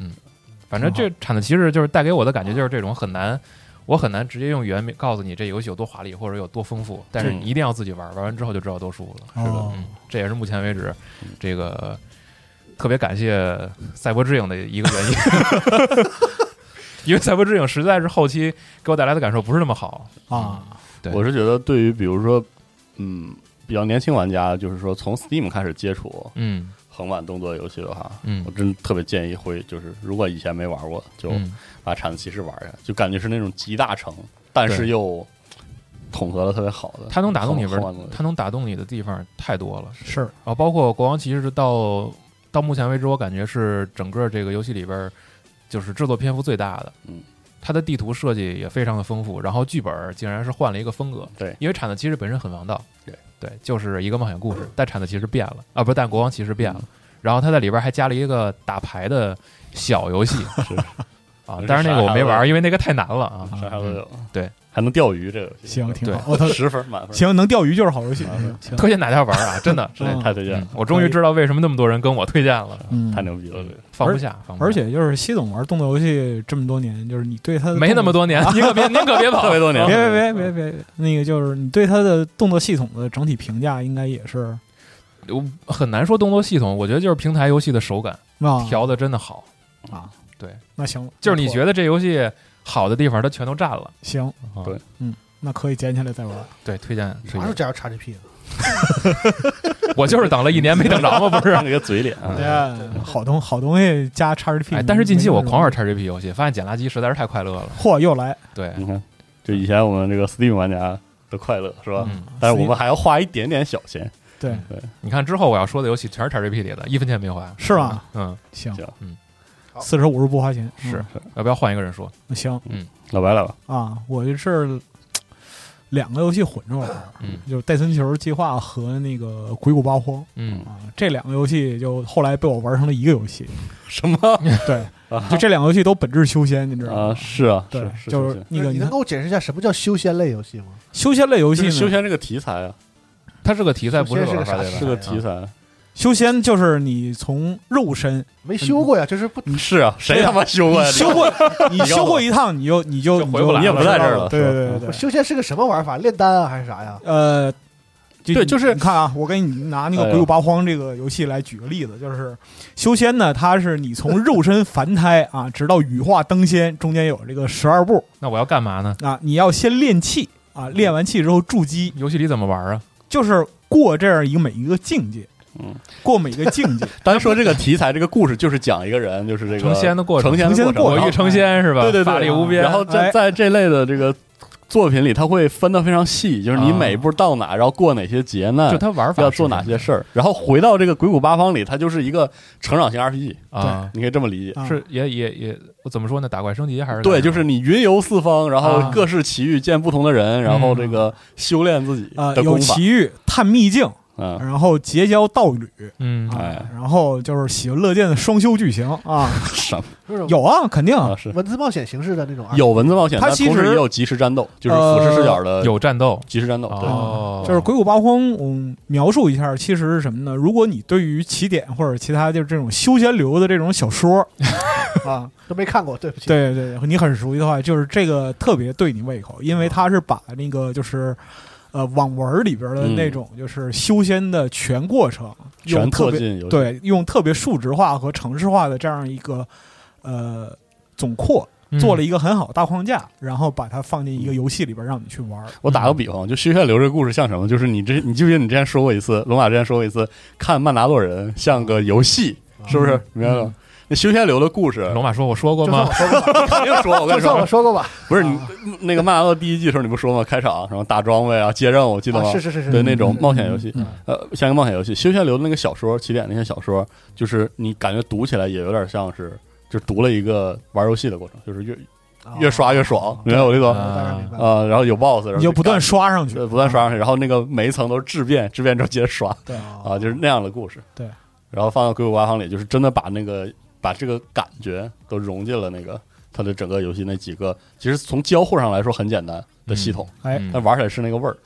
[SPEAKER 3] 反正
[SPEAKER 4] 挺
[SPEAKER 3] 这产的其实就是带给我的感觉就是这种很难，我很难直接用语言告诉你这游戏有多华丽或者有多丰富，但是
[SPEAKER 5] 嗯
[SPEAKER 3] 你一定要自己玩，玩完之后就知道多舒服了。
[SPEAKER 4] 是的
[SPEAKER 3] 嗯，这也是目前为止这个特别感谢《赛博之影》的一个原因， [LAUGHS] 因为《赛博之影》实在是后期给我带来的感受不是那么好。
[SPEAKER 4] 啊，
[SPEAKER 3] 对
[SPEAKER 5] 我是觉得对于比如说，嗯，比较年轻玩家，就是说从 Steam 开始接触
[SPEAKER 3] 嗯
[SPEAKER 5] 横版动作游戏的话，
[SPEAKER 3] 嗯
[SPEAKER 5] 我真特别建议会，就是如果以前没玩过，就
[SPEAKER 3] 嗯
[SPEAKER 5] 把《铲子骑士》玩一下，就感觉是那种集大成，但是
[SPEAKER 3] 对
[SPEAKER 5] 又统合的特别好的，
[SPEAKER 3] 它能打动你
[SPEAKER 5] 横
[SPEAKER 3] 玩
[SPEAKER 5] 版动作游戏
[SPEAKER 3] 它能打动你的地方太多了。
[SPEAKER 4] 是
[SPEAKER 3] 然后啊包括《国王骑士》到到目前为止，我感觉是整个这个游戏里边儿就是制作篇幅最大的。
[SPEAKER 5] 嗯，
[SPEAKER 3] 它的地图设计也非常的丰富，然后剧本儿竟然是换了一个风格。
[SPEAKER 5] 对
[SPEAKER 3] 因为产子骑士本身很王道。
[SPEAKER 5] 对
[SPEAKER 3] 就是一个冒险故事，但产子骑士变了啊，不，但国王骑士变了。
[SPEAKER 5] 嗯
[SPEAKER 3] 然后他在里边还加了一个打牌的小游戏。
[SPEAKER 5] 是
[SPEAKER 3] [LAUGHS] 啊
[SPEAKER 5] 是，
[SPEAKER 3] 但是那个我没玩
[SPEAKER 5] 啥
[SPEAKER 3] 儿，因为那个太难了啊。
[SPEAKER 5] 啥啥都有，
[SPEAKER 3] 对，
[SPEAKER 5] 还能钓鱼这个游戏，
[SPEAKER 4] 行，挺
[SPEAKER 3] 对
[SPEAKER 4] 好。我操，哦
[SPEAKER 5] 十分满分，。
[SPEAKER 4] 行，能钓鱼就是好游戏。哦行，
[SPEAKER 3] 推荐大家玩儿啊，真的
[SPEAKER 5] [LAUGHS] 真的太推
[SPEAKER 3] 嗯
[SPEAKER 5] 荐了，，
[SPEAKER 3] 我终于知道为什么那么多人跟我推荐了，
[SPEAKER 4] 嗯
[SPEAKER 5] 太牛逼了，这个
[SPEAKER 3] 放不下，放不下
[SPEAKER 4] 而且就是西总玩动作游戏这么多年，就是你对他的
[SPEAKER 3] 没那么嗯
[SPEAKER 4] 动
[SPEAKER 3] 多年，您可别您可别跑，
[SPEAKER 5] 特别多年
[SPEAKER 4] 作，
[SPEAKER 5] 了
[SPEAKER 4] 别别别别别，那个就是你对他的动作系统的整体评价，应该也是
[SPEAKER 3] 我很难说动作系统，我觉得就是平台游戏的手感
[SPEAKER 4] 啊
[SPEAKER 3] 调的真的好，
[SPEAKER 4] 啊。
[SPEAKER 3] 对，
[SPEAKER 4] 那行，
[SPEAKER 3] 就是你觉
[SPEAKER 4] 得
[SPEAKER 3] 得这游戏好的地方，它全都占了。
[SPEAKER 4] 行，
[SPEAKER 5] 对，
[SPEAKER 4] 嗯，那可以捡起来再玩。
[SPEAKER 3] 对，推荐推
[SPEAKER 7] 哪有
[SPEAKER 3] 荐，
[SPEAKER 7] 这样 XGP 的？
[SPEAKER 3] 我就是等了一年没等着
[SPEAKER 5] [LAUGHS]
[SPEAKER 3] 嘛，不是？
[SPEAKER 5] 那个嘴脸啊，
[SPEAKER 4] 对，哎好东好东西加 XGP，
[SPEAKER 3] 嗯哎，但是近期我
[SPEAKER 4] 嗯
[SPEAKER 3] 狂玩 XGP 游戏，发现捡垃圾实在是太快乐了。
[SPEAKER 4] 嚯，又来
[SPEAKER 3] 对，
[SPEAKER 5] 你看，就以前我们这个 Steam 玩家的快乐是吧？
[SPEAKER 3] 嗯
[SPEAKER 5] 但是我们还要花一点点小钱，
[SPEAKER 4] 对，
[SPEAKER 3] 你看之后我要说的游戏全是 XGP 里的，一分钱没花。
[SPEAKER 4] 是吗？
[SPEAKER 3] 嗯，
[SPEAKER 4] 行
[SPEAKER 5] 行，
[SPEAKER 3] 嗯，
[SPEAKER 4] 四十五十不花钱
[SPEAKER 3] 是，要不要换一个人说？
[SPEAKER 4] 嗯行
[SPEAKER 5] 老白来吧，
[SPEAKER 4] 啊，我就是两个游戏混着玩儿，
[SPEAKER 3] 嗯
[SPEAKER 4] 就是《戴森球计划》和那个《鬼谷八荒 [LAUGHS]
[SPEAKER 3] 嗯》
[SPEAKER 4] 啊，这两个游戏就后来被我玩成了一个游
[SPEAKER 5] [LAUGHS]
[SPEAKER 4] 戏。
[SPEAKER 5] 什么
[SPEAKER 4] 对
[SPEAKER 5] 啊，
[SPEAKER 4] 就这两个游戏都本质修仙，你知道
[SPEAKER 5] 啊？
[SPEAKER 4] 吗？
[SPEAKER 5] 是啊，
[SPEAKER 4] 对
[SPEAKER 5] 是，是
[SPEAKER 4] 就
[SPEAKER 5] 修
[SPEAKER 4] 是
[SPEAKER 5] 仙
[SPEAKER 4] 那个
[SPEAKER 7] 你
[SPEAKER 4] 你
[SPEAKER 7] 能
[SPEAKER 4] 看
[SPEAKER 7] 给我解释一下什么叫修仙类游戏吗？
[SPEAKER 4] 修仙类游戏
[SPEAKER 5] 就
[SPEAKER 4] 呢，
[SPEAKER 5] 是修仙这个题材啊，
[SPEAKER 3] 它是个题材，不是
[SPEAKER 7] 首先
[SPEAKER 3] 玩
[SPEAKER 7] 是个
[SPEAKER 3] 法
[SPEAKER 7] 啥
[SPEAKER 3] 对吧？
[SPEAKER 5] 是个题材，啊
[SPEAKER 4] 修仙就是你从肉身，
[SPEAKER 7] 没修过呀，就是不
[SPEAKER 5] 是啊，谁他妈修过呀？
[SPEAKER 4] 你修过，你修过一趟，你就你就
[SPEAKER 3] 就回不来了
[SPEAKER 5] 你也不在这儿了，
[SPEAKER 4] 对
[SPEAKER 5] 是吧
[SPEAKER 4] 对对对，
[SPEAKER 7] 修仙是个什么玩法？炼丹啊还是啥呀？
[SPEAKER 4] 呃，
[SPEAKER 5] 对就是
[SPEAKER 4] 你看啊，我给你拿那个《
[SPEAKER 5] 哎呦
[SPEAKER 4] 鬼谷八荒》这个游戏来举个例子，就是修仙呢，它是你从肉身凡胎啊，直到羽化登仙，中间有这个十二步
[SPEAKER 3] 那我要干嘛呢？
[SPEAKER 4] 啊，你要先练气啊，练完气之后筑基，
[SPEAKER 3] 游戏里怎么玩啊？
[SPEAKER 4] 就是过这样一个每一个境界。
[SPEAKER 5] 嗯
[SPEAKER 4] 过每个境
[SPEAKER 5] [LAUGHS]
[SPEAKER 4] 界。
[SPEAKER 5] 单说这个题材，这个故事就是讲一个人，就是这个
[SPEAKER 3] 成仙的过程
[SPEAKER 5] 成仙
[SPEAKER 4] 成仙
[SPEAKER 5] 的
[SPEAKER 4] 的过
[SPEAKER 5] 过
[SPEAKER 4] 程
[SPEAKER 5] 程
[SPEAKER 3] 我欲成仙是吧？
[SPEAKER 5] 对对对嗯
[SPEAKER 3] 法力无边。
[SPEAKER 5] 然后在
[SPEAKER 4] 哎
[SPEAKER 5] 在这类的这个作品里，它会分得非常细，就是你
[SPEAKER 3] 啊
[SPEAKER 5] 每一步到哪，然后过哪些劫难
[SPEAKER 3] 就，他玩法
[SPEAKER 5] 要做哪些
[SPEAKER 4] 啊
[SPEAKER 5] 事儿，然后回到这个《鬼谷八方》里，它就是一个成长型 RPG，
[SPEAKER 3] 啊？
[SPEAKER 5] 你可以这么理解。
[SPEAKER 4] 啊
[SPEAKER 3] 是也也也，我怎么说呢？打怪升级还是
[SPEAKER 5] 对，就是你云游四方，然后
[SPEAKER 3] 啊
[SPEAKER 5] 各式奇遇，见不同的人，然后
[SPEAKER 3] 嗯
[SPEAKER 5] 这个修炼自己
[SPEAKER 4] 呃，
[SPEAKER 5] 的
[SPEAKER 4] 有
[SPEAKER 5] 功法。
[SPEAKER 4] 奇遇、探秘境， [LAUGHS]
[SPEAKER 5] 嗯，
[SPEAKER 4] 然后结交道侣
[SPEAKER 3] 嗯
[SPEAKER 4] 啊
[SPEAKER 5] 哎，
[SPEAKER 4] 然后就是喜闻乐见的双修剧情啊，
[SPEAKER 5] 什么
[SPEAKER 2] 就是
[SPEAKER 4] 有啊，肯定
[SPEAKER 5] 啊？
[SPEAKER 4] 啊
[SPEAKER 5] 是
[SPEAKER 2] 文字冒险形式的那种
[SPEAKER 7] 啊
[SPEAKER 2] RPG，
[SPEAKER 5] 有文字冒险，
[SPEAKER 4] 它
[SPEAKER 5] 但
[SPEAKER 4] 其
[SPEAKER 5] 同时
[SPEAKER 4] 实
[SPEAKER 5] 也有即时战斗，就是俯视视角的
[SPEAKER 3] 有战斗
[SPEAKER 5] 即时战
[SPEAKER 4] 啊
[SPEAKER 5] 斗。对，
[SPEAKER 3] 哦，
[SPEAKER 4] 就是《鬼谷八荒》，嗯，描述一下，其实是什么呢？如果你对于起点或者其他就是这种修仙流的这种
[SPEAKER 3] [LAUGHS]
[SPEAKER 4] 小说啊，
[SPEAKER 2] 都没看过，对不起。
[SPEAKER 4] 对对，对你很熟悉的话，就是这个特别对你胃口，因
[SPEAKER 3] 哦
[SPEAKER 4] 为它是把那个就是呃网文里边的那种
[SPEAKER 3] 嗯
[SPEAKER 4] 就是修仙的全过程，用
[SPEAKER 5] 全
[SPEAKER 4] 特
[SPEAKER 5] 特
[SPEAKER 4] 别
[SPEAKER 5] 进游戏。
[SPEAKER 4] 对用特别数值化和程式化的这样一个呃总括，
[SPEAKER 3] 嗯
[SPEAKER 4] 做了一个很好的大框架，然后把它放进一个游戏里边让你去玩儿。
[SPEAKER 5] 我打个比方，就《修仙流》这个故事像什么？就是你之，你记不记得你之前说过一次，龙马之前说过一次，看《曼达洛人》像个游戏，
[SPEAKER 7] 啊
[SPEAKER 5] 是不
[SPEAKER 4] 嗯
[SPEAKER 5] 是？明白吗？那《修仙流》的故事，
[SPEAKER 3] 龙马说：“我说过
[SPEAKER 2] 就算
[SPEAKER 3] 吗
[SPEAKER 2] 我说过吧，
[SPEAKER 5] 肯定说，我跟
[SPEAKER 2] 就
[SPEAKER 5] 你
[SPEAKER 4] [LAUGHS]
[SPEAKER 2] 算
[SPEAKER 5] 说
[SPEAKER 2] 我，说过吧，
[SPEAKER 5] 不
[SPEAKER 7] 啊
[SPEAKER 4] 啊
[SPEAKER 5] 是你那个《曼达洛》第一季的时候，你不说吗？开场什么打装备啊，接任务，记得
[SPEAKER 2] 啊
[SPEAKER 5] 吗
[SPEAKER 2] 是？是是是，
[SPEAKER 5] 对，那种冒险游戏，
[SPEAKER 4] 嗯
[SPEAKER 5] 呃，像个冒险游戏，《修仙流》的那个小说，起点那些小说，就是你感觉读起来也有点像是，就读了一个玩游戏的过程，就是越
[SPEAKER 2] 啊
[SPEAKER 5] 越刷越爽，明白我这个？
[SPEAKER 2] 我大概明白了。
[SPEAKER 5] 啊，然后有 BOSS，然
[SPEAKER 4] 哦
[SPEAKER 5] 后
[SPEAKER 4] 你就不断
[SPEAKER 5] 干
[SPEAKER 4] 刷上去，
[SPEAKER 5] 呃对，不断刷上去，然后那个每一层都是质变，质变之后接着刷
[SPEAKER 4] 对
[SPEAKER 5] 啊，就是那样的故事。
[SPEAKER 4] 对，
[SPEAKER 5] 然后放到《鬼谷八荒》里，就是真的把那个把这个感觉都融进了那个它的整个游戏那几个，其实从交互上来说很简单的系统，
[SPEAKER 4] 哎
[SPEAKER 3] 嗯
[SPEAKER 5] 但玩起来是那个味儿，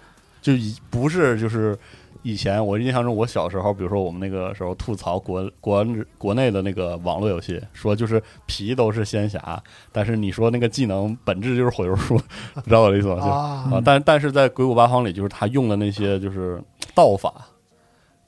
[SPEAKER 5] 就以不是就是以前我印象中我小时候，比如说我们那个时候吐槽国国国内的那个网络游戏，说就是皮都是仙侠，但是你说那个技能本质就是火球术， [LAUGHS] 你知道我的意思吗？就
[SPEAKER 2] 啊，
[SPEAKER 5] 啊，
[SPEAKER 4] 嗯
[SPEAKER 5] 但但是在《鬼谷八荒》里，就是他用的那些就是道法，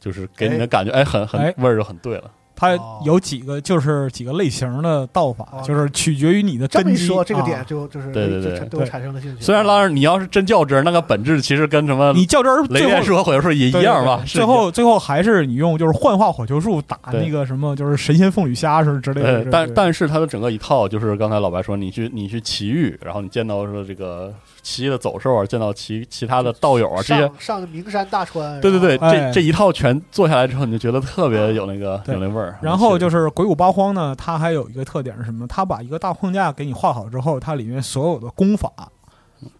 [SPEAKER 5] 就是给你的感觉，哎，很很
[SPEAKER 4] 哎
[SPEAKER 5] 味儿就很对了。
[SPEAKER 4] 它
[SPEAKER 2] 哦
[SPEAKER 4] 有几个就是几个类型的道法，
[SPEAKER 2] 哦
[SPEAKER 4] 就是取决于你的
[SPEAKER 2] 这么
[SPEAKER 4] 根
[SPEAKER 2] 一
[SPEAKER 4] 基。
[SPEAKER 2] 说，这个
[SPEAKER 4] 啊
[SPEAKER 2] 点就就是
[SPEAKER 5] 对对对
[SPEAKER 2] 就产对我产生了兴趣。
[SPEAKER 5] 虽然当然你要是真较真儿，那个本质其实跟什么
[SPEAKER 4] 你较真儿，
[SPEAKER 5] 雷
[SPEAKER 4] 最
[SPEAKER 5] 电
[SPEAKER 4] 后
[SPEAKER 5] 术和火球术也一
[SPEAKER 4] 对
[SPEAKER 5] 样吧
[SPEAKER 4] 对？对
[SPEAKER 5] 是
[SPEAKER 4] 最后最后还是你用就是幻化火球术打
[SPEAKER 5] 对
[SPEAKER 4] 那个什么，就是神仙凤羽虾是之类的。
[SPEAKER 5] 呃
[SPEAKER 4] 对，
[SPEAKER 5] 但
[SPEAKER 4] 对
[SPEAKER 5] 但是它的整个一套就是刚才老白说，你去你去奇遇，然后你见到说这个奇异的走兽啊，见到其其他的道友啊，这些，
[SPEAKER 2] 上上名山大川，
[SPEAKER 5] 对对对，
[SPEAKER 4] 然后哎
[SPEAKER 5] 这这一套全做下来之后，你就觉得特别有那个
[SPEAKER 4] 对
[SPEAKER 5] 有那味儿。
[SPEAKER 4] 然后就是是鬼谷八荒呢，它还有一个特点是什么？它把一个大框架给你画好之后，它里面所有的功法、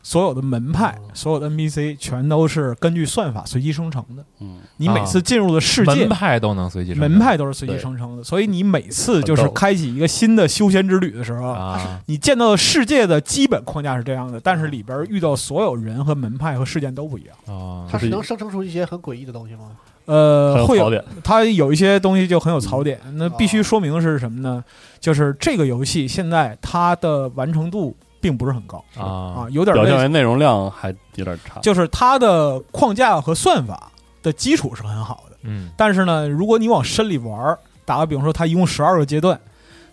[SPEAKER 4] 所有的门派、
[SPEAKER 5] 哦
[SPEAKER 4] 所有的 NPC 全都是根据算法随机生成的。
[SPEAKER 5] 嗯，
[SPEAKER 4] 你每次进入的世界
[SPEAKER 3] 门，派都能随机
[SPEAKER 4] 门派都是随机
[SPEAKER 5] 对
[SPEAKER 4] 生成的，所以你每次就
[SPEAKER 5] 很
[SPEAKER 4] 是
[SPEAKER 5] 逗
[SPEAKER 4] 开启一个新的修仙之旅的时候，
[SPEAKER 3] 啊，
[SPEAKER 4] 你见到的世界的基本框架是这样的，
[SPEAKER 5] 嗯
[SPEAKER 4] 但是里边遇到所有人和门派和事件都不一样。
[SPEAKER 3] 哦
[SPEAKER 2] 它
[SPEAKER 5] 就是
[SPEAKER 2] 是能生成出一些很诡异的东西吗？
[SPEAKER 5] 很
[SPEAKER 4] 呃，
[SPEAKER 5] 有
[SPEAKER 4] 会
[SPEAKER 5] 槽
[SPEAKER 4] 有
[SPEAKER 5] 点。嗯
[SPEAKER 4] 它有一些东西就很有槽点。那必须说明是什么呢？就是这个游戏现在它的完成度并不是很高
[SPEAKER 3] 啊
[SPEAKER 4] 啊，有点
[SPEAKER 5] 表现
[SPEAKER 4] 类似
[SPEAKER 5] 为内容量还有点差，
[SPEAKER 4] 就是它的框架和算法的基础是很好的。
[SPEAKER 3] 嗯
[SPEAKER 4] 但是呢，如果你往深里玩儿，打个比方说，它一共十二个阶段，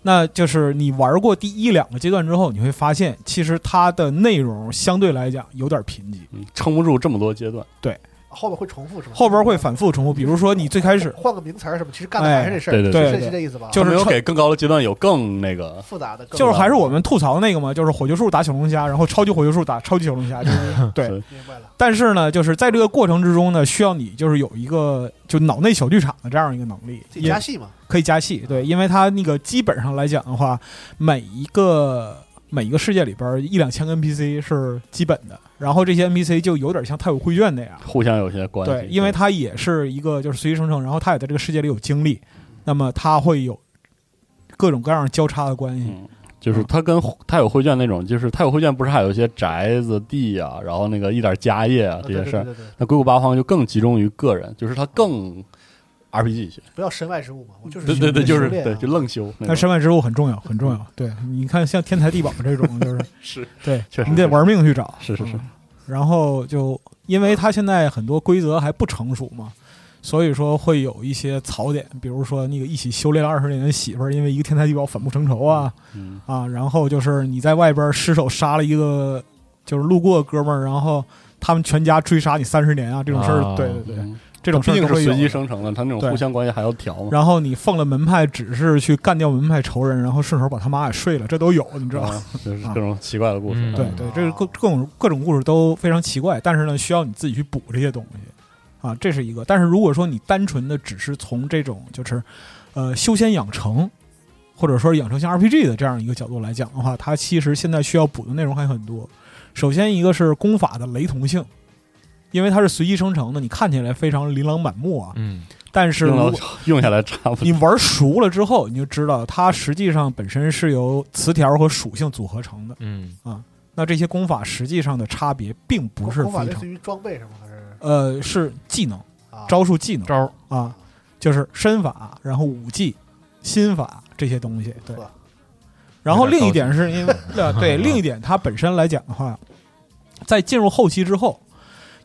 [SPEAKER 4] 那就是你玩过第一两个阶段之后，你会发现，其实它的内容相对来讲有点贫瘠，
[SPEAKER 5] 嗯撑不住这么多阶段。
[SPEAKER 2] 后边会重复是吗？
[SPEAKER 4] 后边会反复重复。比如说，你最开始
[SPEAKER 2] 换个名词儿什么，其实干的还是这事儿，
[SPEAKER 5] 哎对对
[SPEAKER 4] 对
[SPEAKER 2] 是
[SPEAKER 4] 对
[SPEAKER 2] 是这意思吧？
[SPEAKER 4] 就
[SPEAKER 5] 他
[SPEAKER 4] 是
[SPEAKER 5] 没有
[SPEAKER 4] 趁
[SPEAKER 5] 给更高的阶段有更那个，
[SPEAKER 2] 复杂的更，
[SPEAKER 4] 就是还是我们吐槽那个嘛，就是火球术打小龙虾，然后超级火球术打超级小龙虾，
[SPEAKER 2] [LAUGHS]
[SPEAKER 4] 就是 [LAUGHS] 对。
[SPEAKER 2] 明白了，
[SPEAKER 4] 但是呢，就是在这个过程之中呢，需要你就是有一个就脑内小剧场的这样一个能力，
[SPEAKER 2] 自己加戏嘛，
[SPEAKER 4] 可以加戏，对，因为它那个基本上来讲的话，每一个每一个世界里边儿一两千个 NPC 是基本的，然后这些 NPC 就有点像太古绘卷那样，
[SPEAKER 5] 互相有些关系。
[SPEAKER 4] 对，因为它也是一个就是随机生成，然后它也在这个世界里有经历，
[SPEAKER 5] 嗯
[SPEAKER 4] 那么它会有各种各样交叉的关系，
[SPEAKER 5] 嗯，就是它跟它有绘卷那种，就是它有绘卷，不是还有一些宅子地啊，然后那个一点家业啊
[SPEAKER 2] 啊
[SPEAKER 5] 这
[SPEAKER 2] 对
[SPEAKER 5] 些
[SPEAKER 2] 对
[SPEAKER 5] 事
[SPEAKER 2] 对
[SPEAKER 5] 儿。
[SPEAKER 2] 对，对
[SPEAKER 5] 那鬼谷八荒就更集中于个人，就是它更 RPG 一些。
[SPEAKER 2] 不要身外之物嘛，我就是
[SPEAKER 5] 对对对，就是
[SPEAKER 2] 修炼啊
[SPEAKER 5] 对，就愣修
[SPEAKER 4] 那
[SPEAKER 5] 那种。
[SPEAKER 4] 身外之物很重要，很重要。对，你看像天才地宝这种，就是
[SPEAKER 5] 嗯 [LAUGHS] 是
[SPEAKER 4] 对，
[SPEAKER 5] 确实
[SPEAKER 4] 你得玩命去找。
[SPEAKER 5] 是是是
[SPEAKER 4] 嗯然后就因为它现在很多规则还不成熟嘛，所以说会有一些槽点，比如说那个一起修炼了二十年的媳妇儿，因为一个天才地宝反目成仇啊
[SPEAKER 5] 嗯，
[SPEAKER 4] 啊，然后就是你在外边失手杀了一个就是路过的哥们儿，然后他们全家追杀你三十年啊，这种事儿，
[SPEAKER 3] 啊
[SPEAKER 4] 对对对，
[SPEAKER 5] 嗯
[SPEAKER 4] 这种事
[SPEAKER 5] 毕
[SPEAKER 4] 儿
[SPEAKER 5] 竟
[SPEAKER 4] 都
[SPEAKER 5] 是
[SPEAKER 4] 会有
[SPEAKER 5] 随机
[SPEAKER 4] 的。
[SPEAKER 5] 生成的，它那种
[SPEAKER 4] 对
[SPEAKER 5] 互相关系还要调嘛。
[SPEAKER 4] 然后你奉了门派指示去干掉门派仇人，然后顺手把他妈给睡了，这都有，你知道吗？
[SPEAKER 5] 啊就是各种奇怪的故事。啊
[SPEAKER 3] 嗯
[SPEAKER 4] 对对，这是各各种各种故事都非常奇怪，但是呢，需要你自己去补这些东西啊，这是一个。但是如果说你单纯的只是从这种就是呃修仙养成，或者说养成像 RPG 的这样一个角度来讲的话，它其实现在需要补的内容还很多。首先一个是功法的雷同性，因为它是随机生成的，你看起来非常琳琅满目啊，
[SPEAKER 3] 嗯，
[SPEAKER 4] 但是如
[SPEAKER 5] 用
[SPEAKER 4] 果
[SPEAKER 5] 到用下来差不
[SPEAKER 4] 你
[SPEAKER 5] 多。
[SPEAKER 4] 玩熟了之后，你就知道它实际上本身是由词条和属性组合成的。
[SPEAKER 3] 嗯，
[SPEAKER 4] 那这些功法实际上的差别并不是
[SPEAKER 2] 功法
[SPEAKER 4] 非
[SPEAKER 2] 类
[SPEAKER 4] 常
[SPEAKER 2] 似，于装备什么还是
[SPEAKER 4] 呃，是技能、
[SPEAKER 2] 啊
[SPEAKER 4] 招数、技能
[SPEAKER 3] 招儿
[SPEAKER 4] 啊，就是身法，然后武技、心法这些东西。对
[SPEAKER 2] 呵，
[SPEAKER 4] 然后
[SPEAKER 3] 有点
[SPEAKER 4] 另一
[SPEAKER 3] 高
[SPEAKER 4] 点
[SPEAKER 3] [LAUGHS]
[SPEAKER 4] 是因为呃对，另一点它本身来讲的话，在进入后期之后，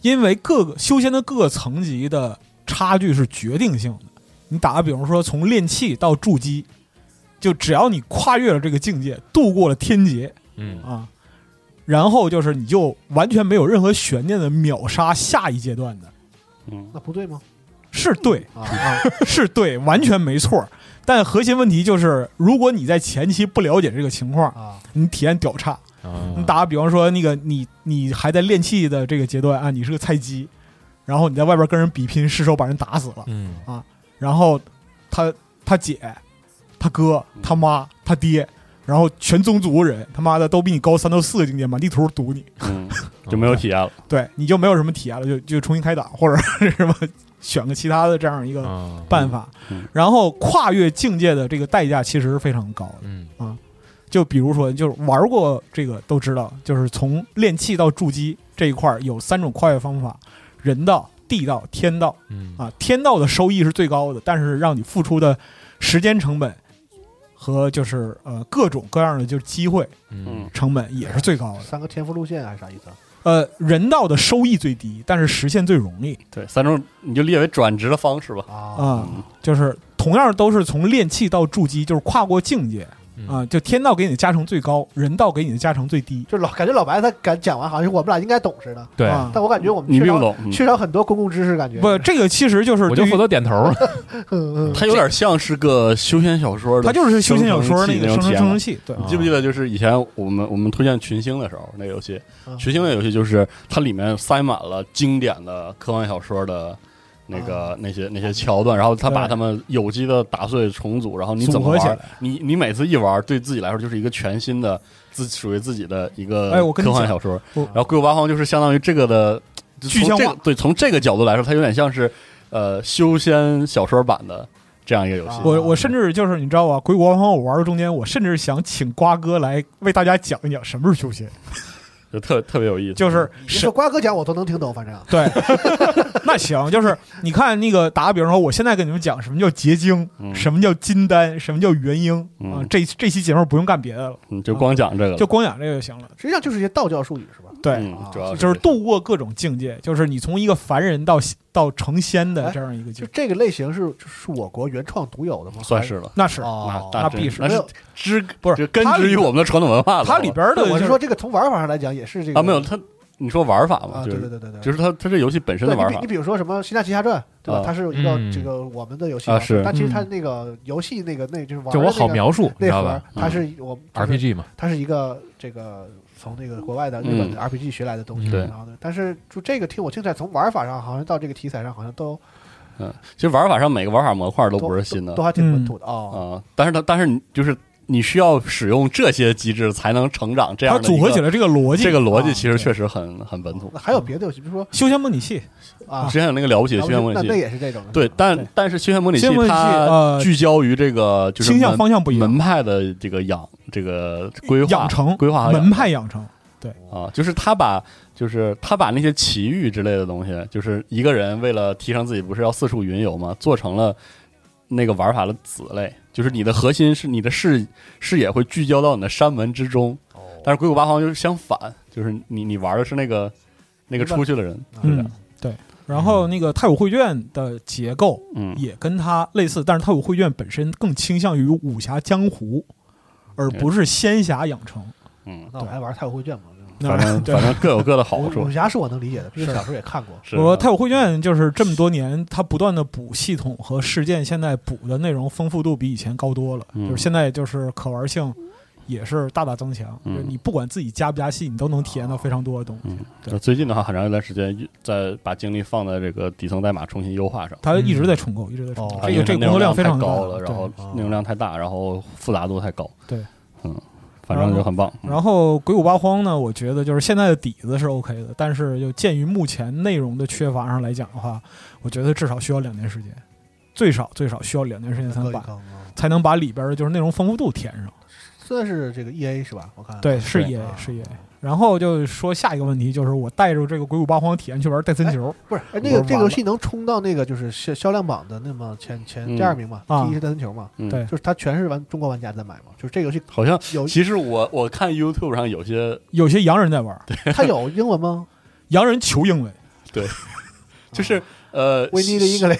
[SPEAKER 4] 因为各个修仙的各个层级的差距是决定性的。你打个比方说，从练气到筑基，就只要你跨越了这个境界，度过了天劫，
[SPEAKER 3] 嗯
[SPEAKER 4] 啊，然后就是你就完全没有任何悬念的秒杀下一阶段的，
[SPEAKER 5] 嗯，
[SPEAKER 2] 那不对吗？
[SPEAKER 4] 是对， [LAUGHS]
[SPEAKER 2] 啊啊，
[SPEAKER 4] 是对，完全没错。但核心问题就是，如果你在前期不了解这个情况，
[SPEAKER 2] 啊，
[SPEAKER 4] 你体验屌差。
[SPEAKER 3] 嗯
[SPEAKER 4] 你打个比方说，那个你你还在练气的这个阶段啊，你是个菜鸡，然后你在外边跟人比拼，失手把人打死了，
[SPEAKER 3] 嗯
[SPEAKER 4] 然后他他姐、他哥、他妈、他爹，然后全宗族人他妈的都比你高三到四个境界，满地图堵你。
[SPEAKER 5] 嗯，就没有体验了。
[SPEAKER 4] 对，你就没有什么体验了，就就重新开档或者是什么选个其他的这样一个
[SPEAKER 3] 啊，
[SPEAKER 4] 呃办法。
[SPEAKER 5] 嗯嗯
[SPEAKER 4] 然后跨越境界的这个代价其实是非常高的。
[SPEAKER 3] 嗯
[SPEAKER 4] 就比如说，就是玩过这个都知道，就是从练气到筑基这一块儿有三种跨越方法：人道、地道、天道
[SPEAKER 3] 嗯
[SPEAKER 4] 啊。天道的收益是最高的，但是让你付出的时间成本和就是呃各种各样的就是机会
[SPEAKER 3] 嗯
[SPEAKER 5] 嗯，
[SPEAKER 4] 成本也是最高的。
[SPEAKER 2] 三个天赋路线还是啥意思啊？
[SPEAKER 4] 呃，人道的收益最低，但是实现最容易。
[SPEAKER 5] 对，三种你就列为转职的方式吧。
[SPEAKER 3] 哦
[SPEAKER 2] 啊，
[SPEAKER 4] 啊、
[SPEAKER 5] 嗯
[SPEAKER 4] 就是同样都是从练气到筑基，就是跨过境界
[SPEAKER 3] 嗯
[SPEAKER 4] 啊、就天道给你的加成最高，人道给你的加成最低。
[SPEAKER 2] 就老感觉老白他敢讲完，好像是我们俩应该懂似的，
[SPEAKER 3] 对，
[SPEAKER 4] 啊
[SPEAKER 2] 但我感觉我们
[SPEAKER 5] 你
[SPEAKER 2] 缺
[SPEAKER 5] 并不
[SPEAKER 2] 少
[SPEAKER 5] 懂，嗯
[SPEAKER 2] 缺少很多公共知识，感觉
[SPEAKER 4] 不，这个其实就是
[SPEAKER 3] 我就
[SPEAKER 4] 对于
[SPEAKER 3] 负责点头儿，
[SPEAKER 2] [LAUGHS] 嗯嗯
[SPEAKER 5] 它有点像是个修仙小说的，
[SPEAKER 4] 它就是修仙小说那个生成
[SPEAKER 5] 种体验
[SPEAKER 4] 生成
[SPEAKER 5] 嘛。
[SPEAKER 4] 器，对
[SPEAKER 3] 啊
[SPEAKER 5] 你记不记得，就是以前我们我们推荐群星的时候，那个游戏，
[SPEAKER 2] 嗯，
[SPEAKER 5] 群星的游戏就是它里面塞满了经典的科幻小说的那个、那些那些桥段，然后它把
[SPEAKER 4] 啊对
[SPEAKER 5] 它们有机的打碎重组，然后你怎
[SPEAKER 4] 组
[SPEAKER 5] 么
[SPEAKER 4] 合起
[SPEAKER 5] 玩
[SPEAKER 4] 来？。
[SPEAKER 5] 你你每次一玩，对自己来说就是一个全新的自属于自己的一个
[SPEAKER 4] 哎我跟你
[SPEAKER 5] 科幻
[SPEAKER 4] 讲
[SPEAKER 5] 小说。
[SPEAKER 4] 我
[SPEAKER 5] 然后《鬼谷八荒》就是相当于这个的就
[SPEAKER 4] 具
[SPEAKER 5] 从
[SPEAKER 4] 象
[SPEAKER 5] 这
[SPEAKER 4] 化
[SPEAKER 5] 个对，从这个角度来说，它有点像是呃修仙小说版的这样一个游戏。
[SPEAKER 2] 啊
[SPEAKER 4] 我我甚至就是你知道吧，《鬼谷八荒》我玩到中间，我甚至想请瓜哥来为大家讲一讲什么是修仙，
[SPEAKER 5] 就特特别有意思，
[SPEAKER 4] 就是
[SPEAKER 2] 你
[SPEAKER 4] 什
[SPEAKER 2] 说瓜哥讲我都能听懂，反正
[SPEAKER 4] 对， [LAUGHS] 那行，就是你看那个打个比方说，我现在跟你们讲什么叫结晶，
[SPEAKER 5] 嗯
[SPEAKER 4] 什么叫金丹，什么叫元婴啊、
[SPEAKER 5] 嗯
[SPEAKER 4] 这这期节目不用干别的了，
[SPEAKER 5] 嗯就光讲这个了，
[SPEAKER 4] 就光讲这个就行了。
[SPEAKER 2] 实际上就是一些道教术语是吧？
[SPEAKER 4] 对，
[SPEAKER 5] 嗯
[SPEAKER 2] 啊
[SPEAKER 5] 主要
[SPEAKER 4] 就是度过各种境界，就是你从一个凡人到到成仙的
[SPEAKER 2] 哎
[SPEAKER 4] 这样一个
[SPEAKER 2] 就
[SPEAKER 4] 境界，
[SPEAKER 2] 这个类型是就是我国原创独有的吗？
[SPEAKER 5] 算是了。
[SPEAKER 4] 那是
[SPEAKER 2] 哦，
[SPEAKER 5] 那
[SPEAKER 4] 那
[SPEAKER 5] 真
[SPEAKER 4] 必是
[SPEAKER 5] 那
[SPEAKER 2] 没
[SPEAKER 5] 是
[SPEAKER 2] 有
[SPEAKER 5] 知
[SPEAKER 4] 不是
[SPEAKER 5] 就根
[SPEAKER 4] 它
[SPEAKER 5] 植
[SPEAKER 4] 里
[SPEAKER 5] 于我们的传统文化了。
[SPEAKER 4] 它里边的
[SPEAKER 2] 对我
[SPEAKER 4] 就是
[SPEAKER 2] 说这个从玩法上来讲也是这个
[SPEAKER 5] 啊，没有它，你说玩法嘛，
[SPEAKER 2] 啊，
[SPEAKER 5] 就
[SPEAKER 2] 对对
[SPEAKER 5] 是
[SPEAKER 2] 对对对，
[SPEAKER 5] 就是它它这游戏本身的
[SPEAKER 2] 对
[SPEAKER 5] 玩
[SPEAKER 2] 你比
[SPEAKER 5] 法
[SPEAKER 2] 你比如说什么《仙剑奇侠传》，对吧
[SPEAKER 5] 啊？
[SPEAKER 2] 它是一个
[SPEAKER 3] 嗯
[SPEAKER 2] 这个我们的游戏
[SPEAKER 5] 啊
[SPEAKER 2] 玩法
[SPEAKER 5] 是
[SPEAKER 2] 但其实它
[SPEAKER 4] 嗯
[SPEAKER 2] 那个游戏那个那就是玩
[SPEAKER 3] 就我
[SPEAKER 2] 的那
[SPEAKER 3] 好
[SPEAKER 2] 个
[SPEAKER 3] 描述，
[SPEAKER 2] 内
[SPEAKER 3] 你知道
[SPEAKER 2] 核
[SPEAKER 3] 吧，嗯
[SPEAKER 2] 它是我就是
[SPEAKER 3] ？RPG 嘛，
[SPEAKER 2] 它是一个这个从那个国外的日本的 RPG 学来的东西，
[SPEAKER 3] 嗯
[SPEAKER 5] 对
[SPEAKER 2] 然后呢，但是就这个听我听起来，从玩法上好像到这个题材上好像都
[SPEAKER 5] 嗯，其实玩法上每个玩法模块都
[SPEAKER 2] 都
[SPEAKER 5] 不是新的
[SPEAKER 2] 都还挺混土的哦。
[SPEAKER 5] 啊，但是它但是你就是你需要使用这些机制才能成长，这样
[SPEAKER 4] 它
[SPEAKER 5] 的
[SPEAKER 4] 组合起
[SPEAKER 5] 来，
[SPEAKER 4] 来这个逻辑，
[SPEAKER 5] 这个逻辑
[SPEAKER 4] 啊
[SPEAKER 5] 其实
[SPEAKER 4] 对
[SPEAKER 5] 确实很很本土
[SPEAKER 2] 那。还有别的游戏，比如说
[SPEAKER 4] 修仙模拟器，
[SPEAKER 2] 啊，
[SPEAKER 5] 之前有那个了不起的修仙模
[SPEAKER 2] 那
[SPEAKER 5] 拟
[SPEAKER 2] 那
[SPEAKER 5] 器，
[SPEAKER 2] 也是这种的，
[SPEAKER 5] 对，但
[SPEAKER 4] 对
[SPEAKER 5] 但是修仙模拟器
[SPEAKER 4] 修仙模拟器
[SPEAKER 5] 它
[SPEAKER 4] 呃
[SPEAKER 5] 聚焦于这个就是
[SPEAKER 4] 倾向
[SPEAKER 5] 门
[SPEAKER 4] 方向不一样
[SPEAKER 5] 门，派的这个养这个规划
[SPEAKER 4] 养成
[SPEAKER 5] 规划和养
[SPEAKER 4] 门派养成，
[SPEAKER 5] 啊，就是他把就是他把那些奇遇之类的东西，就是一个人为了提升自己，不是要四处云游吗？做成了那个玩法的子类，就是你的核心是你的视视野会聚焦到你的山门之中，
[SPEAKER 4] 哦
[SPEAKER 5] 但是《鬼谷八荒》就是相反，就是你你玩的是那个那个出去的人，
[SPEAKER 2] 是的
[SPEAKER 4] 嗯，对。然后那个太古绘卷的结构
[SPEAKER 5] 嗯，
[SPEAKER 4] 也跟它类似，但是太古绘卷本身更倾向于武侠江湖，而不是仙侠养成。
[SPEAKER 5] 嗯，
[SPEAKER 2] 那我还玩太湖卷嘛，
[SPEAKER 5] 反正
[SPEAKER 4] 对
[SPEAKER 5] 反正各有各的好
[SPEAKER 2] 武
[SPEAKER 5] 处
[SPEAKER 2] 武。侠是我能理解的，毕竟
[SPEAKER 4] 是
[SPEAKER 2] 小时候也看过。
[SPEAKER 5] 是
[SPEAKER 4] 我说《太古汇卷》就是这么多年，它不断的补系统和事件，现在补的内容丰富度比以前高多了，
[SPEAKER 5] 嗯
[SPEAKER 4] 就是现在就是可玩性也是大大增强。
[SPEAKER 5] 嗯
[SPEAKER 4] 就是你不管自己加不加戏，你都能体验到非常多的东西。
[SPEAKER 5] 嗯，那最近的话，很长一段时间在把精力放在这个底层代码重新优化上。
[SPEAKER 4] 它一直在重构，一直在重构
[SPEAKER 2] 哦，
[SPEAKER 4] 这哎个这个
[SPEAKER 5] 内
[SPEAKER 4] 工作
[SPEAKER 5] 容
[SPEAKER 4] 量非
[SPEAKER 5] 太
[SPEAKER 4] 常
[SPEAKER 5] 高
[SPEAKER 4] 大
[SPEAKER 5] 了，然后
[SPEAKER 2] 对
[SPEAKER 5] 内容量太大，然后复杂度太高。
[SPEAKER 4] 对，
[SPEAKER 5] 嗯，反正就很棒。嗯
[SPEAKER 4] 然后《呃鬼谷八荒》呢，我觉得就是现在的底子是 OK 的，但是就鉴于目前内容的缺乏上来讲的话，我觉得至少需要两年时间，最少最少需要两年时间才
[SPEAKER 2] 能
[SPEAKER 4] 能
[SPEAKER 2] 够一
[SPEAKER 4] 把
[SPEAKER 2] 看啊
[SPEAKER 4] 才能把里边的就是内容丰富度填上。
[SPEAKER 2] 算是这个 E A 是吧？我看
[SPEAKER 4] 对，是
[SPEAKER 5] 对
[SPEAKER 4] EA
[SPEAKER 2] 啊
[SPEAKER 4] 是 EA。然后就说下一个问题，就是我带着这个《鬼谷八荒》体验去玩戴森
[SPEAKER 5] [LAUGHS]
[SPEAKER 4] 球，
[SPEAKER 2] 不是，哎，那
[SPEAKER 4] 我
[SPEAKER 2] 个
[SPEAKER 4] 玩
[SPEAKER 2] 这个游戏能冲到那个就是销销量榜的那么前前
[SPEAKER 5] 嗯
[SPEAKER 2] 第二名嘛？
[SPEAKER 4] 啊
[SPEAKER 2] 第一是单人球嘛？
[SPEAKER 5] 嗯
[SPEAKER 4] 对
[SPEAKER 2] 就是它全是玩中国玩家在买嘛？就是这个游戏
[SPEAKER 5] 好像
[SPEAKER 2] 有
[SPEAKER 5] 其实我我看 YouTube 上有些，
[SPEAKER 4] 有些洋人在玩，
[SPEAKER 5] [LAUGHS]
[SPEAKER 2] 它有英文吗？
[SPEAKER 4] 洋人求英文，啊
[SPEAKER 5] 就是呃，
[SPEAKER 2] 维尼的英格雷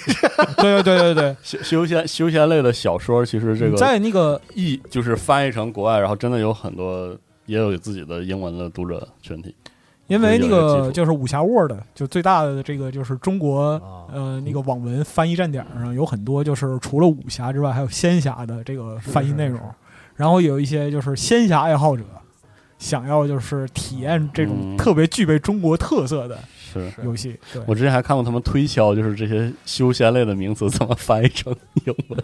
[SPEAKER 4] 对对对对对，
[SPEAKER 5] 休休闲休闲类的小说，其实这
[SPEAKER 4] 你
[SPEAKER 5] 个
[SPEAKER 4] 在那个
[SPEAKER 5] 译就是翻译成国外，然后真的有很多也有自己的英文的读者群体。
[SPEAKER 4] 因为那
[SPEAKER 5] 有一个基
[SPEAKER 4] 个
[SPEAKER 5] 础
[SPEAKER 4] 就是武侠 Word 就最大的这个就是中国
[SPEAKER 2] 啊
[SPEAKER 4] 呃那个网文翻译站点上有很多就是除了武侠之外还有仙侠的这个翻译内容，然后有一些就是仙侠爱好者想要就是体验这种
[SPEAKER 5] 嗯
[SPEAKER 4] 特别具备中国特色的
[SPEAKER 5] 是
[SPEAKER 4] 游戏，对，
[SPEAKER 5] 我之前还看过他们推敲，就是这些休闲类的名词怎么翻译成英文。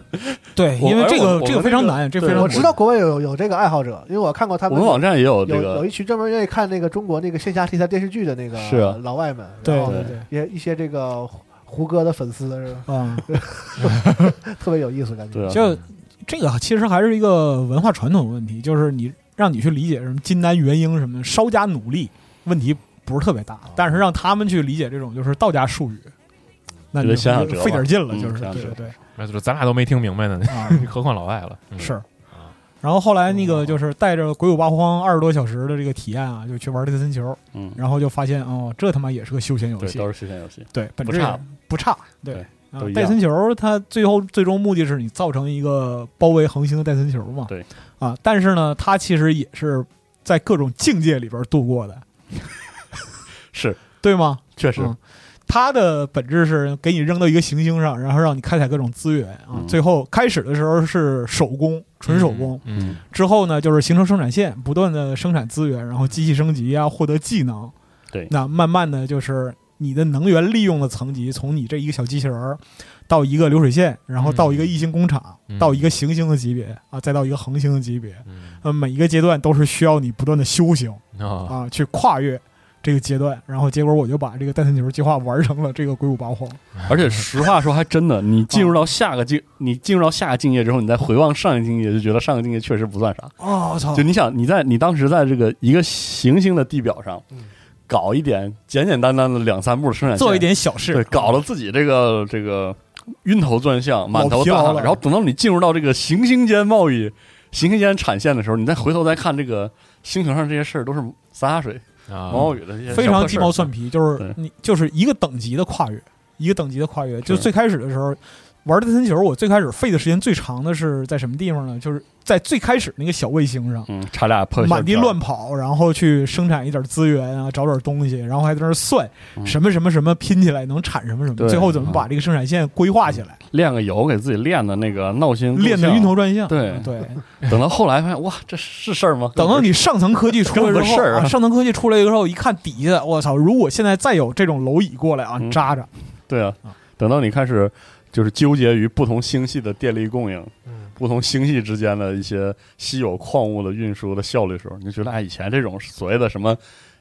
[SPEAKER 4] 对，
[SPEAKER 5] 我
[SPEAKER 4] 因为
[SPEAKER 5] 而
[SPEAKER 4] 这
[SPEAKER 5] 我
[SPEAKER 4] 个
[SPEAKER 5] 我
[SPEAKER 4] 这个非
[SPEAKER 5] 那
[SPEAKER 4] 常
[SPEAKER 5] 个
[SPEAKER 4] 难，这
[SPEAKER 5] 对
[SPEAKER 4] 非常
[SPEAKER 2] 我
[SPEAKER 4] 难
[SPEAKER 2] 知道国外有有这个爱好者，因为我看过他
[SPEAKER 5] 我
[SPEAKER 2] 们
[SPEAKER 5] 们网站也有这
[SPEAKER 2] 有有
[SPEAKER 5] 个
[SPEAKER 2] 一群专门愿意看那个中国那个线下题材电视剧的那个
[SPEAKER 5] 是啊
[SPEAKER 2] 老外们，
[SPEAKER 4] 对
[SPEAKER 2] 然后
[SPEAKER 4] 对对。
[SPEAKER 2] 也一些这个胡胡歌的粉丝是
[SPEAKER 5] [LAUGHS]
[SPEAKER 2] 吧
[SPEAKER 4] 啊，
[SPEAKER 2] 特别有意思，感觉
[SPEAKER 5] 对啊，
[SPEAKER 4] 就
[SPEAKER 3] 嗯
[SPEAKER 4] 这个其实还是一个文化传统的问题，就是你让你去理解什么金丹元婴什么，稍加努力，问题不是特别大。但是让他们去理解这种就是道家术语，那
[SPEAKER 5] 就
[SPEAKER 4] 你
[SPEAKER 5] 得想想
[SPEAKER 4] 就
[SPEAKER 5] 辙吧
[SPEAKER 4] 费点劲了，
[SPEAKER 5] 嗯
[SPEAKER 4] 就是
[SPEAKER 5] 想想
[SPEAKER 4] 对
[SPEAKER 5] 辙
[SPEAKER 4] 对对
[SPEAKER 3] 那就是咱俩都没听明白呢， [LAUGHS]
[SPEAKER 4] 啊，
[SPEAKER 3] 何况老外了。嗯
[SPEAKER 4] 是。
[SPEAKER 5] 啊
[SPEAKER 4] 然后后来那个就是带着《鬼谷八荒》二十多小时的这个体验啊，就去玩戴森球，
[SPEAKER 5] 嗯，
[SPEAKER 4] 然后就发现哦，这他妈也是个休闲游
[SPEAKER 5] 对，
[SPEAKER 4] 戏，嗯
[SPEAKER 5] 都是休闲游戏。
[SPEAKER 4] 对，本
[SPEAKER 5] 不
[SPEAKER 4] 质
[SPEAKER 5] 差
[SPEAKER 4] 也不差，对。
[SPEAKER 5] 对
[SPEAKER 4] 啊
[SPEAKER 5] 都一样
[SPEAKER 4] 戴森球它最后最终目的是你造成一个包围恒星的戴森球嘛？
[SPEAKER 5] 对。
[SPEAKER 4] 啊，但是呢，它其实也是在各种境界里边度过的，
[SPEAKER 5] [LAUGHS] 是，
[SPEAKER 4] 对吗？
[SPEAKER 5] 确实，
[SPEAKER 4] 嗯它的本质是给你扔到一个行星上，然后让你开采各种资源啊。
[SPEAKER 5] 嗯
[SPEAKER 4] 最后开始的时候是手工，纯手工，
[SPEAKER 3] 嗯，
[SPEAKER 4] 之后呢就是形成生产线，不断的生产资源，然后机器升级啊，获得技能。
[SPEAKER 5] 对
[SPEAKER 4] 那慢慢的就是你的能源利用的层级，从你这一个小机器人儿，到一个流水线，然后到一个异星工厂，
[SPEAKER 3] 嗯
[SPEAKER 4] 到一个行星的级别啊，再到一个恒星的级别。
[SPEAKER 3] 嗯，
[SPEAKER 4] 呃，每一个阶段都是需要你不断的修行
[SPEAKER 3] 嗯啊，
[SPEAKER 4] 啊，去跨越。这个阶段，然后结果我就把这个戴森球计划玩成了这个鬼谷八荒，
[SPEAKER 5] 而且实话说，还真的，你进入到下个境，你进入到下个境界之后，你再回望上一境界，就觉得上个境界确实不算啥。
[SPEAKER 4] 哦，我操
[SPEAKER 5] 就！你想，你在你当时在这个一个行星的地表上
[SPEAKER 2] 嗯，
[SPEAKER 5] 搞一点简简单单的两三步的生产线，
[SPEAKER 4] 做一点小事，
[SPEAKER 5] 对，搞了自己这个这个晕头转向，满头
[SPEAKER 4] 疲
[SPEAKER 5] 大
[SPEAKER 4] 劳
[SPEAKER 5] 汗。
[SPEAKER 4] 了
[SPEAKER 5] 然后等到你进入到这个行星间贸易、行星间产线的时候，你再回头再看这个星球上这些事儿，都是洒洒水、
[SPEAKER 3] 啊
[SPEAKER 5] 毛
[SPEAKER 4] 哦
[SPEAKER 5] 毛雨的这些小破事儿，
[SPEAKER 4] 嗯非常鸡毛蒜皮，就是
[SPEAKER 5] 对
[SPEAKER 4] 你就是一个等级的跨越，一个等级的跨越。就是最开始的时候玩的森球，我最开始费的时间最长的是在什么地方呢？就是在最开始那个小卫星上，
[SPEAKER 5] 嗯，差俩破
[SPEAKER 4] 满地乱跑，然后去生产一点资源啊，找点东西，然后还在那儿算
[SPEAKER 5] 嗯
[SPEAKER 4] 什么什么什么拼起来能产什么什么，
[SPEAKER 5] 对
[SPEAKER 4] 最后怎么把这个生产线规划起来，
[SPEAKER 5] 练个油，给自己练的那个闹心，
[SPEAKER 4] 练得晕。头转向。
[SPEAKER 5] 嗯 [LAUGHS] 对
[SPEAKER 4] 对，
[SPEAKER 5] 等到后来发现，哇，这是事儿吗？
[SPEAKER 4] 等到你上层科技出来
[SPEAKER 5] [LAUGHS] 根
[SPEAKER 4] 之
[SPEAKER 5] 本
[SPEAKER 4] 后，
[SPEAKER 5] 事儿啊
[SPEAKER 4] 啊上层科技出来之后一看底下，我操！如果现在再有这种蝼蚁过来啊，
[SPEAKER 5] 嗯
[SPEAKER 4] 扎着。
[SPEAKER 5] 对啊
[SPEAKER 4] 啊，
[SPEAKER 5] 等到你开始就是纠结于不同星系的电力供应、不同星系之间的一些稀有矿物的运输的效率的时候，你就觉得哎，以前这种所谓的什么。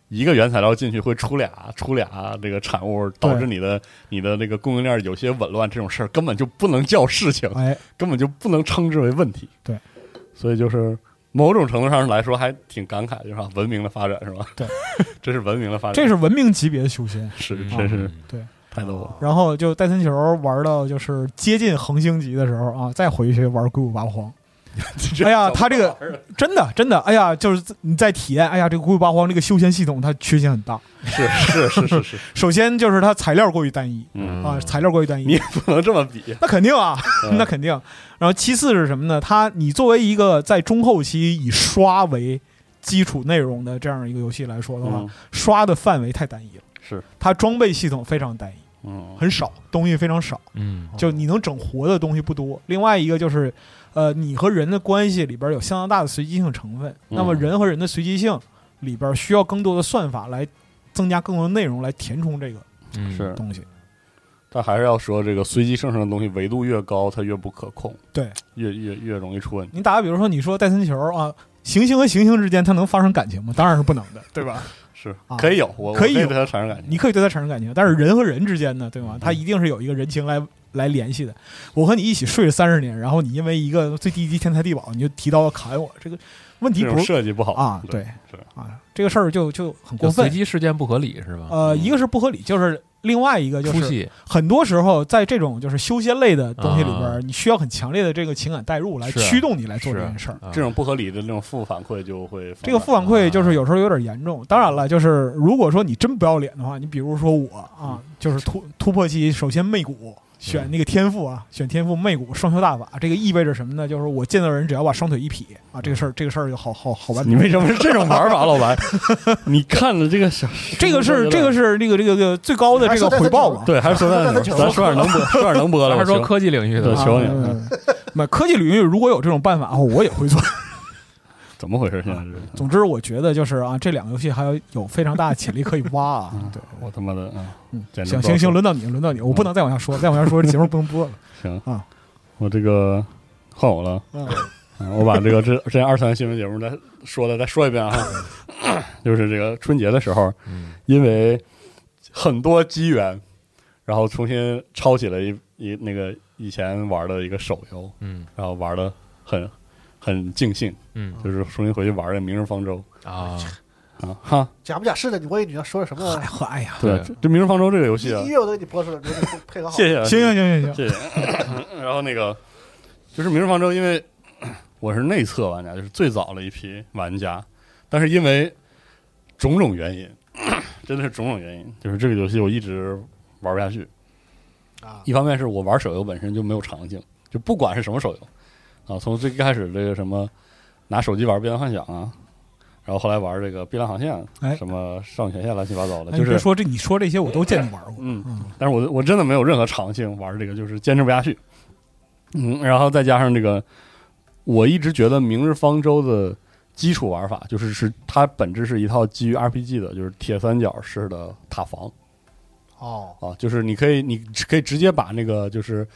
[SPEAKER 5] 一个原材料进去会出俩出俩这个产物，导致你的你的那个供应链有些紊乱，这种事儿根本就不能叫事情，
[SPEAKER 4] 哎，
[SPEAKER 5] 根本就不能称之为问题。
[SPEAKER 4] 对，
[SPEAKER 5] 所以就是某种程度上来说，还挺感慨，就是、啊、文明的发展是吧？
[SPEAKER 4] 对，
[SPEAKER 5] [LAUGHS] 这是文明的发展，
[SPEAKER 4] 这是文明级别的修仙。
[SPEAKER 5] 是
[SPEAKER 3] 嗯
[SPEAKER 5] 真是
[SPEAKER 3] 嗯
[SPEAKER 4] 对，
[SPEAKER 5] 太多 [LAUGHS] 了。
[SPEAKER 4] 然后就戴森球玩到就是接近恒星级的时候啊，再回去玩硅谷八荒。哎
[SPEAKER 5] [LAUGHS]
[SPEAKER 4] 呀，他这个
[SPEAKER 5] 个
[SPEAKER 4] 真的真的，哎呀，就是你在体验，哎呀，这个硅谷八荒这个休闲系统它缺陷很大。
[SPEAKER 5] 是是是是 [LAUGHS] 是，
[SPEAKER 4] 首先就是它材料过于单一
[SPEAKER 5] 嗯，
[SPEAKER 4] 啊，材料过于单
[SPEAKER 5] 你
[SPEAKER 4] 一
[SPEAKER 5] 也，不能这么比，
[SPEAKER 4] 那肯定啊，
[SPEAKER 5] 嗯
[SPEAKER 4] 那肯定。然后其次是什么呢？它你作为一个在中后期以刷为基础内容的这样一个游戏来说的话，
[SPEAKER 5] 嗯
[SPEAKER 4] 刷的范围太单一了。
[SPEAKER 5] 是，
[SPEAKER 4] 它装备系统非常单一，
[SPEAKER 5] 嗯，
[SPEAKER 4] 很少东西非常少，
[SPEAKER 3] 嗯
[SPEAKER 4] 就你能整活的东西不多。另外一个就是，呃，你和人的关系里边有相当大的随机性成分。那么人和人的随机性里边需要更多的算法来增加更多的内容来填充这个
[SPEAKER 3] 嗯
[SPEAKER 5] 是，
[SPEAKER 4] 东西。
[SPEAKER 5] 但还是要说这个随机生成的东西维度越高，它越不可控，
[SPEAKER 4] 对，
[SPEAKER 5] 越越越容易出问题。
[SPEAKER 4] 你打个比如说，你说戴森球啊，行星和行星之间它能发生感情吗？当然是不能的，对吧？
[SPEAKER 5] 是
[SPEAKER 4] 啊
[SPEAKER 5] 可以有，我我
[SPEAKER 4] 可以
[SPEAKER 5] 对
[SPEAKER 4] 有
[SPEAKER 5] 它产生感情。
[SPEAKER 4] 你可以对它产生感情，但是人和人之间呢，对吗？它一定是有一个人情来来联系的。我和你一起睡了三十年，然后你因为一个最低级天才地宝，你就提刀要砍我，这个问题
[SPEAKER 5] 这
[SPEAKER 4] 不
[SPEAKER 5] 种
[SPEAKER 4] 是
[SPEAKER 5] 设计不好
[SPEAKER 4] 啊，
[SPEAKER 5] 对
[SPEAKER 4] 对，
[SPEAKER 5] 是
[SPEAKER 4] 啊，这个事儿就就很过
[SPEAKER 3] 就随
[SPEAKER 4] 分。
[SPEAKER 3] 机事件不合理是吧？
[SPEAKER 4] 呃，一个是不合理，就是另外一个就
[SPEAKER 3] 出
[SPEAKER 4] 是
[SPEAKER 3] 戏
[SPEAKER 4] 很多时候在这种就是修仙类的东西里边
[SPEAKER 3] 啊
[SPEAKER 4] 儿，你需要很强烈的这个情感代入来
[SPEAKER 3] 是
[SPEAKER 4] 驱动你来做
[SPEAKER 3] 是
[SPEAKER 4] 这件事儿。
[SPEAKER 3] 啊
[SPEAKER 5] 这种不合理的那种负反馈就会
[SPEAKER 4] 这个
[SPEAKER 5] [LAUGHS]
[SPEAKER 4] 负反馈就是有时候有点严重。当然了，就是如果说你真不要脸的话，你比如说我啊，
[SPEAKER 3] 嗯
[SPEAKER 4] 就是突突破期，首先媚骨选那个天赋啊，选天赋媚骨双修大法，这个意味着什么呢？就是我见到人只要把双腿一劈啊，这个事儿这个事儿就好好好办。
[SPEAKER 5] 你为什么是这种玩法，老白？ [LAUGHS] 你看了这个小，
[SPEAKER 4] 这个是这个是这个这个这个最高的这个回报嘛？
[SPEAKER 5] 对，还是说在
[SPEAKER 7] 球
[SPEAKER 5] 咱说点能播，说点能播的吧。
[SPEAKER 3] 他说
[SPEAKER 5] 行
[SPEAKER 3] 科技领域的
[SPEAKER 5] 对
[SPEAKER 4] 啊
[SPEAKER 5] 求你
[SPEAKER 4] 嗯嗯嗯 [LAUGHS] 那科技领域如果有这种办法，啊我也会做。
[SPEAKER 5] 怎么回事？现在是，
[SPEAKER 4] 总之，我觉得就是啊，这两个游戏还有有非常大的潜力可以挖啊。
[SPEAKER 5] 嗯
[SPEAKER 4] 对，
[SPEAKER 5] 我他妈的，嗯
[SPEAKER 4] 嗯，
[SPEAKER 5] 简直
[SPEAKER 4] 行
[SPEAKER 5] 不好
[SPEAKER 4] 行行，
[SPEAKER 5] 说
[SPEAKER 4] 轮到你，轮到你，我不能再往下说，再往下说这节目不能播了。
[SPEAKER 5] 行
[SPEAKER 4] 啊，
[SPEAKER 5] 我这个换我了。
[SPEAKER 4] 嗯
[SPEAKER 5] 嗯我把这个这之前二次元新闻节目再说的再说一遍啊，就是这个春节的时候，
[SPEAKER 3] 嗯
[SPEAKER 5] 因为很多机缘，然后重新抄起了一一那个以前玩的一个手游，
[SPEAKER 3] 嗯
[SPEAKER 5] 然后玩的很很尽兴，
[SPEAKER 3] 嗯
[SPEAKER 5] 就是重新回去玩这《明日方舟
[SPEAKER 3] 啊，》
[SPEAKER 5] 啊，哈，
[SPEAKER 2] 假不假是的，你我以为你要说什么
[SPEAKER 4] [LAUGHS] 哎呵，哎呀，
[SPEAKER 5] [LAUGHS] 对，这这《明日方舟》这个游戏啊
[SPEAKER 2] 音，乐我都给你播出来，你给我配合好。
[SPEAKER 5] 谢啊谢，
[SPEAKER 4] 行行行行行，
[SPEAKER 5] [LAUGHS] 谢谢。然后那个就是《明日方舟》，因为我是内测玩家，就是最早的一批玩家，但是因为种种原因， [CLEARS THROAT] 真的是种种原因，就是这个游戏我一直玩不下去。
[SPEAKER 2] 啊
[SPEAKER 5] 一方面是我玩手游本身就没有长性，就不管是什么手游啊，从最开始这个什么拿手机玩《碧蓝幻想》啊，然后后来玩这个《碧蓝航线》
[SPEAKER 4] 哎
[SPEAKER 5] 什么《少女前线》乱七八糟的，
[SPEAKER 4] 哎你
[SPEAKER 5] 就
[SPEAKER 4] 别
[SPEAKER 5] 是
[SPEAKER 4] 说这，你说这些我都见你玩过。
[SPEAKER 5] 嗯
[SPEAKER 4] 嗯，
[SPEAKER 5] 但是我我真的没有任何长性玩这个，就是坚持不下去。嗯，然后再加上这个，我一直觉得《明日方舟》的基础玩法就是是它本质是一套基于 RPG 的，就是铁三角式的塔防
[SPEAKER 2] 哦，
[SPEAKER 5] 啊，就是你可以你可以直接把那个就是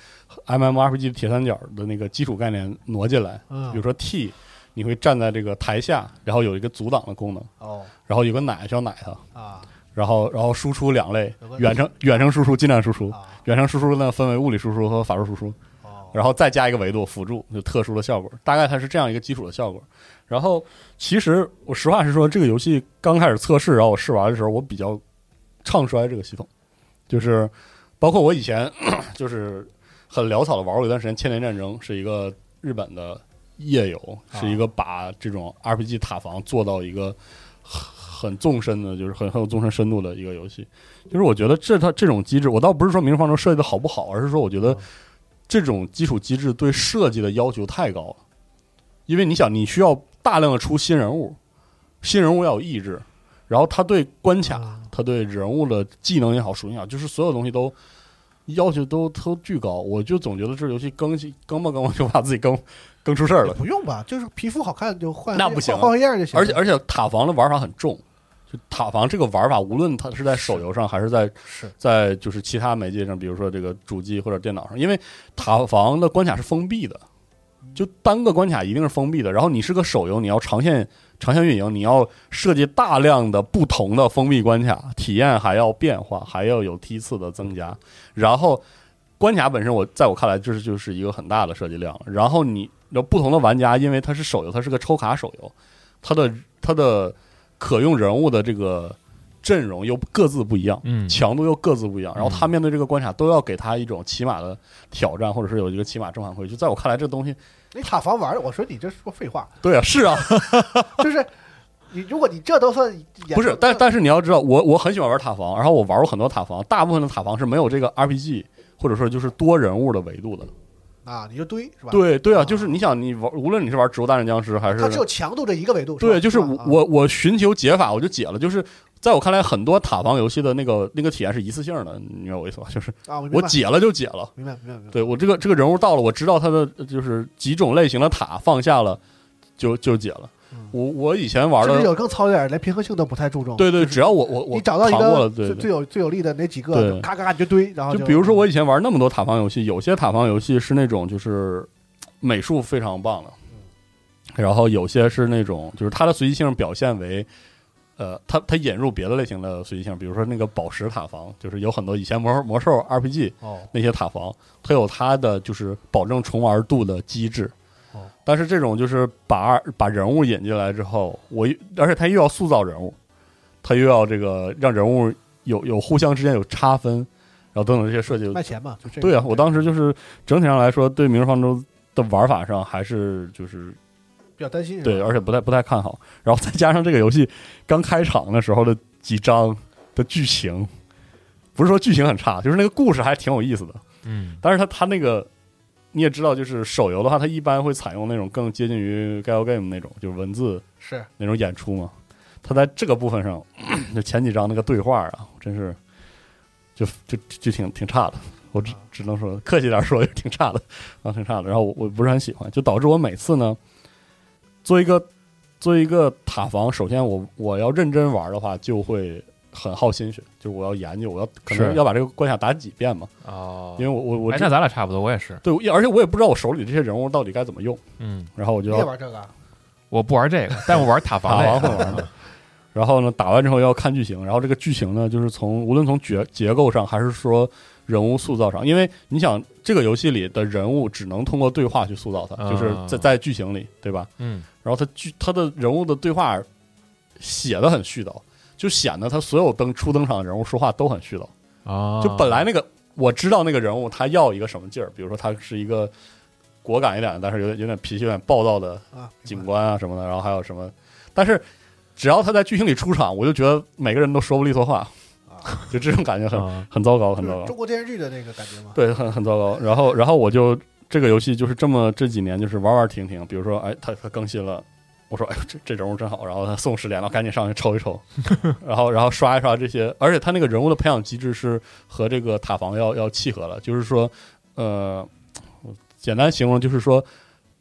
[SPEAKER 5] MMORPG 铁三角的那个基础概念挪进来，比如
[SPEAKER 2] 嗯，
[SPEAKER 5] 说 T，你会站在这个台下，然后有一个阻挡的功能，
[SPEAKER 2] 哦
[SPEAKER 5] 然后有个奶需要奶它，
[SPEAKER 2] 啊
[SPEAKER 5] 然后然后输出两类
[SPEAKER 2] 有个，
[SPEAKER 5] 远程远程输出、近战输出。
[SPEAKER 2] 啊
[SPEAKER 5] 远程输出呢分为物理输出和法术输出，
[SPEAKER 2] 哦，
[SPEAKER 5] 然后再加一个维度辅助，就特殊的效果。大概它是这样一个基础的效果。然后其实我实话实说，这个游戏刚开始测试，然后我试玩的时候，我比较唱衰这个系统，就是包括我以前 [CLEARS THROAT] 就是很潦草的玩过一段时间，《千年战争》是一个日本的页游，是一个把这种 RPG 塔防做到一个很很纵深的，就是很很有纵深深度的一个游戏。就是我觉得这它这种机制，我倒不是说《明日方舟》设计的好不好，而是说我觉得这种基础机制对设计的要求太高了，因为你想，你需要大量的出新人物，新人物要有意志，然后他对关卡、他对人物的技能也好、属性也好，就是所有东西都要求都都巨高。我就总觉得这游戏更新更吧更吧，就把自己更更出事儿
[SPEAKER 2] 也
[SPEAKER 5] 了。
[SPEAKER 2] 不用吧，就是皮肤好看就换，
[SPEAKER 5] 那不行啊
[SPEAKER 2] 换换换样就行。
[SPEAKER 5] 而且而且塔防的玩法很重，就塔防这个玩法，无论它是在手游上还是在
[SPEAKER 2] 是
[SPEAKER 5] 在就是其他媒介上，比如说这个主机或者电脑上，因为塔防的关卡是封闭的，就单个关卡一定是封闭的。然后你是个手游，你要长线长线运营，你要设计大量的不同的封闭关卡，体验还要变化，还要有梯次的增加。然后关卡本身我，在我看来就是就是一个很大的设计量。然后你有不同的玩家，因为它是手游，它是个抽卡手游，它的它的可用人物的这个阵容又各自不一样。
[SPEAKER 3] 嗯
[SPEAKER 5] 强度又各自不一样，然后他面对这个关卡都要给他一种起码的挑战，或者是有一个起码正反馈。就在我看来，这东西，
[SPEAKER 2] 你塔防玩儿，我说你这说废话，
[SPEAKER 5] 对啊，是
[SPEAKER 2] [LAUGHS]
[SPEAKER 5] 啊， [LAUGHS]
[SPEAKER 2] 就是你如果你这都算演
[SPEAKER 5] 不是，但但是你要知道，我我很喜欢玩塔防，然后我玩过很多塔防，大部分的塔防是没有这个 RPG 或者说就是多人物的维度的，
[SPEAKER 2] 啊，你就堆是吧？，
[SPEAKER 5] 对对啊，
[SPEAKER 2] 啊
[SPEAKER 5] 就是你想你玩，无论你是玩《植物大战僵尸》还是
[SPEAKER 2] 它只有强度这一个维度。吧
[SPEAKER 5] 对，就是我
[SPEAKER 2] 啊
[SPEAKER 5] 我我寻求解法，我就解了。就是在我看来，很多塔防游戏的那个那个体验是一次性的，你明白我意思吧？就是
[SPEAKER 2] 啊，我明
[SPEAKER 5] 我
[SPEAKER 2] 白
[SPEAKER 5] 解了就解了。
[SPEAKER 2] 明白明白明白。
[SPEAKER 5] 对我这个这个人物到了，我知道他的就是几种类型的塔放下了，就就解了
[SPEAKER 2] 嗯。
[SPEAKER 5] 我我以前玩
[SPEAKER 2] 甚至
[SPEAKER 5] 的，
[SPEAKER 2] 有更糙一点，连平衡性都不太注重。
[SPEAKER 5] 对对，
[SPEAKER 2] 就是
[SPEAKER 5] 只要我我我
[SPEAKER 2] 你找到一
[SPEAKER 5] 扛过了，
[SPEAKER 2] 个
[SPEAKER 5] 对
[SPEAKER 2] 最
[SPEAKER 5] 对。
[SPEAKER 2] 最有最有利的那几个，
[SPEAKER 5] 对
[SPEAKER 2] 就嘎嘎嘎你就嗯堆，然后
[SPEAKER 5] 就比如说我以前玩那么多塔防游戏，有些塔防游戏是那种就是美术非常棒的，
[SPEAKER 2] 嗯
[SPEAKER 5] 然后有些是那种就是它的随机性表现为。呃，它它引入别的类型的随机性，比如说那个宝石塔防，就是有很多以前魔兽魔兽 RPG
[SPEAKER 2] 哦
[SPEAKER 5] 那些塔防，它有它的就是保证重玩度的机制。
[SPEAKER 2] 哦
[SPEAKER 5] 但是这种就是把二把人物引进来之后，我又而且它又要塑造人物，它又要这个让人物有有互相之间有差分，然后等等这些设计，
[SPEAKER 2] 卖钱嘛，就这个。
[SPEAKER 5] 对啊，我当时就是整体上来说，对《明日方舟》的玩法上还是就是
[SPEAKER 2] 比较担心。
[SPEAKER 5] 对，，而且不太不太看好。然后再加上这个游戏刚开场的时候的几章的剧情，不是说剧情很差，就是那个故事还挺有意思的。
[SPEAKER 3] 嗯，
[SPEAKER 5] 但是它它那个你也知道，就是手游的话，它一般会采用那种更接近于 g a l game 那种，就是文字
[SPEAKER 2] 是
[SPEAKER 5] 那种演出嘛。它在这个部分上， [CLEARS THROAT] 就前几章那个对话啊，真是就就就挺挺差的。我
[SPEAKER 3] 嗯
[SPEAKER 5] 只只能说客气点说，就挺差的啊，挺差的。然后我我不是很喜欢，就导致我每次呢，做一个做一个塔防，首先我我要认真玩的话，就会很耗心血，就是我要研究，我要可能
[SPEAKER 3] 是
[SPEAKER 5] 要把这个关卡打几遍嘛，
[SPEAKER 3] 哦
[SPEAKER 5] 因为，我我我
[SPEAKER 3] 哎，
[SPEAKER 5] 这
[SPEAKER 3] 那咱俩差不多，我也是，
[SPEAKER 5] 对，我而且我也不知道我手里这些人物到底该怎么用，
[SPEAKER 3] 嗯，
[SPEAKER 5] 然后我就
[SPEAKER 2] 你也
[SPEAKER 5] 要
[SPEAKER 2] 玩这个啊？
[SPEAKER 3] 我不玩
[SPEAKER 5] [LAUGHS]
[SPEAKER 3] 这个，但我玩塔
[SPEAKER 5] 打
[SPEAKER 3] 防
[SPEAKER 5] 完会
[SPEAKER 3] 这个，
[SPEAKER 5] 玩的。 [LAUGHS] 然后呢，打完之后要看剧情，然后这个剧情呢，就是从无论从结结构上，还是说人物塑造上，因为你想这个游戏里的人物只能通过对话去塑造它，
[SPEAKER 3] 啊
[SPEAKER 5] 就是在在剧情里，对吧？
[SPEAKER 3] [LAUGHS] 嗯，
[SPEAKER 5] 然后他剧他的人物的对话写的很絮叨，就显得他所有登初登场的人物说话都很絮叨。
[SPEAKER 3] 哦，
[SPEAKER 5] 啊就本来那个我知道那个人物他要一个什么劲儿，比如说他是一个果敢一点的，但是有点有点脾气有点暴躁的
[SPEAKER 2] 啊，
[SPEAKER 5] 警官啊什么的，然后还有什么，但是只要他在剧情里出场，我就觉得每个人都说不利索话， [LAUGHS] 就这种感觉很
[SPEAKER 3] 啊
[SPEAKER 5] 很糟
[SPEAKER 2] 就
[SPEAKER 5] 糕，很糟
[SPEAKER 2] 是
[SPEAKER 5] 糕
[SPEAKER 2] 啊中，国电视剧的那个感觉嘛。
[SPEAKER 5] [LAUGHS] 对，很很糟糕。然后然后我就这个游戏就是这么这几年就是玩玩停停，比如说哎，他他更新了。我说，哎呦，这这人物真好，然后他送十连了，赶紧上去抽一抽，然后然后刷一刷这些，而且他那个人物的培养机制是和这个塔防要要契合了，就是说，呃，我简单形容就是说，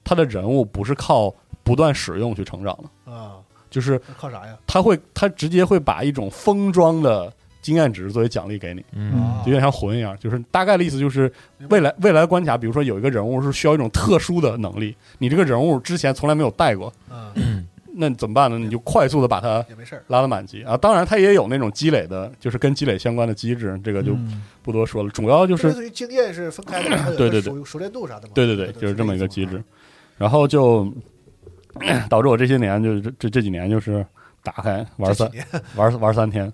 [SPEAKER 5] 他的人物不是靠不断使用去成长的，
[SPEAKER 2] 啊，
[SPEAKER 5] 就是
[SPEAKER 2] 那靠啥呀？
[SPEAKER 5] 他会他直接会把一种封装的经验值作为奖励给你，
[SPEAKER 3] 嗯，
[SPEAKER 2] 啊
[SPEAKER 5] 就有点像魂一样，就是大概的意思就是未来未来关卡，比如说有一个人物是需要一种特殊的能力，你这个人物之前从来没有带过，
[SPEAKER 2] 嗯，
[SPEAKER 5] 那你怎么办呢？你就快速的把它
[SPEAKER 2] 也没事儿。
[SPEAKER 5] 拉到满级啊！当然，它也有那种积累的，就是跟积累相关的机制，这个就
[SPEAKER 4] 嗯
[SPEAKER 5] 不多说了。主要
[SPEAKER 2] 就
[SPEAKER 5] 就
[SPEAKER 2] 是类似于经验是分开的，
[SPEAKER 5] [LAUGHS]
[SPEAKER 2] 然后有
[SPEAKER 5] 对对
[SPEAKER 2] 个
[SPEAKER 5] 对
[SPEAKER 2] 熟熟练度啥的嘛。
[SPEAKER 5] 对对对，就是这么一个机制。。然后就 [CLEARS THROAT] 导致我这些年就这这这几年就是打开
[SPEAKER 2] 这
[SPEAKER 5] 玩三
[SPEAKER 2] 几年
[SPEAKER 5] 玩玩三天，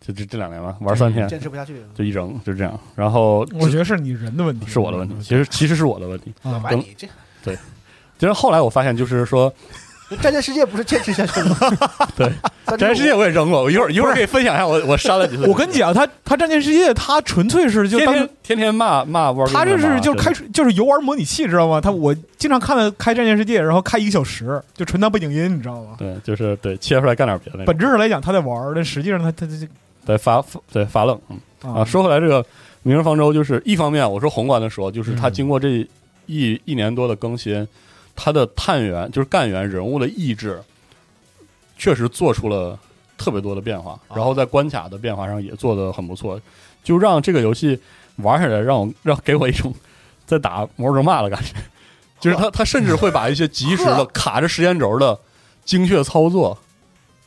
[SPEAKER 5] 就这这两年吧，玩三天
[SPEAKER 2] [LAUGHS] 坚持不下去，
[SPEAKER 5] 就一扔，就这样。然后
[SPEAKER 4] 我觉得是你人的问题，
[SPEAKER 5] 是我的问题，其实其实是我的问题。
[SPEAKER 2] 老
[SPEAKER 4] 啊，
[SPEAKER 2] 白你这
[SPEAKER 5] 其实后来我发现，就是说
[SPEAKER 2] 战舰世界不是坚持下去了吗？
[SPEAKER 5] [LAUGHS] 对，
[SPEAKER 2] 战
[SPEAKER 5] 真世界我也扔过，我一会儿一会儿可以分享一下我我删了几次。
[SPEAKER 4] 我跟你讲，他他战舰世界，他纯粹是就
[SPEAKER 5] 天
[SPEAKER 4] 当
[SPEAKER 5] 天天天骂骂玩，
[SPEAKER 4] 他这是就开始就是游玩模拟器，知道吗？他我经常看他开战舰世界，然后开一个小时，就纯当背景音，你知道吗？
[SPEAKER 5] 对，就是对切出来干点别的那种
[SPEAKER 4] 本，质上来讲，他在玩儿，但实际上他他他
[SPEAKER 5] 对发发对发愣，嗯啊，说回来，这个《明日方舟》就是一方面，我说宏观的说，就是它
[SPEAKER 3] 嗯
[SPEAKER 5] 经过这一一年多的更新，它的探员就是干员人物的意志，确实做出了特别多的变化，然后在关卡的变化上也做得很不错，就让这个游戏玩起来让我让给我一种在打《魔兽争霸》的感觉，就是它它甚至会把一些及时 [LAUGHS] 的卡着时间轴的精确操作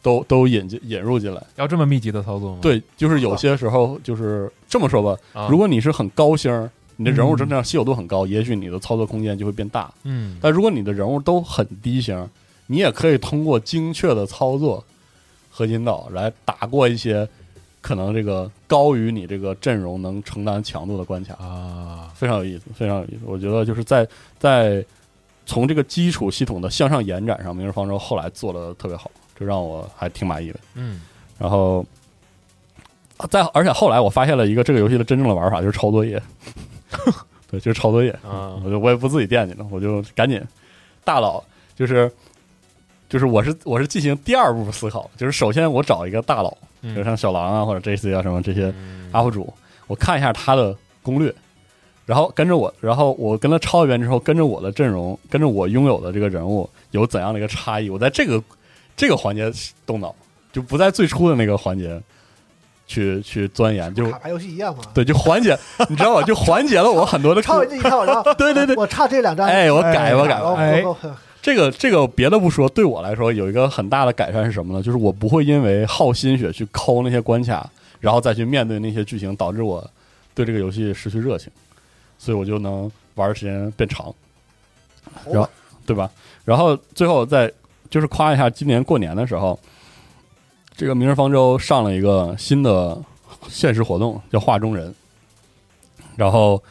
[SPEAKER 5] 都都引进引入进来。
[SPEAKER 3] 要这么密集的操作吗？
[SPEAKER 5] 对，就是有些时候就是这么说吧，
[SPEAKER 3] 啊，
[SPEAKER 5] 如果你是很高星儿，你的人物真正稀有度很高，也许你的操作空间就会变大。
[SPEAKER 3] 嗯，
[SPEAKER 5] 但如果你的人物都很低星儿，你也可以通过精确的操作和引导来打过一些可能这个高于你这个阵容能承担强度的关卡，
[SPEAKER 3] 啊，
[SPEAKER 5] 非常有意思，非常有意思。我觉得就是在在从这个基础系统的向上延展上，《明日方舟》后来做的特别好，这让我还挺满意的。
[SPEAKER 3] 嗯，
[SPEAKER 5] 然后啊再而且后来我发现了一个这个游戏的真正的玩法，就是抄作业。 [LAUGHS] 对，就是抄作业，
[SPEAKER 3] 嗯
[SPEAKER 8] 啊
[SPEAKER 5] 嗯我就我也不自己惦记了，我就赶紧大佬就是就是我是我是进行第二步思考，就是首先我找一个大佬，
[SPEAKER 3] 嗯
[SPEAKER 5] 比如像小狼啊或者 J C 啊什么这些 UP 主，我看一下他的攻略，然后跟着我，然后我跟他抄一遍之后，跟着我的阵容，跟着我拥有的这个人物有怎样的一个差异，我在这个这个环节动脑，就不在最初的那个环节去去钻研，就
[SPEAKER 2] 卡牌游戏一样嘛。
[SPEAKER 5] 对，就缓解，你知道吗？就缓解了我很多的
[SPEAKER 2] 抄
[SPEAKER 5] 苦
[SPEAKER 2] 人。家一看，我操，
[SPEAKER 5] 对对对，
[SPEAKER 2] 我差这两张，
[SPEAKER 5] 哎，我改吧改吧。
[SPEAKER 2] 哦，
[SPEAKER 4] 哎
[SPEAKER 2] 我我
[SPEAKER 5] 这个这个别的不说，对我来说有一个很大的改善是什么呢？就是我不会因为耗心血去抠那些关卡，然后再去面对那些剧情，导致我对这个游戏失去热情，所以我就能玩的时间变长，然后对吧？然后最后再就是夸一下，今年过年的时候，这个《明日方舟》上了一个新的现实活动，叫画中人，然后。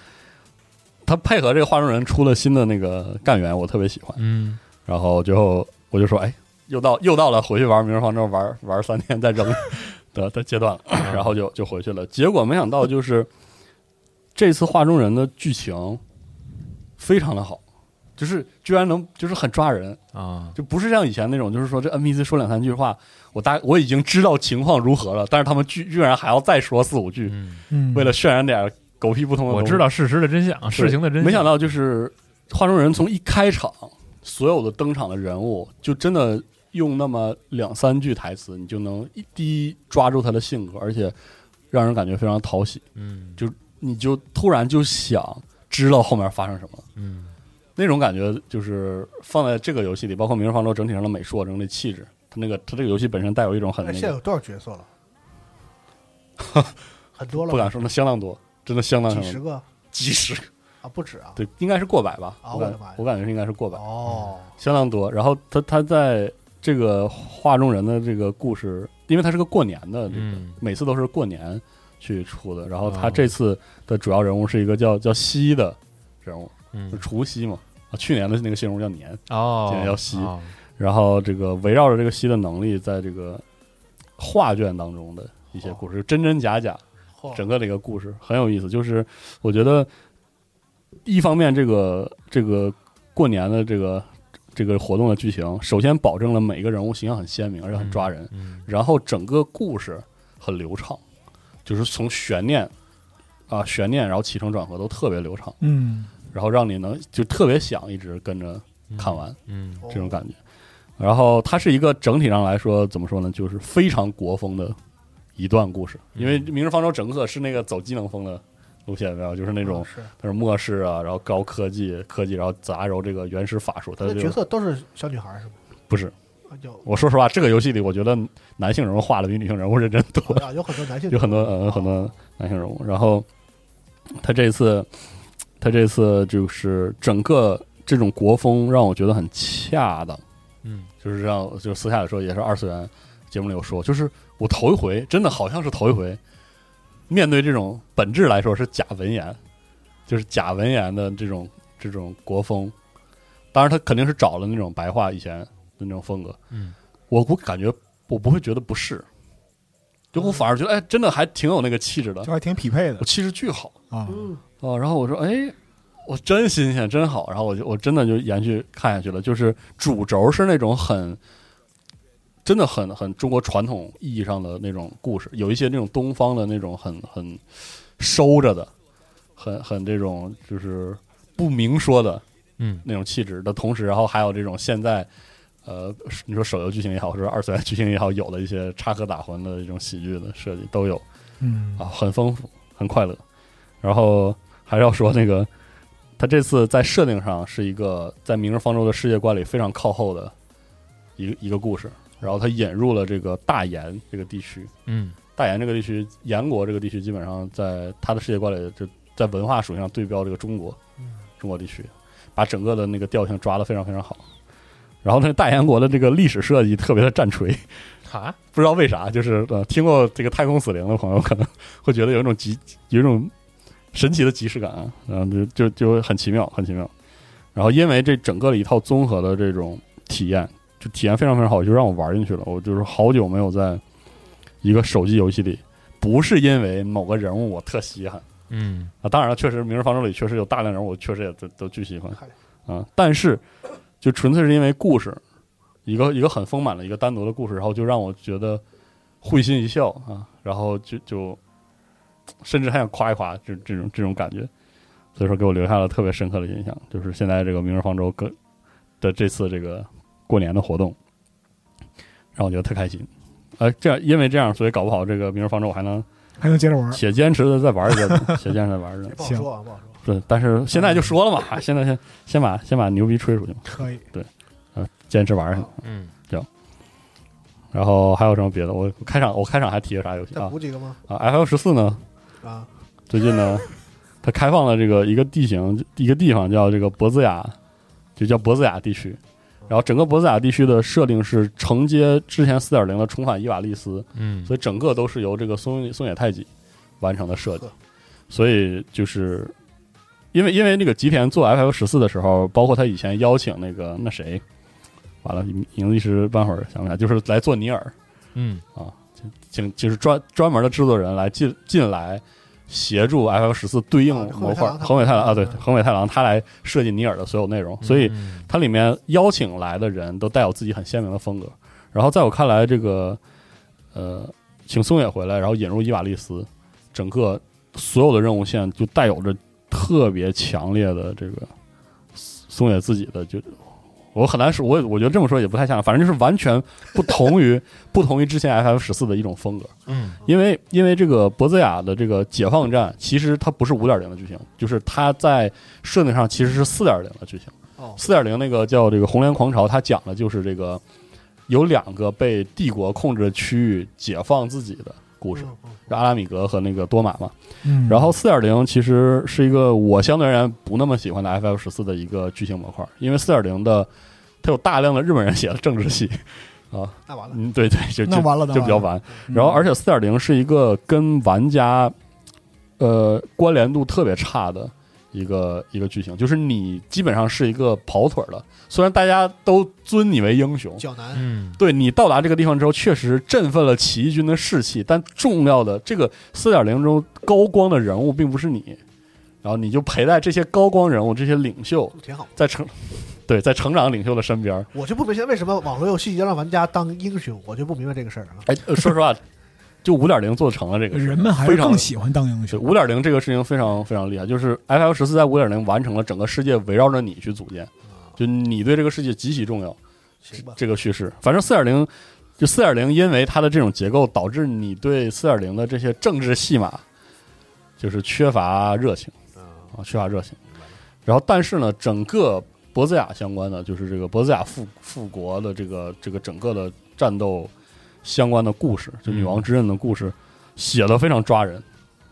[SPEAKER 5] 他配合这个画中人出了新的那个干员，我特别喜欢。
[SPEAKER 3] 嗯，
[SPEAKER 5] 然后最后我就说，哎，又到又到了回去玩《明日方舟》玩玩三天再扔的的阶
[SPEAKER 3] [LAUGHS]
[SPEAKER 5] 段了，然后就就回去了。结果没想到就是这次画中人的剧情非常的好，就是居然能就是很抓人，
[SPEAKER 3] 啊，
[SPEAKER 5] 就不是像以前那种，就是说这 NPC 说两三句话，我大我已经知道情况如何了，但是他们居居然还要再说四五句，
[SPEAKER 3] 嗯，
[SPEAKER 4] 嗯，
[SPEAKER 5] 为了渲染点狗屁不通的
[SPEAKER 3] 我
[SPEAKER 5] 东西
[SPEAKER 3] 知道事实的真相，事情的真相，
[SPEAKER 5] 没想到就是画中人从一开场，所有的登场的人物，就真的用那么两三句台词，你就能一第一抓住他的性格，而且让人感觉非常讨喜，
[SPEAKER 3] 嗯
[SPEAKER 5] 你就突然就想知道后面发生什么。
[SPEAKER 3] 嗯
[SPEAKER 5] 那种感觉就是放在这个游戏里，包括《明日方舟》整体上的美术啊，整体气质，它那个它这个游戏本身带有一种很
[SPEAKER 2] 哎
[SPEAKER 5] 那
[SPEAKER 2] 现在
[SPEAKER 5] 个，
[SPEAKER 2] 有多少角色了？很多了
[SPEAKER 5] 不
[SPEAKER 2] 吧，
[SPEAKER 5] 敢说那相当多，真的相当
[SPEAKER 2] 几
[SPEAKER 5] 相
[SPEAKER 2] 十
[SPEAKER 5] 当
[SPEAKER 2] 个
[SPEAKER 5] 几十个，
[SPEAKER 2] 啊，不止啊。
[SPEAKER 5] 对，应该是过百吧，
[SPEAKER 2] 啊
[SPEAKER 5] 我
[SPEAKER 2] 我
[SPEAKER 5] 感
[SPEAKER 2] 的妈呀
[SPEAKER 5] 我感觉是应该是过百。
[SPEAKER 2] 哦，
[SPEAKER 5] 相当多。然后他他在这个画中人的这个故事，因为他是个过年的，这个
[SPEAKER 3] 嗯
[SPEAKER 5] 每次都是过年去出的。然后他
[SPEAKER 3] 哦
[SPEAKER 5] 这次的主要人物是一个叫叫西的人物，就
[SPEAKER 3] 嗯，
[SPEAKER 5] 除夕嘛。啊，去年的那个新人物叫年，
[SPEAKER 3] 哦，
[SPEAKER 5] 简直要吸
[SPEAKER 3] 哦
[SPEAKER 5] 然后这个围绕着这个西的能力，在这个画卷当中的一
[SPEAKER 3] 哦
[SPEAKER 5] 些故事，真真假假，
[SPEAKER 2] 嚯
[SPEAKER 5] 整个嗯这个故事很有意思。就是我觉得，一方面这个这个过年的这个这个活动的剧情，首先保证了每一个人物形象很鲜明，而且很抓人，
[SPEAKER 3] 嗯
[SPEAKER 5] 然后整个故事很流畅，就是从悬念啊悬念，然后起承转合都特别流畅，
[SPEAKER 4] 嗯，
[SPEAKER 5] 然后让你能就特别想一直跟着看完。
[SPEAKER 3] 嗯
[SPEAKER 2] 哦
[SPEAKER 5] 这种感觉。然后它是一个整体上来说怎么说呢，就是非常国风的一段故事，因为《明日方舟》整个是那个走机能风的路线，没有，就是那种
[SPEAKER 2] 哦是，
[SPEAKER 5] 那种末世啊，然后高科技科技，然后杂糅这个原始法术，它
[SPEAKER 2] 那
[SPEAKER 5] 就
[SPEAKER 2] 角色都是小女孩是吗？
[SPEAKER 5] 不是。
[SPEAKER 2] 啊有
[SPEAKER 5] 我说实话，这个游戏里我觉得男性人物画的比女性人物认真多，
[SPEAKER 2] 啊，有很多男性啊
[SPEAKER 5] 有很多呃很多男性人物。然后他这次，他这次就是整个这种国风让我觉得很恰当。
[SPEAKER 3] 嗯，
[SPEAKER 5] 就是让就是私下里说也是二次元节目里有说，就是我头一回真的好像是头一回面对这种本质来说是假文言，就是假文言的这种这种国风，当然他肯定是找了那种白话以前的那种风格，
[SPEAKER 3] 嗯，
[SPEAKER 5] 我我感觉我不会觉得不是，就我反而觉得哎，真的还挺有那个气质的
[SPEAKER 4] 就，还挺匹配的
[SPEAKER 5] 我气质巨好，
[SPEAKER 4] 啊，
[SPEAKER 5] 哦，然后我说，哎，我真新鲜，真好。然后我就我真的就延续看下去了，就是主轴是那种很，真的很很中国传统意义上的那种故事，有一些那种东方的那种很很收着的，很很这种就是不明说的
[SPEAKER 3] 嗯
[SPEAKER 5] 那种气质的同时，然后还有这种现在。呃，你说手游剧情也好，说二次元剧情也好，有的一些插科打诨的这种喜剧的设计都有，
[SPEAKER 4] 嗯
[SPEAKER 5] 啊，很丰富，很快乐。然后还是要说那个，他这次在设定上是一个在《明日方舟》的世界观里非常靠后的一个一个故事。然后他引入了这个大研这个地区，
[SPEAKER 3] 嗯
[SPEAKER 5] 大研这个地区，燕国这个地区基本上在他的世界观里，就在文化属性上对标这个中国，中国地区，把整个的那个调性抓得非常非常好。然后呢，大燕国的这个历史设计特别的战锤，
[SPEAKER 3] 啊
[SPEAKER 5] 不知道为啥，就是呃，听过这个太空死灵的朋友可能会觉得有一种即有一种神奇的即视感啊，然后就就就很奇妙，很奇妙。然后因为这整个的一套综合的这种体验，就体验非常非常好，就让我玩进去了。我就是好久没有在一个手机游戏里，不是因为某个人物我特稀罕，
[SPEAKER 3] 嗯
[SPEAKER 5] 啊，当然了，确实《明日方舟》里确实有大量人物，我确实也都都巨喜欢
[SPEAKER 2] 嗯嗨
[SPEAKER 5] 啊。但是，就纯粹是因为故事，一个一个很丰满的一个单独的故事，然后就让我觉得会心一笑啊，然后就就甚至还想夸一夸，这这种这种感觉，所以说给我留下了特别深刻的印象。就是现在这个《明日方舟》跟的这次这个过年的活动，让我觉得特开心。呃，这样因为这样，所以搞不好这个《明日方舟》我还能
[SPEAKER 4] 还能接着玩儿。
[SPEAKER 5] 且坚持的再玩一阵子，且坚持地玩一阵子。
[SPEAKER 2] 不好说啊，不好说。
[SPEAKER 5] 对，但是现在就说了嘛，现在先先把先把牛逼吹出去嘛，
[SPEAKER 4] 可以，
[SPEAKER 5] 呃，坚持玩下去。
[SPEAKER 3] 嗯，
[SPEAKER 5] 然后还有什么别的？我我开场我开场还提了啥游戏
[SPEAKER 2] 再
[SPEAKER 5] 啊？
[SPEAKER 2] 补几个吗？
[SPEAKER 5] 啊，F 十四呢？
[SPEAKER 2] 啊，
[SPEAKER 5] 最近呢，它开放了这个一个地形一个地方叫这个博兹雅，就叫博兹雅地区。然后整个博兹雅地区的设定是承接之前四点零的重返伊瓦利斯，
[SPEAKER 3] 嗯，
[SPEAKER 5] 所以整个都是由这个松松野太己完成的设计
[SPEAKER 2] 呵。
[SPEAKER 5] 所以就是因为因为那个吉田做 FF 十四的时候，包括他以前邀请那个那谁，完了名字一时半会儿想不起来，就是来做尼尔
[SPEAKER 3] 嗯
[SPEAKER 5] 啊，就请就是专专门的制作人来进进来。协助 FF 十四对应
[SPEAKER 2] 啊
[SPEAKER 5] 模
[SPEAKER 2] 横尾太郎他
[SPEAKER 5] 块，横尾太郎啊，对，
[SPEAKER 2] 嗯
[SPEAKER 5] 横尾太郎他来设计尼尔的所有内容，所以
[SPEAKER 3] 嗯
[SPEAKER 5] 它里面邀请来的人都带有自己很鲜明的风格。然后在我看来，这个呃，请松野回来，然后引入伊瓦利斯，整个所有的任务线就带有着特别强烈的这个松野自己的就。我很难说，我我觉得这么说也不太像，反正就是完全不同于 [LAUGHS] 不同于之前 FF 十四的一种风格，
[SPEAKER 3] 嗯
[SPEAKER 5] 因为因为这个博兹雅的这个解放战其实它不是五点零的剧情，就是它在设定上其实是四点零的剧情。
[SPEAKER 2] 哦，
[SPEAKER 5] 四点零那个叫这个红莲狂潮，它讲的就是这个有两个被帝国控制的区域解放自己的故事，
[SPEAKER 2] 嗯嗯
[SPEAKER 5] 是阿拉米格和那个多玛嘛。
[SPEAKER 4] 嗯，
[SPEAKER 5] 然后四点零其实是一个我相对而言不那么喜欢的 FF 十四的一个剧情模块，因为四点零的它有大量的日本人写的政治戏啊，
[SPEAKER 2] 那完了，
[SPEAKER 5] 嗯，对对，就
[SPEAKER 4] 那
[SPEAKER 5] 就
[SPEAKER 4] 完了，那
[SPEAKER 5] 就比较
[SPEAKER 4] 完了。
[SPEAKER 5] 完。
[SPEAKER 4] 嗯
[SPEAKER 5] 然后，而且四点零是一个跟玩家呃关联度特别差的一个一个剧情，就是你基本上是一个跑腿儿的，虽然大家都尊你为英雄，
[SPEAKER 2] 较难，
[SPEAKER 3] 嗯
[SPEAKER 5] 对你到达这个地方之后，确实振奋了起义军的士气，但重要的这个四点零中高光的人物并不是你，然后你就陪在这些高光人物、这些领袖
[SPEAKER 2] 挺好。
[SPEAKER 5] 在成对在成长领袖的身边儿，
[SPEAKER 2] 我就不明白为什么网络游戏要让玩家当英雄，我就不明白这个事儿啊。
[SPEAKER 5] 哎，呃说实话，就五点零做成了这个事儿，
[SPEAKER 4] 人们还
[SPEAKER 5] 非
[SPEAKER 4] 是
[SPEAKER 5] 常
[SPEAKER 4] 更喜欢当英
[SPEAKER 5] 对，
[SPEAKER 4] 雄。
[SPEAKER 5] 五点零这个事情非常非常厉害，就是 FF 十四在五点零完成了整个世界围绕着你去组建，就你对这个世界极其重要。
[SPEAKER 2] 啊行吧，
[SPEAKER 5] 这个叙事，反正四点零就四点零，因为它的这种结构导致你对四点零的这些政治戏码就是缺乏热情
[SPEAKER 2] 嗯
[SPEAKER 5] 啊，缺乏热情。然后，但是呢，整个博兹雅相关的，就是这个博兹雅复复国的这个这个整个的战斗相关的故事，就女
[SPEAKER 2] 嗯
[SPEAKER 5] 王之刃的故事，写的非常抓人。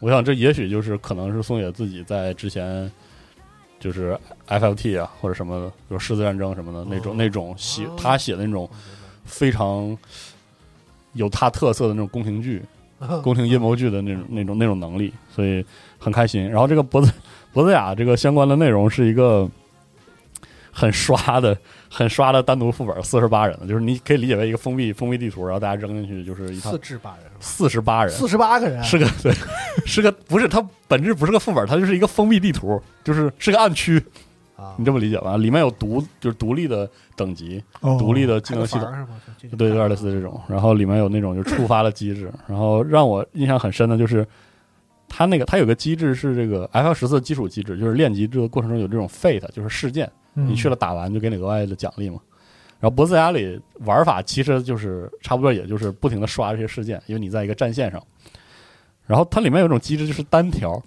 [SPEAKER 5] 我想，这也许就是可能是松野自己在之前就是 FFT 啊或者什么的，比如狮子战争什么的那种、那种写
[SPEAKER 2] 哦
[SPEAKER 5] 他写的那种
[SPEAKER 2] 我明
[SPEAKER 5] 非常有他特色的那种宫廷剧、
[SPEAKER 2] 白
[SPEAKER 5] [LAUGHS]
[SPEAKER 2] [LAUGHS]
[SPEAKER 5] 宫廷阴谋剧的那种、那种、那种能力，所以很开心。然后这个 [LAUGHS] 博兹博兹雅这个相关的内容是一个很刷的、很刷的单独副本，四十八人的，就是你可以理解为一个封闭封闭地图，然后大家扔进去就是一套
[SPEAKER 2] 四至八人是吧，
[SPEAKER 5] 四十八人，
[SPEAKER 2] 四十八个人，
[SPEAKER 5] 是个对，是个不是它本质不是个副本，它就是一个封闭地图，就是是个暗区，
[SPEAKER 2] 啊
[SPEAKER 5] 你，这么理解吧？里面有独就是独立的等级、
[SPEAKER 4] 哦
[SPEAKER 5] 独立的技
[SPEAKER 2] 开
[SPEAKER 5] 能
[SPEAKER 2] 个
[SPEAKER 5] 系
[SPEAKER 2] 房
[SPEAKER 5] 统，
[SPEAKER 2] 儿是吗？就
[SPEAKER 5] 对，有点类似这种。然后里面有那种就是触发的机制，然后让我印象很深的就是。它那个，它有个机制是这个 F 十四基础机制，就是练级这个过程中有这种 fate，就是事件，
[SPEAKER 4] 嗯
[SPEAKER 5] 你去了打完就给你额外的奖励嘛。然后博兹雅里玩法其实就是差不多，也就是不停的刷这些事件，因为你在一个战线上。然后它里面有一种机制就是单条，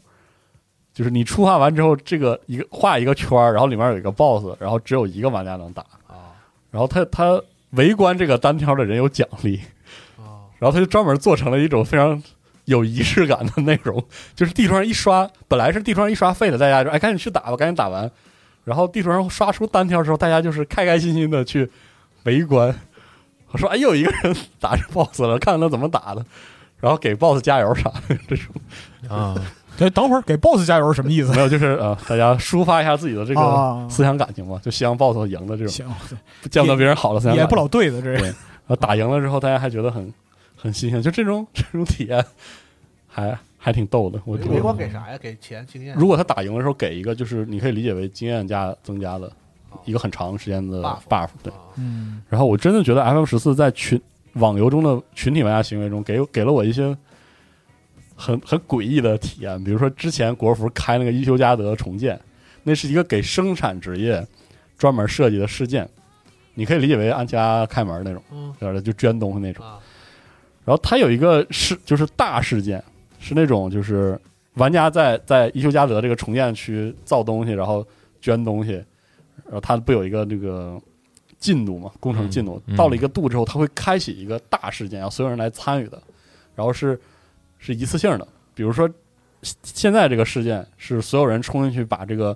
[SPEAKER 5] 就是你触发完之后，这个一个画一个圈儿，然后里面有一个 BOSS，然后只有一个玩家能打。
[SPEAKER 2] 啊
[SPEAKER 5] 然后他他围观这个单挑的人有奖励，
[SPEAKER 2] 啊，
[SPEAKER 5] 然后他就专门做成了一种非常有仪式感的内容， [LAUGHS] 就是地图上一刷，本来是地图上一刷废的，大家就哎赶紧去打吧，赶紧打完。然后地图上刷出单挑的时候，大家就是开开心心的去围观，我说哎又有一个人打着 BOSS 了，看看他怎么打的，然后给 BOSS 加油啥的，这种
[SPEAKER 3] 啊，
[SPEAKER 4] 对，等会儿给 BOSS 加油是什么意思
[SPEAKER 5] 没有就是呃大家抒发一下自己的 [LAUGHS] 这个
[SPEAKER 4] 啊？
[SPEAKER 5] 思想感情嘛，就希望 BOSS 赢的这种
[SPEAKER 4] 行，
[SPEAKER 5] 见不得别人好的思想
[SPEAKER 4] 也
[SPEAKER 5] 感
[SPEAKER 4] 不
[SPEAKER 5] 情。
[SPEAKER 4] 老对的这
[SPEAKER 5] 对 [LAUGHS] 然后打赢了之后，大家还觉得很很新鲜，就这种这种体验还还挺逗的。我
[SPEAKER 2] 没光给啥呀？给钱经验
[SPEAKER 5] 如果他打赢的时候给一个，就是你可以理解为经验加增加的
[SPEAKER 2] 啊
[SPEAKER 5] 一个很长时间的
[SPEAKER 2] Buff
[SPEAKER 5] buff。对，
[SPEAKER 2] 啊
[SPEAKER 4] 嗯，
[SPEAKER 5] 然后我真的觉得 FM 十四在群网游中的群体玩家行为中给给了我一些很很诡异的体验，比如说之前国服开那个伊修加德重建，那是一个给生产职业专门设计的事件，你可以理解为安琪拉开门那种，
[SPEAKER 2] 嗯
[SPEAKER 5] 对吧？就捐东西那种。
[SPEAKER 2] 啊，
[SPEAKER 5] 然后它有一个事，就是大事件，是那种就是玩家在在伊修加德这个重建区造东西，然后捐东西，然后它不有一个那个进度嘛，工程进度、
[SPEAKER 3] 嗯嗯
[SPEAKER 5] 到了一个度之后，它会开启一个大事件，然后所有人来参与的，然后是是一次性的，比如说现在这个事件是所有人冲进去把这个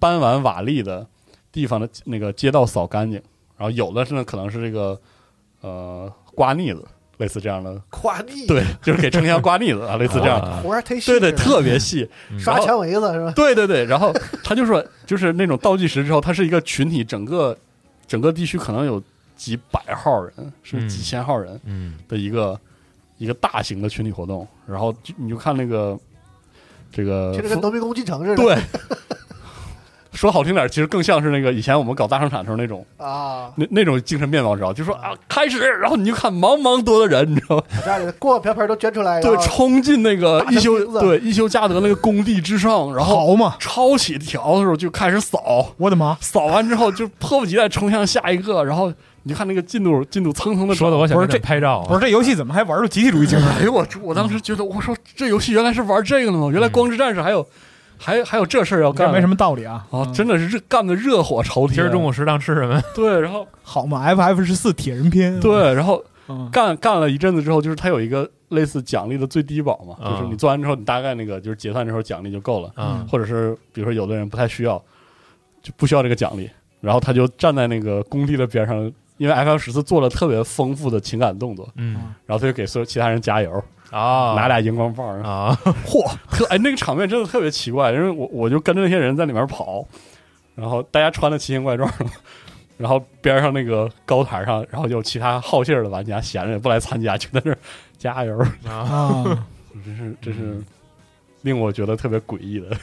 [SPEAKER 5] 搬完瓦砾的地方的那个街道扫干净，然后有的是呢可能是这个呃刮腻子。类似这样的
[SPEAKER 2] 夸你
[SPEAKER 5] 对， [LAUGHS] 就是给城墙刮腻子啊，类似这样的。
[SPEAKER 2] 活儿忒细
[SPEAKER 5] [LAUGHS] 对对，
[SPEAKER 2] 致
[SPEAKER 5] 特别细。
[SPEAKER 2] 刷墙围子是吧？
[SPEAKER 5] [LAUGHS] 对对对，然后他就说，就是那种倒计时之后，它是一个群体，整个整个地区可能有几百号人，甚至
[SPEAKER 3] 嗯
[SPEAKER 5] 几千号人
[SPEAKER 3] 嗯
[SPEAKER 5] 的一个、一个大型的群体活动。然后就你就看那个这个
[SPEAKER 2] 听着跟
[SPEAKER 5] 服
[SPEAKER 2] 农民工进城似的。
[SPEAKER 5] 呃对，说好听点儿，其实更像是那个以前我们搞大生产的时候那种
[SPEAKER 2] 啊，
[SPEAKER 5] 那那种精神面貌，知道？就说啊，开始，然后你就看茫茫多的人，你知道吗？
[SPEAKER 2] 我家里的锅碗瓢盆都捐出来，
[SPEAKER 5] 对，
[SPEAKER 2] 然后
[SPEAKER 5] 冲进那个
[SPEAKER 2] 打成
[SPEAKER 5] 一休
[SPEAKER 2] 钉子
[SPEAKER 5] 对一休加德那个工地之上，然后
[SPEAKER 4] 好嘛，
[SPEAKER 5] 抄起条的时候就开始扫，
[SPEAKER 4] 我的妈！
[SPEAKER 5] 扫完之后就迫不及待冲向下一个，然后你就看那个进度进度蹭蹭的
[SPEAKER 3] 说的我想
[SPEAKER 4] 不是
[SPEAKER 3] 跟你
[SPEAKER 4] 这
[SPEAKER 3] 拍照啊，
[SPEAKER 4] 不是这游戏怎么还玩出集体主义精神？
[SPEAKER 5] 哎呦我我当时觉得我说这游戏原来是玩这个的吗？原来光之战士还有还还有这事儿要
[SPEAKER 4] 这
[SPEAKER 5] 干，
[SPEAKER 4] 没什么道理啊！
[SPEAKER 5] 啊，真的是热干的热火朝天。
[SPEAKER 3] 今儿中午食堂吃什么？
[SPEAKER 5] 对，然后
[SPEAKER 4] 好嘛，FF 十四铁人篇，
[SPEAKER 5] 对，然后 [LAUGHS]
[SPEAKER 4] 嗯，
[SPEAKER 5] 干干了一阵子之后，就是它有一个类似奖励的最低保嘛，就是
[SPEAKER 3] 嗯
[SPEAKER 5] 你做完之后，你大概那个就是结算之后奖励就够了。
[SPEAKER 3] 啊，
[SPEAKER 5] 或者是比如说有的人不太需要，就不需要这个奖励，然后他就站在那个工地的边上，因为 F 十四做了特别丰富的情感动作，
[SPEAKER 3] 嗯
[SPEAKER 5] 然后他就给所有其他人加油，
[SPEAKER 3] 啊，
[SPEAKER 5] 拿俩荧光棒，
[SPEAKER 3] 啊，
[SPEAKER 5] 嚯，特哎那个场面真的特别奇怪，因为我我就跟着那些人在里面跑，然后大家穿的奇形怪状的。然后边上那个高台上，然后有其他好信儿的玩家闲着也不来参加，就在那儿加油，
[SPEAKER 3] 啊
[SPEAKER 4] 啊，
[SPEAKER 5] 真是真是令我觉得特别诡异的，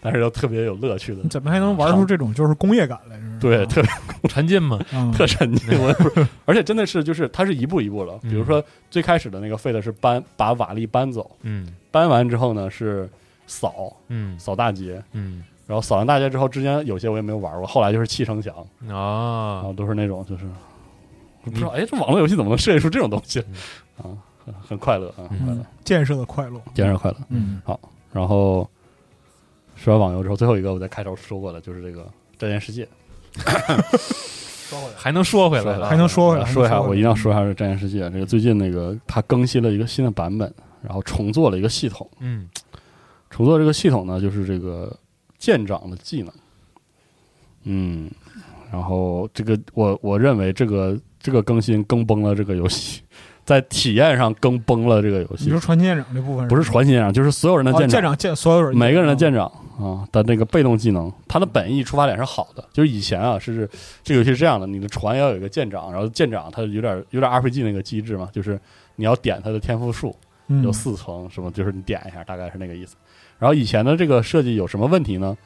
[SPEAKER 5] 但是又特别有乐趣的
[SPEAKER 4] 你。怎么还能玩出这种就是工业感来？真是
[SPEAKER 5] 对，特
[SPEAKER 3] 沉浸嘛，
[SPEAKER 4] 嗯
[SPEAKER 5] 特沉浸，我也不是，而且真的是就是它是一步一步的，比如说最开始的那个费的是搬把瓦砾搬走，
[SPEAKER 3] 嗯
[SPEAKER 5] 搬完之后呢是扫
[SPEAKER 3] 嗯
[SPEAKER 5] 扫大街，
[SPEAKER 3] 嗯
[SPEAKER 5] 然后扫完大街之后，之间有些我也没有玩过，后来就是砌城墙，然
[SPEAKER 3] 啊
[SPEAKER 5] 后，都是那种就是我不知道哎，这网络游戏怎么能设计出这种东西 [LAUGHS] 啊？很很快乐啊，很快乐
[SPEAKER 4] 嗯，建设的快乐，
[SPEAKER 5] 坚持快乐。
[SPEAKER 4] 嗯，
[SPEAKER 5] 然后说完网游之后，最后一个我在开头说过的就是这个《战舰世界》，
[SPEAKER 2] 说回来，
[SPEAKER 3] 还能说回来
[SPEAKER 5] 说回
[SPEAKER 3] 了
[SPEAKER 5] 来
[SPEAKER 4] 还能说回来，还能
[SPEAKER 5] 啊呃说一下，
[SPEAKER 4] 回来
[SPEAKER 5] 我一定要说一下这个《战舰世界》。这个最近那个它更新了一个新的版本，然后重做了一个系统。
[SPEAKER 3] 嗯
[SPEAKER 5] 重做这个系统呢，就是这个舰长的技能。嗯，然后这个我我认为这个这个更新更崩了这个游戏， [LAUGHS] 在体验上更崩了这个游
[SPEAKER 4] 你
[SPEAKER 5] 戏
[SPEAKER 4] 说。传奇舰长这部分
[SPEAKER 5] 不是传舰长，就是所有人的
[SPEAKER 4] 哦
[SPEAKER 5] 舰
[SPEAKER 4] 舰
[SPEAKER 5] 长，
[SPEAKER 4] 长舰所有人
[SPEAKER 5] 每个人的舰长啊的那个被动技能，它的本意出发点是好的。就是以前啊，是这个游戏是这样的，你的船要有一个舰长，然后舰长它有点有点 RPG 那个机制嘛，就是你要点它的天赋数，
[SPEAKER 4] 嗯
[SPEAKER 5] 有四层什么，就是你点一下，大概是那个意思。然后以前的这个设计有什么问题呢？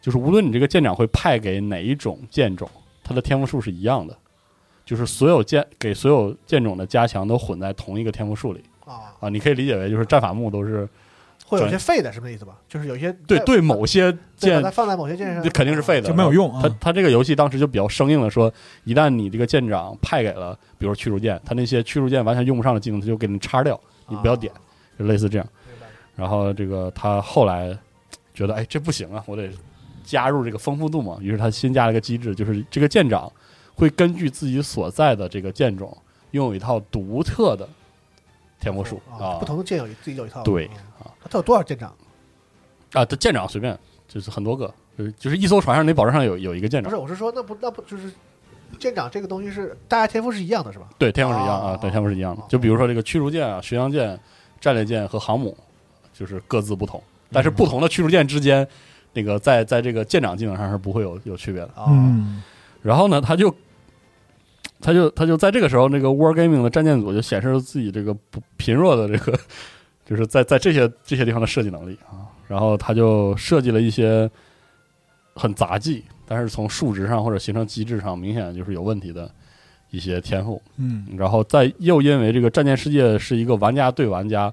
[SPEAKER 5] 就是无论你这个舰长会派给哪一种舰种，它的天赋数是一样的，就是所有舰给所有舰种的加强都混在同一个天赋数里
[SPEAKER 2] 啊，
[SPEAKER 5] 啊。你可以理解为就是战法木都是
[SPEAKER 2] 会有些废的，是不是那意思吧？就是有些
[SPEAKER 5] 对
[SPEAKER 2] 在
[SPEAKER 5] 对某些
[SPEAKER 2] 对，把
[SPEAKER 5] 舰
[SPEAKER 2] 它放在某些舰上
[SPEAKER 5] 这肯定是废的，
[SPEAKER 4] 就没有用啊
[SPEAKER 5] 他他这个游戏当时就比较生硬的说，一旦你这个舰长派给了，比如驱逐舰，他那些驱逐舰完全用不上的技能，他就给你叉掉，你
[SPEAKER 2] 啊
[SPEAKER 5] 不要点，就类似这样。然后这个他后来觉得，哎，这不行啊，我得加入这个丰富度嘛。于是他新加了一个机制，就是这个舰长会根据自己所在的这个舰种，拥有一套独特的天赋术
[SPEAKER 4] 哦
[SPEAKER 2] 啊，不同的舰有一自己有一套。
[SPEAKER 5] 对
[SPEAKER 2] 嗯
[SPEAKER 5] 啊
[SPEAKER 2] 它有多少舰长？
[SPEAKER 5] 啊，他舰长随便就是很多个，就是就是一艘船上得保证上有有一个舰
[SPEAKER 2] 不
[SPEAKER 5] 长
[SPEAKER 2] 是，。我是说，那不那不就是舰长这个东西是大家天赋是一样的，是吧？
[SPEAKER 5] 对，天赋是一样
[SPEAKER 2] 哦
[SPEAKER 5] 啊，对，天赋是一样的
[SPEAKER 2] 哦。
[SPEAKER 5] 就比如说这个驱逐舰啊、巡洋舰、战列舰和航母，就是各自不同，但是不同的驱逐舰之间，那个在在这个舰长技能上是不会有有区别的。
[SPEAKER 2] 啊，
[SPEAKER 4] 嗯
[SPEAKER 5] 然后呢，他就他就他就在这个时候，那个 [LAUGHS] Wargaming 的战舰组就显示了自己这个不贫弱的这个就是在在这些这些地方的设计能力啊。然后他就设计了一些很杂技，但是从数值上或者形成机制上明显就是有问题的一些天赋。
[SPEAKER 4] 嗯
[SPEAKER 5] 然后再又因为这个《战舰世界》是一个玩家对玩家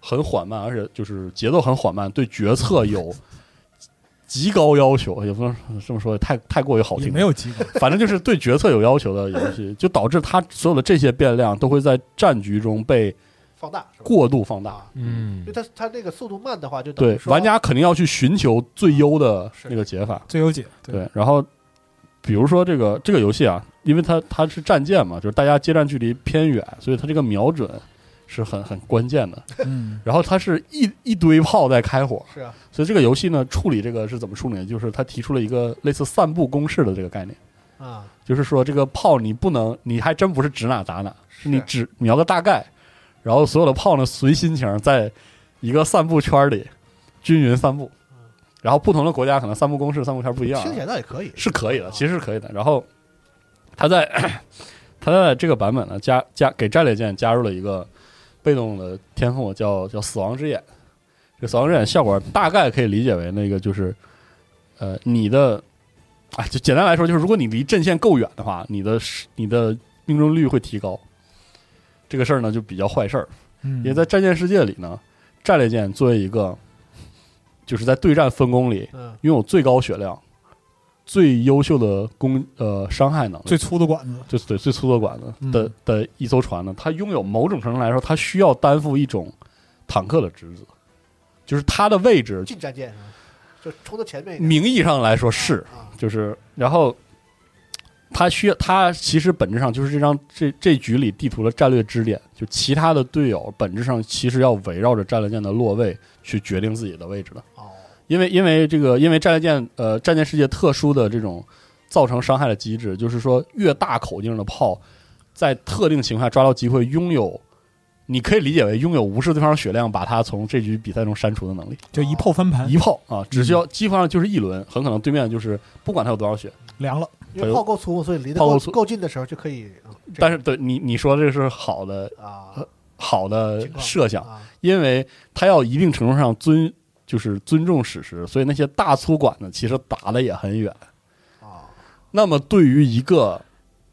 [SPEAKER 5] 很缓慢，而且就是节奏很缓慢，对决策有极高要求，也不能这么说，太太过于好
[SPEAKER 4] 也
[SPEAKER 5] 听。
[SPEAKER 4] 没，有及格，
[SPEAKER 5] 反正就是对决策有要求的游戏，就导致它所有的这些变量都会在战局中被
[SPEAKER 2] 放大是吧？啊
[SPEAKER 5] 过度放大。
[SPEAKER 3] 嗯
[SPEAKER 2] 因为它它那个速度慢的话，就等于
[SPEAKER 5] 对，
[SPEAKER 2] 说
[SPEAKER 5] 玩家肯定要去寻求最优的那个解法。
[SPEAKER 4] 最优
[SPEAKER 5] [LAUGHS]
[SPEAKER 4] 解。对，
[SPEAKER 5] 对，然后比如说这个这个游戏啊，因为它它是战舰嘛，就是大家接战距离偏远，所以它这个瞄准是很很关键的。
[SPEAKER 4] 嗯，
[SPEAKER 5] 然后它是一一堆炮在开火，
[SPEAKER 2] 是啊，
[SPEAKER 5] 所以这个游戏呢处理这个是怎么处理呢？就是它提出了一个类似散步公式的这个概念，
[SPEAKER 2] 啊，
[SPEAKER 5] 就是说这个炮你不能，你还真不是指哪打哪，
[SPEAKER 2] 是
[SPEAKER 5] 是你只瞄个大概，然后所有的炮呢随心情在一个散步圈里均匀散布，然后不同的国家可能散步公式、散步圈不一样啊，
[SPEAKER 2] 听起来倒也可以，
[SPEAKER 5] 是可以的，
[SPEAKER 2] 啊
[SPEAKER 5] 其实是可以的。然后他在他在这个版本呢，加加给战列舰加入了一个被动的天赋，叫叫死亡之眼。这个死亡之眼效果大概可以理解为那个就是，呃，你的啊，就简单来说就是，如果你离阵线够远的话，你的你的命中率会提高。这个事儿呢就比较坏事儿，
[SPEAKER 4] 嗯
[SPEAKER 5] 也在战舰世界里呢，战列舰作为一个就是在对战分工里
[SPEAKER 2] 嗯，
[SPEAKER 5] 拥有最高血量、最优秀的攻呃伤害能力，
[SPEAKER 4] 最粗的管子。
[SPEAKER 5] 就是对最粗的管子
[SPEAKER 4] 嗯
[SPEAKER 5] 的、的一艘船呢，它拥有某种程度来说，它需要担负一种坦克的职责，就是它的位置，
[SPEAKER 2] 近战舰是吧就冲到前面一点，
[SPEAKER 5] 名义上来说是，
[SPEAKER 2] 啊，
[SPEAKER 5] 就是然后它需要它其实本质上就是这张这这局里地图的战略支点，就其他的队友本质上其实要围绕着战略舰的落位去决定自己的位置的。
[SPEAKER 2] 哦，
[SPEAKER 5] 因为因为这个，因为战列舰呃战舰世界特殊的这种造成伤害的机制，就是说越大口径的炮，在特定情况下抓到机会，拥有你可以理解为拥有无视对方血量，把他从这局比赛中删除的能力。
[SPEAKER 4] 就一炮
[SPEAKER 2] 哎
[SPEAKER 4] 翻盘
[SPEAKER 5] 一炮啊，只
[SPEAKER 2] 嗯
[SPEAKER 5] 需要基本上就是一轮，很可能对面就是不管他有多少血，
[SPEAKER 4] 凉了，
[SPEAKER 2] 因为炮够粗，所以离得
[SPEAKER 5] 炮够
[SPEAKER 2] 够
[SPEAKER 5] 粗
[SPEAKER 2] 够近的时候就可以，嗯这个
[SPEAKER 5] 但是对你你说这是好的
[SPEAKER 2] 啊
[SPEAKER 5] 好的
[SPEAKER 2] 情况
[SPEAKER 5] 设想，
[SPEAKER 2] 啊，
[SPEAKER 5] 因为他要一定程度上尊就是尊重史实，所以那些大粗管子其实打的也很远。
[SPEAKER 2] 啊，
[SPEAKER 5] 那么对于一个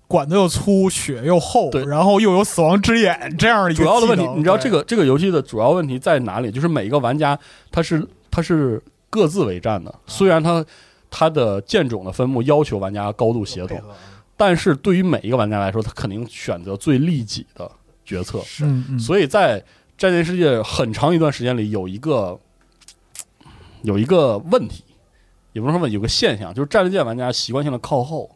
[SPEAKER 4] 管子又粗，血又厚，
[SPEAKER 5] 对
[SPEAKER 4] 然后又有死亡之眼这样一个
[SPEAKER 5] 主要的问
[SPEAKER 4] 技
[SPEAKER 5] 题，
[SPEAKER 4] 能
[SPEAKER 5] 你知道
[SPEAKER 4] 对
[SPEAKER 5] 这个这个游戏的主要问题在哪里？就是每一个玩家他是他是各自为战的，
[SPEAKER 4] 啊
[SPEAKER 5] 虽然他他的剑种的分布要求玩家高度协
[SPEAKER 2] 配
[SPEAKER 5] 同，
[SPEAKER 2] 合啊
[SPEAKER 5] 但是对于每一个玩家来说，他肯定选择最利己的决策。
[SPEAKER 4] 嗯嗯，
[SPEAKER 5] 所以在战舰世界很长一段时间里，有一个有一个问题，也不是说问题，有个现象，就是战列舰玩家习惯性的靠后，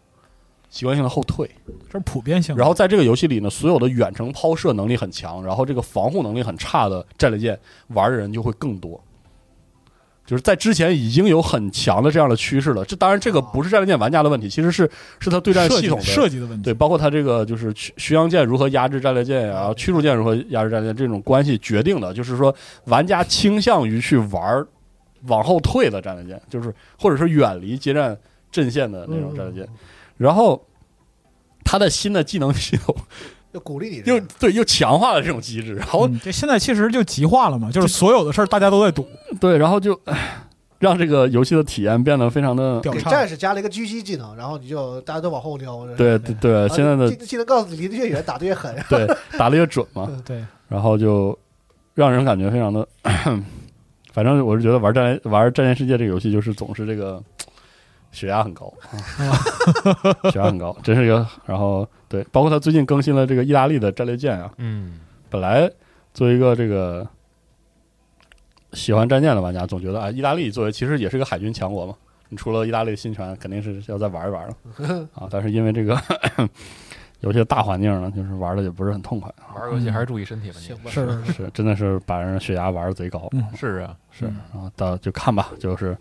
[SPEAKER 5] 习惯性的后退。
[SPEAKER 4] 这是普遍性的。
[SPEAKER 5] 然后在这个游戏里呢，所有的远程抛射能力很强，然后这个防护能力很差的战列舰玩的人就会更多。就是在之前已经有很强的这样的趋势了，这当然这个不是战列舰玩家的问题，其实是是它对战
[SPEAKER 4] 设
[SPEAKER 5] 系
[SPEAKER 4] 计
[SPEAKER 5] 统的
[SPEAKER 4] 设计的问题，
[SPEAKER 5] 对，包括它这个就是巡巡洋舰如何压制战列舰啊，驱逐舰如何压制战列舰这种关系决定的，就是说玩家倾向于去玩儿往后退的战列舰，就是或者是远离接战阵线的那种战
[SPEAKER 4] 嗯
[SPEAKER 5] 列舰，
[SPEAKER 2] 嗯
[SPEAKER 5] 然后。它的新的技能系统
[SPEAKER 2] 就鼓励你这
[SPEAKER 5] 又
[SPEAKER 2] 个，
[SPEAKER 5] 对又强化了这种机制，然后、
[SPEAKER 4] 嗯，这现在其实就极化了嘛，就是所有的事儿大家都在赌，
[SPEAKER 5] 嗯对，然后就唉让这个游戏的体验变得非常的
[SPEAKER 4] 屌
[SPEAKER 2] 给
[SPEAKER 4] 叉
[SPEAKER 2] 战。士加了一个狙击技能，然后你就大家都往后撩，这是
[SPEAKER 5] 对对对，现在
[SPEAKER 2] 啊
[SPEAKER 5] 的
[SPEAKER 2] 技技能告诉你离得越远打得越狠，
[SPEAKER 5] 对打的越准嘛，
[SPEAKER 4] 对，
[SPEAKER 5] 然后就让人感觉非常的， [CLEARS THROAT] 反正我是觉得玩战玩《战舰世界》这个游戏就是总是这个血压很高，啊 [LAUGHS] 血压很高，真是一个。然后对，包括他最近更新了这个意大利的战列舰啊，
[SPEAKER 3] 嗯，
[SPEAKER 5] 本来作为一个这个喜欢战舰的玩家，总觉得啊，意大利作为其实也是个海军强国嘛，你出了意大利的新船，肯定是要再玩一玩了啊。但是因为这个 [LAUGHS] 有些大环境呢，就是玩的也不是很痛快，
[SPEAKER 3] 玩游戏还是注意身体吧，
[SPEAKER 2] 行
[SPEAKER 3] 你
[SPEAKER 2] 吧？
[SPEAKER 4] 是是是
[SPEAKER 5] 是真的是把人血压玩的贼高。
[SPEAKER 4] 嗯
[SPEAKER 3] 是啊，
[SPEAKER 5] 是
[SPEAKER 4] 嗯
[SPEAKER 5] 啊，到就看吧，就是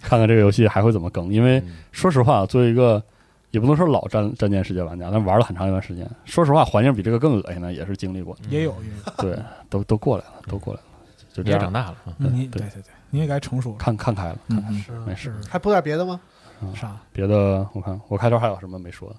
[SPEAKER 5] 看看这个游戏还会怎么更。因为说实话，作为一个也不能说老战战舰世界玩家，但玩了很长一段时间，说实话，环境比这个更恶心的也是经历过的。
[SPEAKER 4] 也有也有，
[SPEAKER 5] 对，都都过来了，都过来了，就
[SPEAKER 3] 你也
[SPEAKER 5] 这样。
[SPEAKER 3] 长大了，嗯
[SPEAKER 5] [LAUGHS] 对
[SPEAKER 4] 你
[SPEAKER 5] 对
[SPEAKER 4] 对对对，你也该成熟了。
[SPEAKER 5] 看看开了，看开了
[SPEAKER 4] 嗯
[SPEAKER 2] 是
[SPEAKER 5] 没事。
[SPEAKER 2] 还补点别的吗？
[SPEAKER 4] 啥？
[SPEAKER 5] 别的我看我开头还有什么没说的？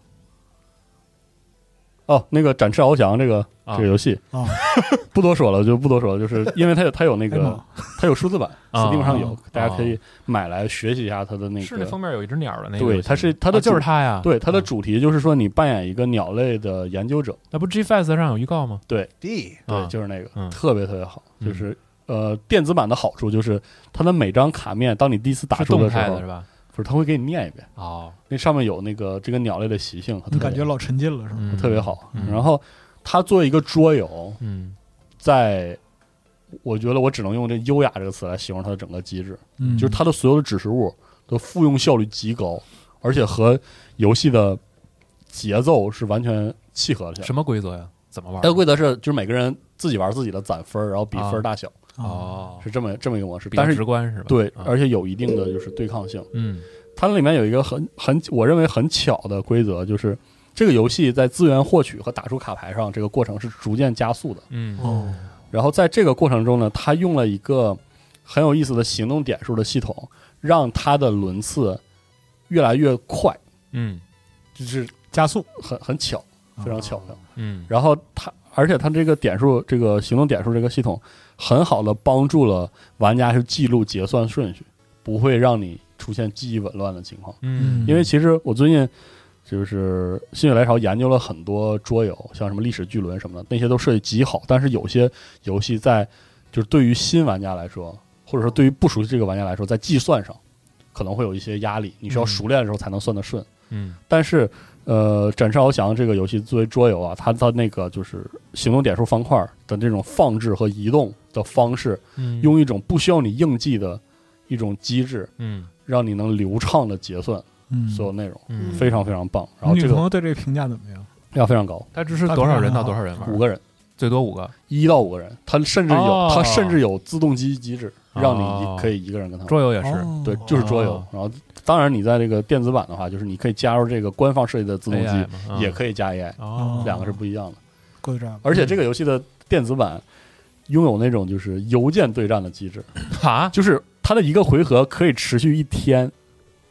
[SPEAKER 5] 哦，那个展翅翱翔这个
[SPEAKER 3] 啊
[SPEAKER 5] 这个游戏
[SPEAKER 4] 啊，
[SPEAKER 5] [LAUGHS] 不多说了，就不多说了，就是因为它有它有那
[SPEAKER 4] 哎
[SPEAKER 5] 个
[SPEAKER 4] 妈
[SPEAKER 5] 它有数字版
[SPEAKER 3] 啊
[SPEAKER 5] ，Steam 上有
[SPEAKER 4] 啊，
[SPEAKER 5] 大家可以买来学习一下它的那
[SPEAKER 3] 是那
[SPEAKER 5] 个。
[SPEAKER 3] 封面有一只鸟的那个游戏，
[SPEAKER 5] 对，它是嗯它的
[SPEAKER 3] 啊就是
[SPEAKER 5] 主
[SPEAKER 3] 它呀，
[SPEAKER 5] 对它的
[SPEAKER 3] 啊
[SPEAKER 5] 主题就是说你扮演一个鸟类的研究者，
[SPEAKER 3] 那不 G Fest 上有预告吗？
[SPEAKER 2] D
[SPEAKER 5] 对，
[SPEAKER 3] 啊
[SPEAKER 5] 就是那个、
[SPEAKER 3] 嗯
[SPEAKER 5] 特别特别好，
[SPEAKER 3] 嗯
[SPEAKER 5] 就是呃电子版的好处就是它的每张卡面，当你第一次打
[SPEAKER 3] 是
[SPEAKER 5] 出
[SPEAKER 3] 动
[SPEAKER 5] 时
[SPEAKER 3] 态
[SPEAKER 5] 候
[SPEAKER 3] 的，是吧？
[SPEAKER 5] 不是它会给你念一遍，
[SPEAKER 3] 哦，
[SPEAKER 5] 那上面有那个这个鸟类的习性，它特
[SPEAKER 4] 你
[SPEAKER 5] 别
[SPEAKER 4] 感觉老沉浸了是吗？
[SPEAKER 3] 嗯
[SPEAKER 5] 特别，好。
[SPEAKER 3] 嗯
[SPEAKER 5] 然后它作为一个桌游，
[SPEAKER 3] 嗯
[SPEAKER 5] 在我觉得我只能用这优雅这个词来形容它的整个机制，
[SPEAKER 4] 嗯，
[SPEAKER 5] 就是它的所有的指示物的复用效率极高，而且和游戏的节奏是完全契合的。
[SPEAKER 3] 什么规则呀？怎么玩？
[SPEAKER 5] 它的规则是就是每个人自己玩自己的攒分儿，然后比分儿大小，
[SPEAKER 4] 啊，
[SPEAKER 3] 哦，
[SPEAKER 5] 是这么这么一个模式。
[SPEAKER 3] 比较
[SPEAKER 5] 嗯但是
[SPEAKER 3] 直观是吧？
[SPEAKER 5] 对，
[SPEAKER 3] 啊
[SPEAKER 5] 而且有一定的就是对抗性。
[SPEAKER 3] 嗯
[SPEAKER 5] 它里面有一个很很我认为很巧的规则，就是这个游戏在资源获取和打出卡牌上这个过程是逐渐加速的。
[SPEAKER 3] 嗯
[SPEAKER 4] 哦，
[SPEAKER 5] 然后在这个过程中呢，它用了一个很有意思的行动点数的系统，让它的轮次越来越快，
[SPEAKER 3] 嗯
[SPEAKER 5] 就是
[SPEAKER 4] 加速，
[SPEAKER 5] 很很巧，非常巧妙。
[SPEAKER 3] 嗯
[SPEAKER 5] 然后它，而且它这个点数，这个行动点数这个系统，很好的帮助了玩家去记录结算顺序，不会让你出现记忆紊乱的情况。
[SPEAKER 3] 嗯
[SPEAKER 5] 因为其实我最近就是心血来潮研究了很多桌游，像什么历史巨轮什么的，那些都设计极好，但是有些游戏在就是对于新玩家来说，或者说对于不熟悉这个玩家来说，在计算上可能会有一些压力，你需要
[SPEAKER 3] 嗯
[SPEAKER 5] 熟练的时候才能算得顺。
[SPEAKER 3] 嗯
[SPEAKER 5] 但是呃，展翅翱翔这个游戏作为桌游啊，它的那个就是行动点数方块的这种放置和移动的方式，
[SPEAKER 3] 嗯
[SPEAKER 5] 用一种不需要你硬记的一种机制，
[SPEAKER 3] 嗯
[SPEAKER 5] 让你能流畅的结算
[SPEAKER 4] 嗯，
[SPEAKER 5] 所有内容。
[SPEAKER 3] 嗯，
[SPEAKER 5] 非常非常棒。然后
[SPEAKER 4] 你
[SPEAKER 5] 这
[SPEAKER 4] 女朋
[SPEAKER 5] 个
[SPEAKER 4] 友对这个评价怎么样？
[SPEAKER 5] 量非常高，
[SPEAKER 3] 它支持多少人到多少人玩？
[SPEAKER 5] 五个人，
[SPEAKER 3] 最多五个，
[SPEAKER 5] 一到五个人，它甚至有
[SPEAKER 3] 哦
[SPEAKER 5] 它甚至有自动机机制，
[SPEAKER 3] 哦
[SPEAKER 5] 让你一可以一个人跟他玩。
[SPEAKER 3] 桌游也是。
[SPEAKER 4] 哦
[SPEAKER 5] 对，就是桌游
[SPEAKER 3] 哦。
[SPEAKER 5] 然后当然你在这个电子版的话，就是你可以加入这个官方设计的自动
[SPEAKER 3] AI
[SPEAKER 5] 机，
[SPEAKER 3] 嘛啊
[SPEAKER 5] 也可以加 AI，
[SPEAKER 3] 哦，嗯
[SPEAKER 5] 两个是不一样的。
[SPEAKER 4] Good job，
[SPEAKER 5] 而且这个游戏的电子版拥有那种就是邮件对战的机制，
[SPEAKER 3] 啊，
[SPEAKER 5] 就是它的一个回合可以持续一天，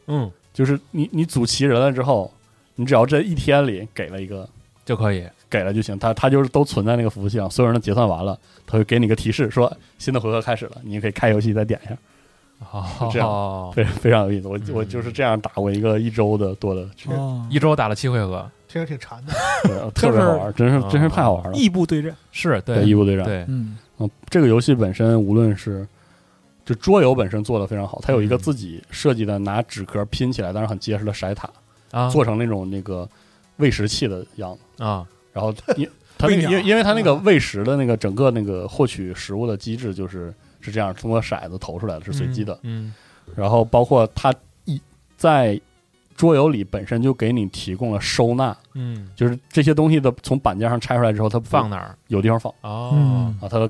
[SPEAKER 3] 嗯
[SPEAKER 5] 就是你你组齐人了之后，你只要这一天里给了一个
[SPEAKER 3] 就可以，
[SPEAKER 5] 给了就行，它它就是都存在那个服务器上，所有人都结算完了，它会给你个提示说新的回合开始了，你可以开游戏再点一下， [LAUGHS]
[SPEAKER 3] 哦，
[SPEAKER 5] 这样非非常有意思。我
[SPEAKER 3] 嗯
[SPEAKER 5] 我就是这样打过一个一周的多的时间，
[SPEAKER 4] 哦
[SPEAKER 3] 一周打了七回合，
[SPEAKER 2] 听着挺馋的，
[SPEAKER 5] 对特别好玩，真是
[SPEAKER 3] 哦
[SPEAKER 5] 真是太好玩了。
[SPEAKER 4] 异步对阵，
[SPEAKER 3] 是
[SPEAKER 5] 对
[SPEAKER 3] 对
[SPEAKER 5] 义务对战，
[SPEAKER 3] 对，
[SPEAKER 4] 嗯，
[SPEAKER 5] 嗯，这个游戏本身无论是就桌游本身做的非常好，它有一个自己设计的拿纸壳拼起来，但是很结实的骰塔，
[SPEAKER 3] 啊
[SPEAKER 5] 做成那种那个喂食器的样子，
[SPEAKER 3] 啊 [LAUGHS]
[SPEAKER 5] 然后因它那
[SPEAKER 4] 喂
[SPEAKER 5] 个
[SPEAKER 4] 鸟
[SPEAKER 5] 因为因为它那个
[SPEAKER 3] 嗯
[SPEAKER 5] 喂食的那个整个那个获取食物的机制就是是这样，通过骰子投出来的，是随机的。
[SPEAKER 3] 嗯
[SPEAKER 5] 然后包括它一在桌游里本身就给你提供了收纳，
[SPEAKER 3] 嗯，
[SPEAKER 5] 就是这些东西的从板件上拆出来之后，它不
[SPEAKER 3] 放哪儿？
[SPEAKER 5] 有地方放
[SPEAKER 3] 哦
[SPEAKER 4] 嗯，
[SPEAKER 5] 啊，它的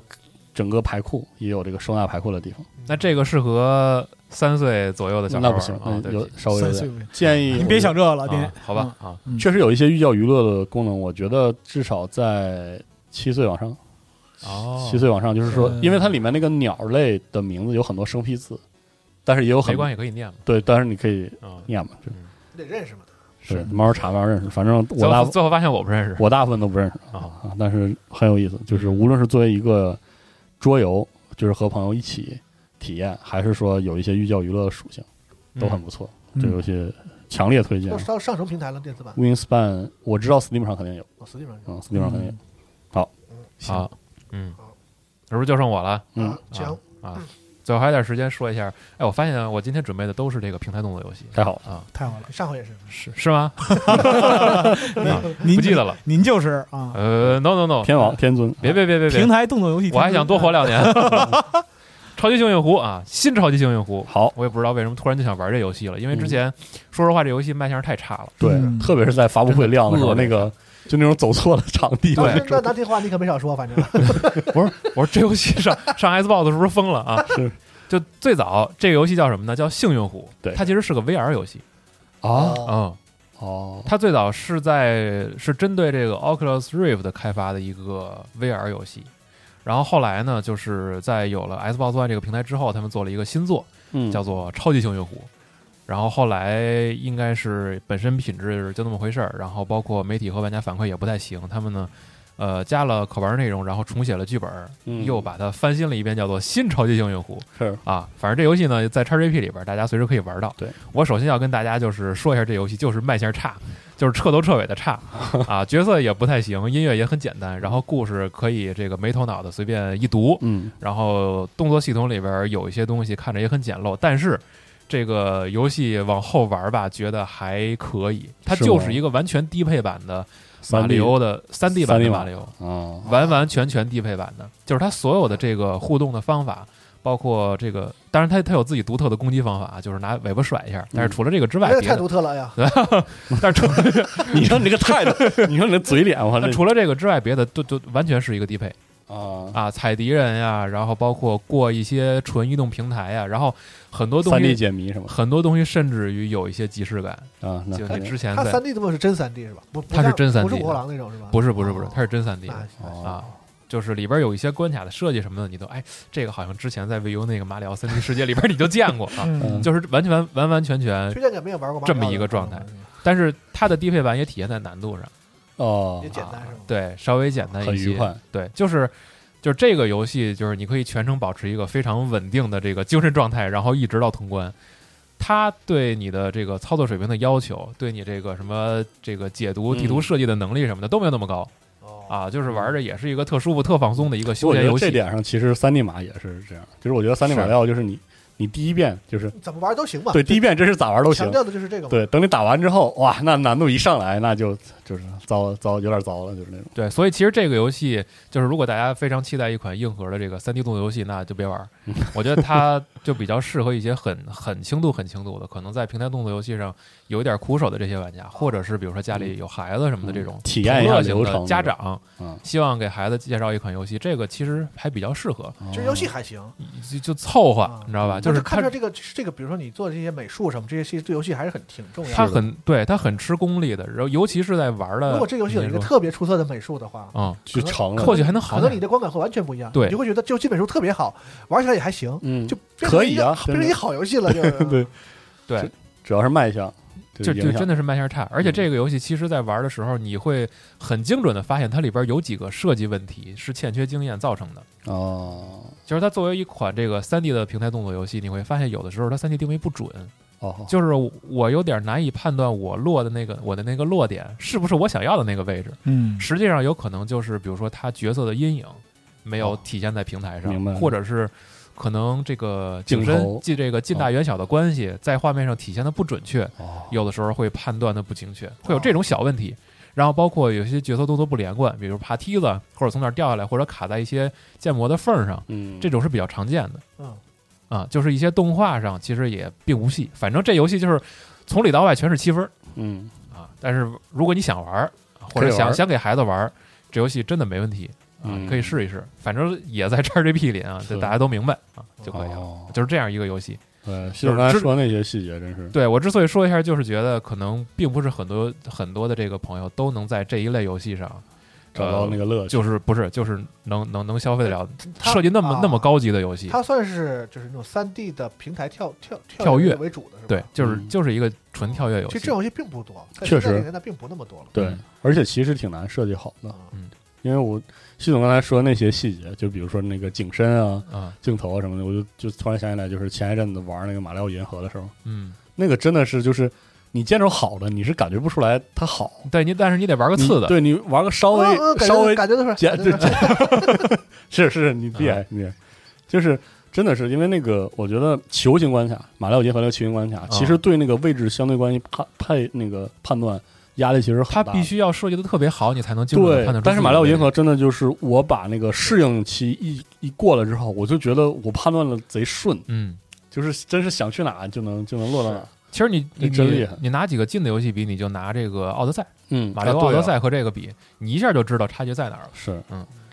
[SPEAKER 5] 整个牌库也有这个收纳牌库的地方。
[SPEAKER 3] 那这个适合三岁左右的小孩
[SPEAKER 5] 那
[SPEAKER 3] 玩
[SPEAKER 5] 不行，
[SPEAKER 3] 啊，
[SPEAKER 5] 那
[SPEAKER 3] 对不
[SPEAKER 5] 有
[SPEAKER 3] 起
[SPEAKER 5] 稍微有
[SPEAKER 4] 三岁
[SPEAKER 5] 点
[SPEAKER 4] 呗，
[SPEAKER 5] 建议
[SPEAKER 4] 你别想这个了，
[SPEAKER 3] 啊
[SPEAKER 4] 爹，
[SPEAKER 3] 好吧啊，
[SPEAKER 5] 确实有一些寓教于乐的功能，我觉得至少在七岁往上，
[SPEAKER 3] 哦，
[SPEAKER 5] 七岁往上，就是说，
[SPEAKER 4] 嗯
[SPEAKER 5] 因为它里面那个鸟类的名字有很多生僻字，但是也有
[SPEAKER 3] 没
[SPEAKER 5] 很
[SPEAKER 3] 关系，可以念嘛
[SPEAKER 5] 对，但是你可以
[SPEAKER 3] 啊。
[SPEAKER 5] 念嘛，就
[SPEAKER 2] 你得认识嘛。
[SPEAKER 5] 是慢慢查慢慢认识。反正我
[SPEAKER 3] 最后
[SPEAKER 5] 大
[SPEAKER 3] 最后发现我不认识
[SPEAKER 5] 我大部分都不认识
[SPEAKER 3] 啊，
[SPEAKER 5] 啊，但是很有意思。就是无论是作为一个桌游，就是和朋友一起体验，还是说有一些寓教于乐的属性，都很不错。
[SPEAKER 4] 嗯
[SPEAKER 5] 这个游戏强烈推荐
[SPEAKER 2] 都。上上什么平台了？电子版
[SPEAKER 5] Wingspan 我知道 Steam 上肯定有，
[SPEAKER 2] 我实际上
[SPEAKER 5] 嗯，Steam 上肯定有。
[SPEAKER 3] 嗯好，嗯，是不是就剩我了？
[SPEAKER 5] 嗯
[SPEAKER 2] 啊，行，
[SPEAKER 3] 啊，最后还有点时间说一下，哎，我发现我今天准备的都是这个平台动作游戏
[SPEAKER 5] 太好了，
[SPEAKER 3] 啊，
[SPEAKER 4] 太
[SPEAKER 5] [LAUGHS]
[SPEAKER 4] 好了，
[SPEAKER 2] 上回也是，
[SPEAKER 3] 是是吗？啊
[SPEAKER 4] 您
[SPEAKER 3] 不记得了，
[SPEAKER 4] 您就是啊，
[SPEAKER 3] 呃，no no no，
[SPEAKER 5] 天
[SPEAKER 4] 嗯
[SPEAKER 5] 王天尊，
[SPEAKER 3] 别别别别别
[SPEAKER 4] 平，台动作游戏，
[SPEAKER 3] 我还想多活两
[SPEAKER 5] [LAUGHS]
[SPEAKER 3] 年。超级幸运湖啊，新超级幸运湖，
[SPEAKER 5] 好，
[SPEAKER 3] 我也不知道为什么突然就想玩这游戏了，因为
[SPEAKER 5] 嗯
[SPEAKER 3] 之前、说实话，这游戏卖相太差了。
[SPEAKER 5] 对
[SPEAKER 4] 嗯，
[SPEAKER 5] 特别是在发布会亮的时候，
[SPEAKER 3] 真的
[SPEAKER 5] 那个就那种走错了场地的
[SPEAKER 2] 当
[SPEAKER 5] 那
[SPEAKER 2] 时那
[SPEAKER 5] 种，
[SPEAKER 2] 难听话你可没少说，反
[SPEAKER 3] [LAUGHS]
[SPEAKER 2] 正
[SPEAKER 3] 我说这游戏
[SPEAKER 5] [LAUGHS]
[SPEAKER 3] 上上 Xbox 是不是疯了啊？
[SPEAKER 5] 是
[SPEAKER 3] 就最早这个游戏叫什么呢？叫幸运湖。
[SPEAKER 5] 对
[SPEAKER 3] 它其实是个 VR 游戏。
[SPEAKER 5] 啊
[SPEAKER 3] 嗯，
[SPEAKER 5] 哦，
[SPEAKER 3] 它最早是在是针对这个 Oculus Rift 开发的一个 VR 游戏。然后后来呢，就是在有了 Xbox One 这个平台之后，他们做了一个新作，
[SPEAKER 5] 嗯
[SPEAKER 3] 叫做《超级幸运湖》。然后后来应该是本身品质就那么回事儿，然后包括媒体和玩家反馈也不太行，他们呢，呃，加了可玩内容，然后重写了剧本，
[SPEAKER 5] 嗯
[SPEAKER 3] 又把它翻新了一遍，叫做《新超级英雄湖》
[SPEAKER 5] 是
[SPEAKER 3] 啊。反正这游戏呢，在 XGP 里边，大家随时可以玩到。
[SPEAKER 5] 对
[SPEAKER 3] 我首先要跟大家就是说一下，这游戏就是卖线差，就是彻头彻尾的
[SPEAKER 5] [LAUGHS]
[SPEAKER 3] 差啊，角色也不太行，音乐也很简单，然后故事可以这个没头脑的随便一读，
[SPEAKER 5] 嗯
[SPEAKER 3] 然后动作系统里边有一些东西看着也很简陋，但是这个游戏往后玩吧，觉得还可以，它
[SPEAKER 5] 是吗
[SPEAKER 3] 就是一个完全低配版的马里奥的三 D 版
[SPEAKER 5] 3D
[SPEAKER 3] 的
[SPEAKER 5] 版
[SPEAKER 3] 马里奥，
[SPEAKER 5] 哦，
[SPEAKER 3] 完完全全低配版的，就是它所有的这个互动的方法，包括这个，当然它它有自己独特的攻击方法，啊就是拿尾巴甩一下，但是除了这个之外，
[SPEAKER 2] 这个
[SPEAKER 3] 别
[SPEAKER 2] 太
[SPEAKER 3] 的
[SPEAKER 2] 独特了哎呀！
[SPEAKER 3] [LAUGHS] 但是除了
[SPEAKER 5] 你说你这个态度，你说你这嘴脸，我
[SPEAKER 3] 但
[SPEAKER 5] 这
[SPEAKER 3] [LAUGHS] 除了这个之外，别的都都完全是一个低配。
[SPEAKER 5] 啊，
[SPEAKER 3] 啊，踩敌人呀、然后包括过一些纯移动平台呀、然后很多东
[SPEAKER 5] 三 D
[SPEAKER 3] 西，
[SPEAKER 5] 解谜是吗？
[SPEAKER 3] 很多东西甚至于有一些即视感。
[SPEAKER 5] [LAUGHS] 啊，那
[SPEAKER 3] 就
[SPEAKER 5] 肯
[SPEAKER 3] 你
[SPEAKER 5] 定
[SPEAKER 3] 之前
[SPEAKER 2] 它
[SPEAKER 3] 在
[SPEAKER 2] 三 D 这么是真三 D 是吧？不，不
[SPEAKER 3] 它是
[SPEAKER 2] 像
[SPEAKER 3] 真 3D
[SPEAKER 2] 不是火狼那种是吧？
[SPEAKER 3] 不是不是不是
[SPEAKER 2] 哦，
[SPEAKER 3] 它是真三 D
[SPEAKER 2] 那
[SPEAKER 3] 的
[SPEAKER 5] 哦
[SPEAKER 3] 啊，就是里边有一些关卡的设计什么的，你都哎，这个好像之前在 VU 那个马里奥三 D 世界里 [LAUGHS] 边你就见过啊，
[SPEAKER 4] 嗯，
[SPEAKER 3] 就是完全完完完全全
[SPEAKER 2] 推荐给没有玩过马里
[SPEAKER 3] 这
[SPEAKER 2] 奥
[SPEAKER 3] 么
[SPEAKER 2] 的
[SPEAKER 3] 一个状态
[SPEAKER 2] 朋友们
[SPEAKER 3] 但是它的低配版也体现在难度上，
[SPEAKER 5] 哦
[SPEAKER 2] 也，简单
[SPEAKER 3] 啊
[SPEAKER 2] 是吗？
[SPEAKER 3] 对，稍微简单
[SPEAKER 5] 很
[SPEAKER 3] 一
[SPEAKER 5] 愉
[SPEAKER 3] 些，
[SPEAKER 5] 快，
[SPEAKER 3] 对，就是就是这个游戏，就是你可以全程保持一个非常稳定的这个精神状态，然后一直到通关。它对你的这个操作水平的要求，对你这个什么这个解读
[SPEAKER 5] 嗯
[SPEAKER 3] 地图设计的能力什么的、都没有那么高
[SPEAKER 2] 哦，
[SPEAKER 3] 啊，就是玩着也是一个特舒服、特放松的一个
[SPEAKER 5] 其实我
[SPEAKER 3] 休
[SPEAKER 5] 觉
[SPEAKER 3] 闲
[SPEAKER 5] 得
[SPEAKER 3] 游
[SPEAKER 5] 这
[SPEAKER 3] 戏。
[SPEAKER 5] 点上，其实三 D 码也是这样。就是我觉得三 D 码料就是你，你第一遍就是
[SPEAKER 2] 怎么玩都行吧？
[SPEAKER 5] 对第一遍真是咋玩都行
[SPEAKER 2] 啊强，调的就是这个嘛。
[SPEAKER 5] 对，等你打完之后，哇，那难度一上来，那就就是糟糟，有点糟了，就是那种。
[SPEAKER 3] 对，所以其实这个游戏就是，如果大家非常期待一款硬核的这个三 D 动作游戏，那就别玩儿。
[SPEAKER 5] 嗯
[SPEAKER 3] 我觉得它就比较适合一些很很轻度、很轻度的，可能在平台动作游戏上有一点苦手的这些玩家，或者是比如说家里有孩子什么的这种
[SPEAKER 5] 嗯体验一下
[SPEAKER 3] 同乐型的
[SPEAKER 5] 流程
[SPEAKER 3] 家长
[SPEAKER 5] 嗯
[SPEAKER 3] 希望给孩子介绍一款游戏，这个其实还比较适合，
[SPEAKER 2] 其
[SPEAKER 5] 哦
[SPEAKER 2] 实游戏还行，
[SPEAKER 5] 嗯
[SPEAKER 3] 就就凑合
[SPEAKER 2] 啊，
[SPEAKER 3] 你知道吧？
[SPEAKER 2] 我
[SPEAKER 3] 就是
[SPEAKER 2] 看
[SPEAKER 3] 它
[SPEAKER 2] 着这个这个，比如说你做这些美术什么这些，其实对游戏还是很挺重要的。
[SPEAKER 3] 它很对，它很吃功力的，然后尤其是在玩的，
[SPEAKER 2] 如果这游戏有一个特别出色的美术的话，
[SPEAKER 3] 嗯，
[SPEAKER 5] 就成了
[SPEAKER 3] 或，许还能好
[SPEAKER 2] 可能你
[SPEAKER 3] 点。
[SPEAKER 2] 的观感会完全不一样，
[SPEAKER 3] 对
[SPEAKER 2] 你就会觉得这游戏美术特别好，玩起来也还行，
[SPEAKER 5] 嗯，
[SPEAKER 2] 就变成一个
[SPEAKER 5] 可以啊
[SPEAKER 2] 变成一
[SPEAKER 5] 真的
[SPEAKER 2] 个好游戏了，就是 [LAUGHS]
[SPEAKER 5] 对
[SPEAKER 3] 对，
[SPEAKER 5] 主要是卖相，
[SPEAKER 3] 就就
[SPEAKER 5] 影响
[SPEAKER 3] 真的是卖相差，而且
[SPEAKER 5] 嗯
[SPEAKER 3] 这个游戏其实，在玩的时候，你会很精准的发现它里边有几个设计问题是欠缺经验造成的。
[SPEAKER 5] 哦
[SPEAKER 3] 就是它作为一款这个3 D 的平台动作游戏，你会发现有的时候它3 D 定位不准，
[SPEAKER 5] 哦，
[SPEAKER 3] 就是我有点难以判断我落的那个我的那个落点是不是我想要的那个位置。
[SPEAKER 4] 嗯，
[SPEAKER 3] 实际上有可能就是，比如说他角色的阴影没有
[SPEAKER 5] 哦
[SPEAKER 3] 体现在平台上，
[SPEAKER 5] 明白
[SPEAKER 3] 或者是可能这个景
[SPEAKER 5] 镜
[SPEAKER 3] 深
[SPEAKER 5] 头
[SPEAKER 3] 即这个近大远小的关系在画面上体现的不准确。
[SPEAKER 5] 哦
[SPEAKER 3] 有的时候会判断的不精确，会有这种小问题。然后包括有些角色动作不连贯，比如爬梯子，或者从哪儿掉下来，或者卡在一些建模的缝儿上，
[SPEAKER 5] 嗯，
[SPEAKER 3] 这种是比较常见的。
[SPEAKER 2] 嗯，
[SPEAKER 3] 啊，就是一些动画上其实也并无戏。反正这游戏就是从里到外全是七分儿
[SPEAKER 5] 嗯
[SPEAKER 3] 啊。但是如果你想玩儿，或者
[SPEAKER 5] 可以玩
[SPEAKER 3] 想
[SPEAKER 5] 儿
[SPEAKER 3] 想给孩子玩儿，这游戏真的没问题啊，
[SPEAKER 5] 嗯
[SPEAKER 3] 你可以试一试。反正也在 XGP 里啊，这
[SPEAKER 5] 是
[SPEAKER 3] 大家都明白啊就可以了。
[SPEAKER 5] 哦，
[SPEAKER 3] 就是这样一个游戏。嗯
[SPEAKER 5] 对，系统刚才
[SPEAKER 3] 就是
[SPEAKER 5] 说那些细节真是，
[SPEAKER 3] 对我之所以说一下，就是觉得可能并不是很多很多的这个朋友都能在这一类游戏上
[SPEAKER 5] 找到那
[SPEAKER 3] 个，
[SPEAKER 5] 个乐趣，
[SPEAKER 3] 呃就是不是就是能能能消费得了
[SPEAKER 2] 它
[SPEAKER 3] 设计那么、
[SPEAKER 2] 啊
[SPEAKER 3] 那么高级的游戏，
[SPEAKER 2] 它算是就是那种三 D 的平台跳跳
[SPEAKER 3] 跳跃
[SPEAKER 2] 为主的是吧？
[SPEAKER 3] 对，，就是、
[SPEAKER 5] 嗯
[SPEAKER 3] 就是一个纯跳跃游
[SPEAKER 2] 其实
[SPEAKER 3] 戏
[SPEAKER 2] 这。种游戏并不多，在现
[SPEAKER 5] 确
[SPEAKER 2] 在这
[SPEAKER 5] 实
[SPEAKER 2] 个年代并不那么多了。
[SPEAKER 5] 对
[SPEAKER 3] 嗯，
[SPEAKER 5] 而且其实挺难设计好的，
[SPEAKER 3] 嗯，
[SPEAKER 5] 因为我系统刚才说那些细节，就比如说那个景深啊、
[SPEAKER 3] 啊，
[SPEAKER 5] 镜头啊什么的，我就就突然想起来，就是前一阵子玩那个马里奥银河的时候，
[SPEAKER 3] 嗯，
[SPEAKER 5] 那个真的是就是你见着好的，你是感觉不出来它好，
[SPEAKER 3] 对你，但是你得玩个
[SPEAKER 5] 你
[SPEAKER 3] 次的，
[SPEAKER 5] 对你玩个稍微、
[SPEAKER 2] 嗯嗯感觉
[SPEAKER 5] 稍微
[SPEAKER 2] 感觉都是
[SPEAKER 5] 简
[SPEAKER 2] 感觉
[SPEAKER 5] 对
[SPEAKER 2] 都是，
[SPEAKER 5] [LAUGHS] 是是，你
[SPEAKER 3] 啊
[SPEAKER 5] 厉害厉害，就是真的是因为那个，我觉得球形关卡，马里奥结合那个球形关卡，其
[SPEAKER 3] 啊
[SPEAKER 5] 实对那个位置相对关系判判那个判断压力其实很
[SPEAKER 3] 它
[SPEAKER 5] 大。
[SPEAKER 3] 必须要设计的特别好，你才能精准的
[SPEAKER 5] 对
[SPEAKER 3] 判断。，
[SPEAKER 5] 但是马里奥银河，真的就是我把那个适应期一一过了之后，我就觉得我判断了贼顺，
[SPEAKER 3] 嗯，
[SPEAKER 5] 就是真是想去哪就能就能落到哪。
[SPEAKER 3] 其实你你
[SPEAKER 5] 这真厉
[SPEAKER 3] 你
[SPEAKER 5] 害
[SPEAKER 3] 你拿几个近的游戏比，你就拿这个奥德赛、
[SPEAKER 5] 嗯，
[SPEAKER 3] 马里奥
[SPEAKER 5] 啊对
[SPEAKER 3] 奥
[SPEAKER 5] 啊
[SPEAKER 3] 德赛和这个比，你一下就知道差距在哪儿了。
[SPEAKER 5] 是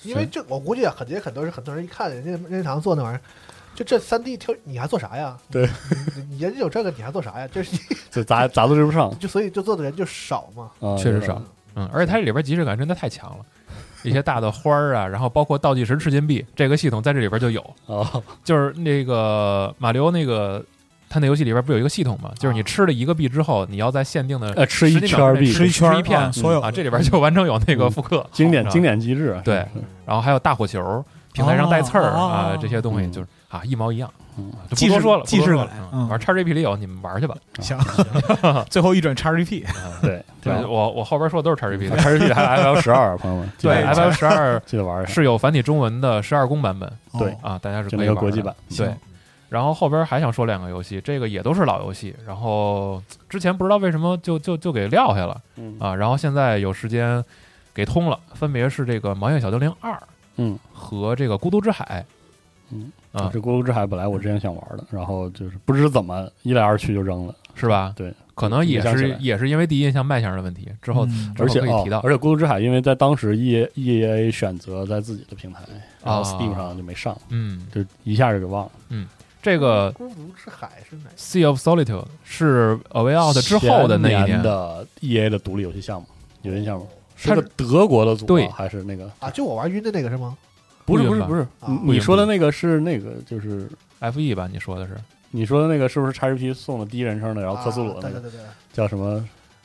[SPEAKER 2] 因为这我估计啊很也很多人很多人一看人家任天堂做那玩意儿。就这三 D 跳，你还做啥呀？
[SPEAKER 5] 对
[SPEAKER 2] 你，你研究这个，你还做啥呀？这是
[SPEAKER 5] 这砸砸都追不上
[SPEAKER 2] 就所以就做的人就少嘛。
[SPEAKER 5] 啊，
[SPEAKER 3] 确实
[SPEAKER 5] 有点
[SPEAKER 3] 少。嗯，而且它这里边即视感真的太强了，一些大的花儿啊，然后包括倒 [LAUGHS] 计时吃金币这个系统在这里边就有，
[SPEAKER 5] 啊，
[SPEAKER 3] 就是那个马里奥那个它那游戏里边不有一个系统嘛，就是你吃了一个币之后，你要在限定的
[SPEAKER 5] 呃吃一
[SPEAKER 3] 10秒
[SPEAKER 5] 圈儿
[SPEAKER 3] 之内
[SPEAKER 5] 币
[SPEAKER 4] 吃一圈儿
[SPEAKER 3] 吃一片
[SPEAKER 4] 啊所有
[SPEAKER 3] 啊，
[SPEAKER 4] 的
[SPEAKER 3] 这里边就完整有那个
[SPEAKER 5] 嗯
[SPEAKER 3] 复刻
[SPEAKER 5] 经典
[SPEAKER 3] 啊
[SPEAKER 5] 经典机制，
[SPEAKER 3] 对，然后还有大火球。平台上带刺儿
[SPEAKER 4] 哦哦
[SPEAKER 3] 啊
[SPEAKER 4] 哦，
[SPEAKER 3] 这些东西
[SPEAKER 5] 嗯
[SPEAKER 3] 就是啊一毛一样，
[SPEAKER 5] 嗯
[SPEAKER 3] 就
[SPEAKER 4] 既
[SPEAKER 3] 不多
[SPEAKER 4] 视
[SPEAKER 3] 说了，
[SPEAKER 4] 既
[SPEAKER 3] 不
[SPEAKER 4] 视
[SPEAKER 3] 多说
[SPEAKER 4] 感
[SPEAKER 3] 了
[SPEAKER 4] 嗯
[SPEAKER 3] 嗯玩 XGP 里有，你们玩去吧。
[SPEAKER 4] 行， [LAUGHS] 最后一转
[SPEAKER 3] [LAUGHS]
[SPEAKER 4] XGP，
[SPEAKER 5] 对
[SPEAKER 3] 对
[SPEAKER 5] 对，
[SPEAKER 3] 我我后边说的都是 XGP 的，
[SPEAKER 5] 还是记得还 F F 十二，朋友们，记得
[SPEAKER 3] 对
[SPEAKER 5] 玩
[SPEAKER 3] F
[SPEAKER 5] 一下
[SPEAKER 3] F 十二
[SPEAKER 5] 记得玩一下，
[SPEAKER 3] 是有繁体中文的十二宫版本
[SPEAKER 5] 对
[SPEAKER 4] 哦
[SPEAKER 3] 啊，大家是
[SPEAKER 5] 就
[SPEAKER 3] 可
[SPEAKER 5] 那
[SPEAKER 3] 以
[SPEAKER 5] 个
[SPEAKER 3] 玩
[SPEAKER 5] 国
[SPEAKER 3] 的
[SPEAKER 5] 际版，
[SPEAKER 3] 对
[SPEAKER 4] 行，
[SPEAKER 3] 然后后边还想说两个游戏，这个也都是老游戏，然后之前不知道为什么就就就给撂下了
[SPEAKER 5] 嗯
[SPEAKER 3] 啊，然后现在有时间给通了，分别是这个《盲眼小精灵二》
[SPEAKER 5] 嗯
[SPEAKER 3] 和这个《孤独之海
[SPEAKER 5] 嗯
[SPEAKER 3] 啊
[SPEAKER 5] 这《孤独之海》本来我之前想玩的，然后就是不知怎么一来二去就扔了，》，
[SPEAKER 3] 是吧？
[SPEAKER 5] 对，
[SPEAKER 3] 可能也
[SPEAKER 5] 没想起
[SPEAKER 3] 是
[SPEAKER 5] 来
[SPEAKER 3] 也是因为第一印象卖相的问题，之后
[SPEAKER 4] 嗯
[SPEAKER 3] 之后
[SPEAKER 5] 而且
[SPEAKER 3] 可以
[SPEAKER 5] 哦
[SPEAKER 3] 提到，
[SPEAKER 5] 而且《孤独之海》因为在当时 E E A 选择在自己的平台，然后
[SPEAKER 3] 啊
[SPEAKER 5] Steam 上就没上，
[SPEAKER 3] 嗯，
[SPEAKER 5] 就一下就给忘了。
[SPEAKER 3] 这个《
[SPEAKER 2] 孤独之海是哪？
[SPEAKER 3] Sea of Solitude》是《A Way Out》之后的那
[SPEAKER 5] 前
[SPEAKER 3] 一
[SPEAKER 5] 年的 E A 的独立游戏项目，有印象吗？是
[SPEAKER 3] 它
[SPEAKER 5] 个
[SPEAKER 3] 是
[SPEAKER 5] 德国的组
[SPEAKER 3] 对
[SPEAKER 5] 吗还是那个？
[SPEAKER 2] 啊，就我玩晕的那个是吗？
[SPEAKER 5] 不是
[SPEAKER 3] 不
[SPEAKER 5] 不
[SPEAKER 3] 云
[SPEAKER 5] 是
[SPEAKER 3] 吧
[SPEAKER 5] 不是，
[SPEAKER 2] 啊
[SPEAKER 5] 你你说的那个是那个就是。
[SPEAKER 3] F E 吧？你说的是
[SPEAKER 5] 你说的那个是不是 XGP 送的第一人称的，然后克苏鲁
[SPEAKER 2] 啊
[SPEAKER 5] 的
[SPEAKER 2] 对
[SPEAKER 5] 那
[SPEAKER 2] 对
[SPEAKER 5] 个
[SPEAKER 2] 对对，
[SPEAKER 5] 叫什么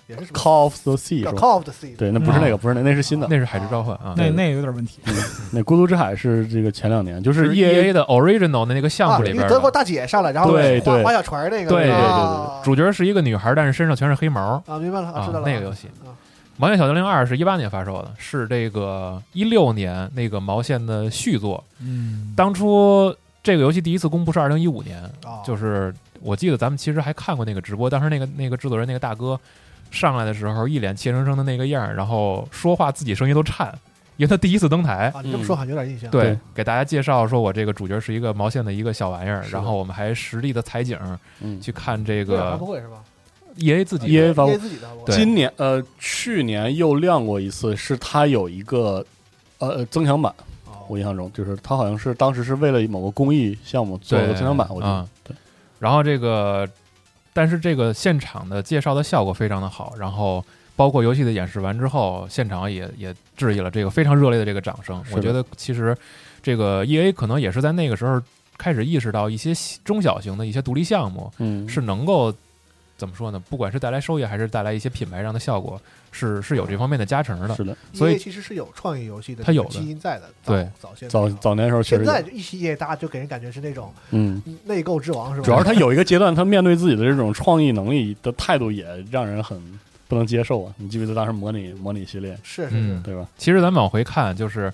[SPEAKER 2] 也是什么
[SPEAKER 5] Call of the Sea
[SPEAKER 2] 叫
[SPEAKER 5] 是
[SPEAKER 2] 《
[SPEAKER 5] 吧？
[SPEAKER 2] Call 啊 of the Sea》
[SPEAKER 5] 对，那不是
[SPEAKER 4] 嗯
[SPEAKER 5] 那个，不是那，那是新的。
[SPEAKER 3] 那是《海之召唤》啊，
[SPEAKER 4] 那
[SPEAKER 5] 对
[SPEAKER 4] 那有点问题，
[SPEAKER 5] 那《孤独之海》是这个前两年，就是是
[SPEAKER 3] E
[SPEAKER 5] EA
[SPEAKER 3] A 的 Original 的那个项
[SPEAKER 2] 啊，
[SPEAKER 3] 目里
[SPEAKER 2] 一
[SPEAKER 3] 边
[SPEAKER 2] 个
[SPEAKER 3] 的，
[SPEAKER 2] 德国大姐上来，然后
[SPEAKER 5] 对
[SPEAKER 2] 划
[SPEAKER 5] 对
[SPEAKER 2] 划小船儿那个，
[SPEAKER 3] 对
[SPEAKER 2] 是吧
[SPEAKER 3] 对对
[SPEAKER 5] 对
[SPEAKER 3] 主角是一个女孩，但是身上全是黑毛。
[SPEAKER 2] 啊，明白了，啊
[SPEAKER 3] 啊
[SPEAKER 2] 知道了，
[SPEAKER 3] 那个游戏
[SPEAKER 2] 啊
[SPEAKER 3] 《毛线小精灵二》是一八年发售的，是这个一六年那个毛线的续作。
[SPEAKER 4] 嗯，
[SPEAKER 3] 当初这个游戏第一次公布是二零一五年，
[SPEAKER 2] 啊，
[SPEAKER 3] 就是是我记得咱们其实还看过那个直播，当时那个那个制作人那个大哥上来的时候，一脸怯生生的那个样儿，然后说话自己声音都颤，因为他第一次登台。
[SPEAKER 2] 啊，你这么说好像有点印象，
[SPEAKER 3] 对
[SPEAKER 5] 对，
[SPEAKER 3] 给大家介绍说，我这个主角是一个毛线的一个小玩意儿，
[SPEAKER 5] 是的
[SPEAKER 3] 然后我们还实地的采景
[SPEAKER 5] 嗯
[SPEAKER 3] 去看这
[SPEAKER 2] 微软发
[SPEAKER 3] 个
[SPEAKER 2] 布会是吧
[SPEAKER 3] E A 自己的
[SPEAKER 5] ，EA 发布
[SPEAKER 2] ？EA 自己的发布会
[SPEAKER 3] 对
[SPEAKER 5] 今年呃去年又亮过一次，是它有一个呃呃增强版，
[SPEAKER 2] 哦
[SPEAKER 5] 我印象中就是它好像是当时是为了某个公益项目做
[SPEAKER 3] 对
[SPEAKER 5] 了个增强版，我记得。
[SPEAKER 3] 嗯
[SPEAKER 5] 对，
[SPEAKER 3] 然后这个，但是这个现场的介绍的效果非常的好，然后包括游戏的演示完之后，现场也也致意了这个非常热烈的这个掌声
[SPEAKER 5] 是。的
[SPEAKER 3] 我觉得其实这个 E A 可能也是在那个时候开始意识到一些小中小型的一些独立项目
[SPEAKER 5] 嗯，
[SPEAKER 3] 是能够怎么说呢？不管是带来收益还是带来一些品牌上的效果，是是有这方面的加成的。
[SPEAKER 5] 是的，
[SPEAKER 3] 所
[SPEAKER 2] EA
[SPEAKER 3] 以
[SPEAKER 2] ，E 其实是有创意游戏的
[SPEAKER 3] 它有的
[SPEAKER 2] 基因在的，早
[SPEAKER 3] 对
[SPEAKER 2] 早先
[SPEAKER 5] 早
[SPEAKER 2] 的时候
[SPEAKER 5] 早年的时候确
[SPEAKER 2] 现
[SPEAKER 5] 实
[SPEAKER 2] 在
[SPEAKER 5] 有，
[SPEAKER 2] 就一提 EA 大家就给人感觉是那种
[SPEAKER 5] 嗯，
[SPEAKER 2] 内购之王是吧？
[SPEAKER 5] 主要是他有一个阶段，他面对自己的这种创意能力的态度也让人很不能接受啊。你记不记得当时模拟模拟系列，
[SPEAKER 2] 是是是
[SPEAKER 3] 嗯，
[SPEAKER 5] 对吧？
[SPEAKER 3] 其实咱们往回看，就是。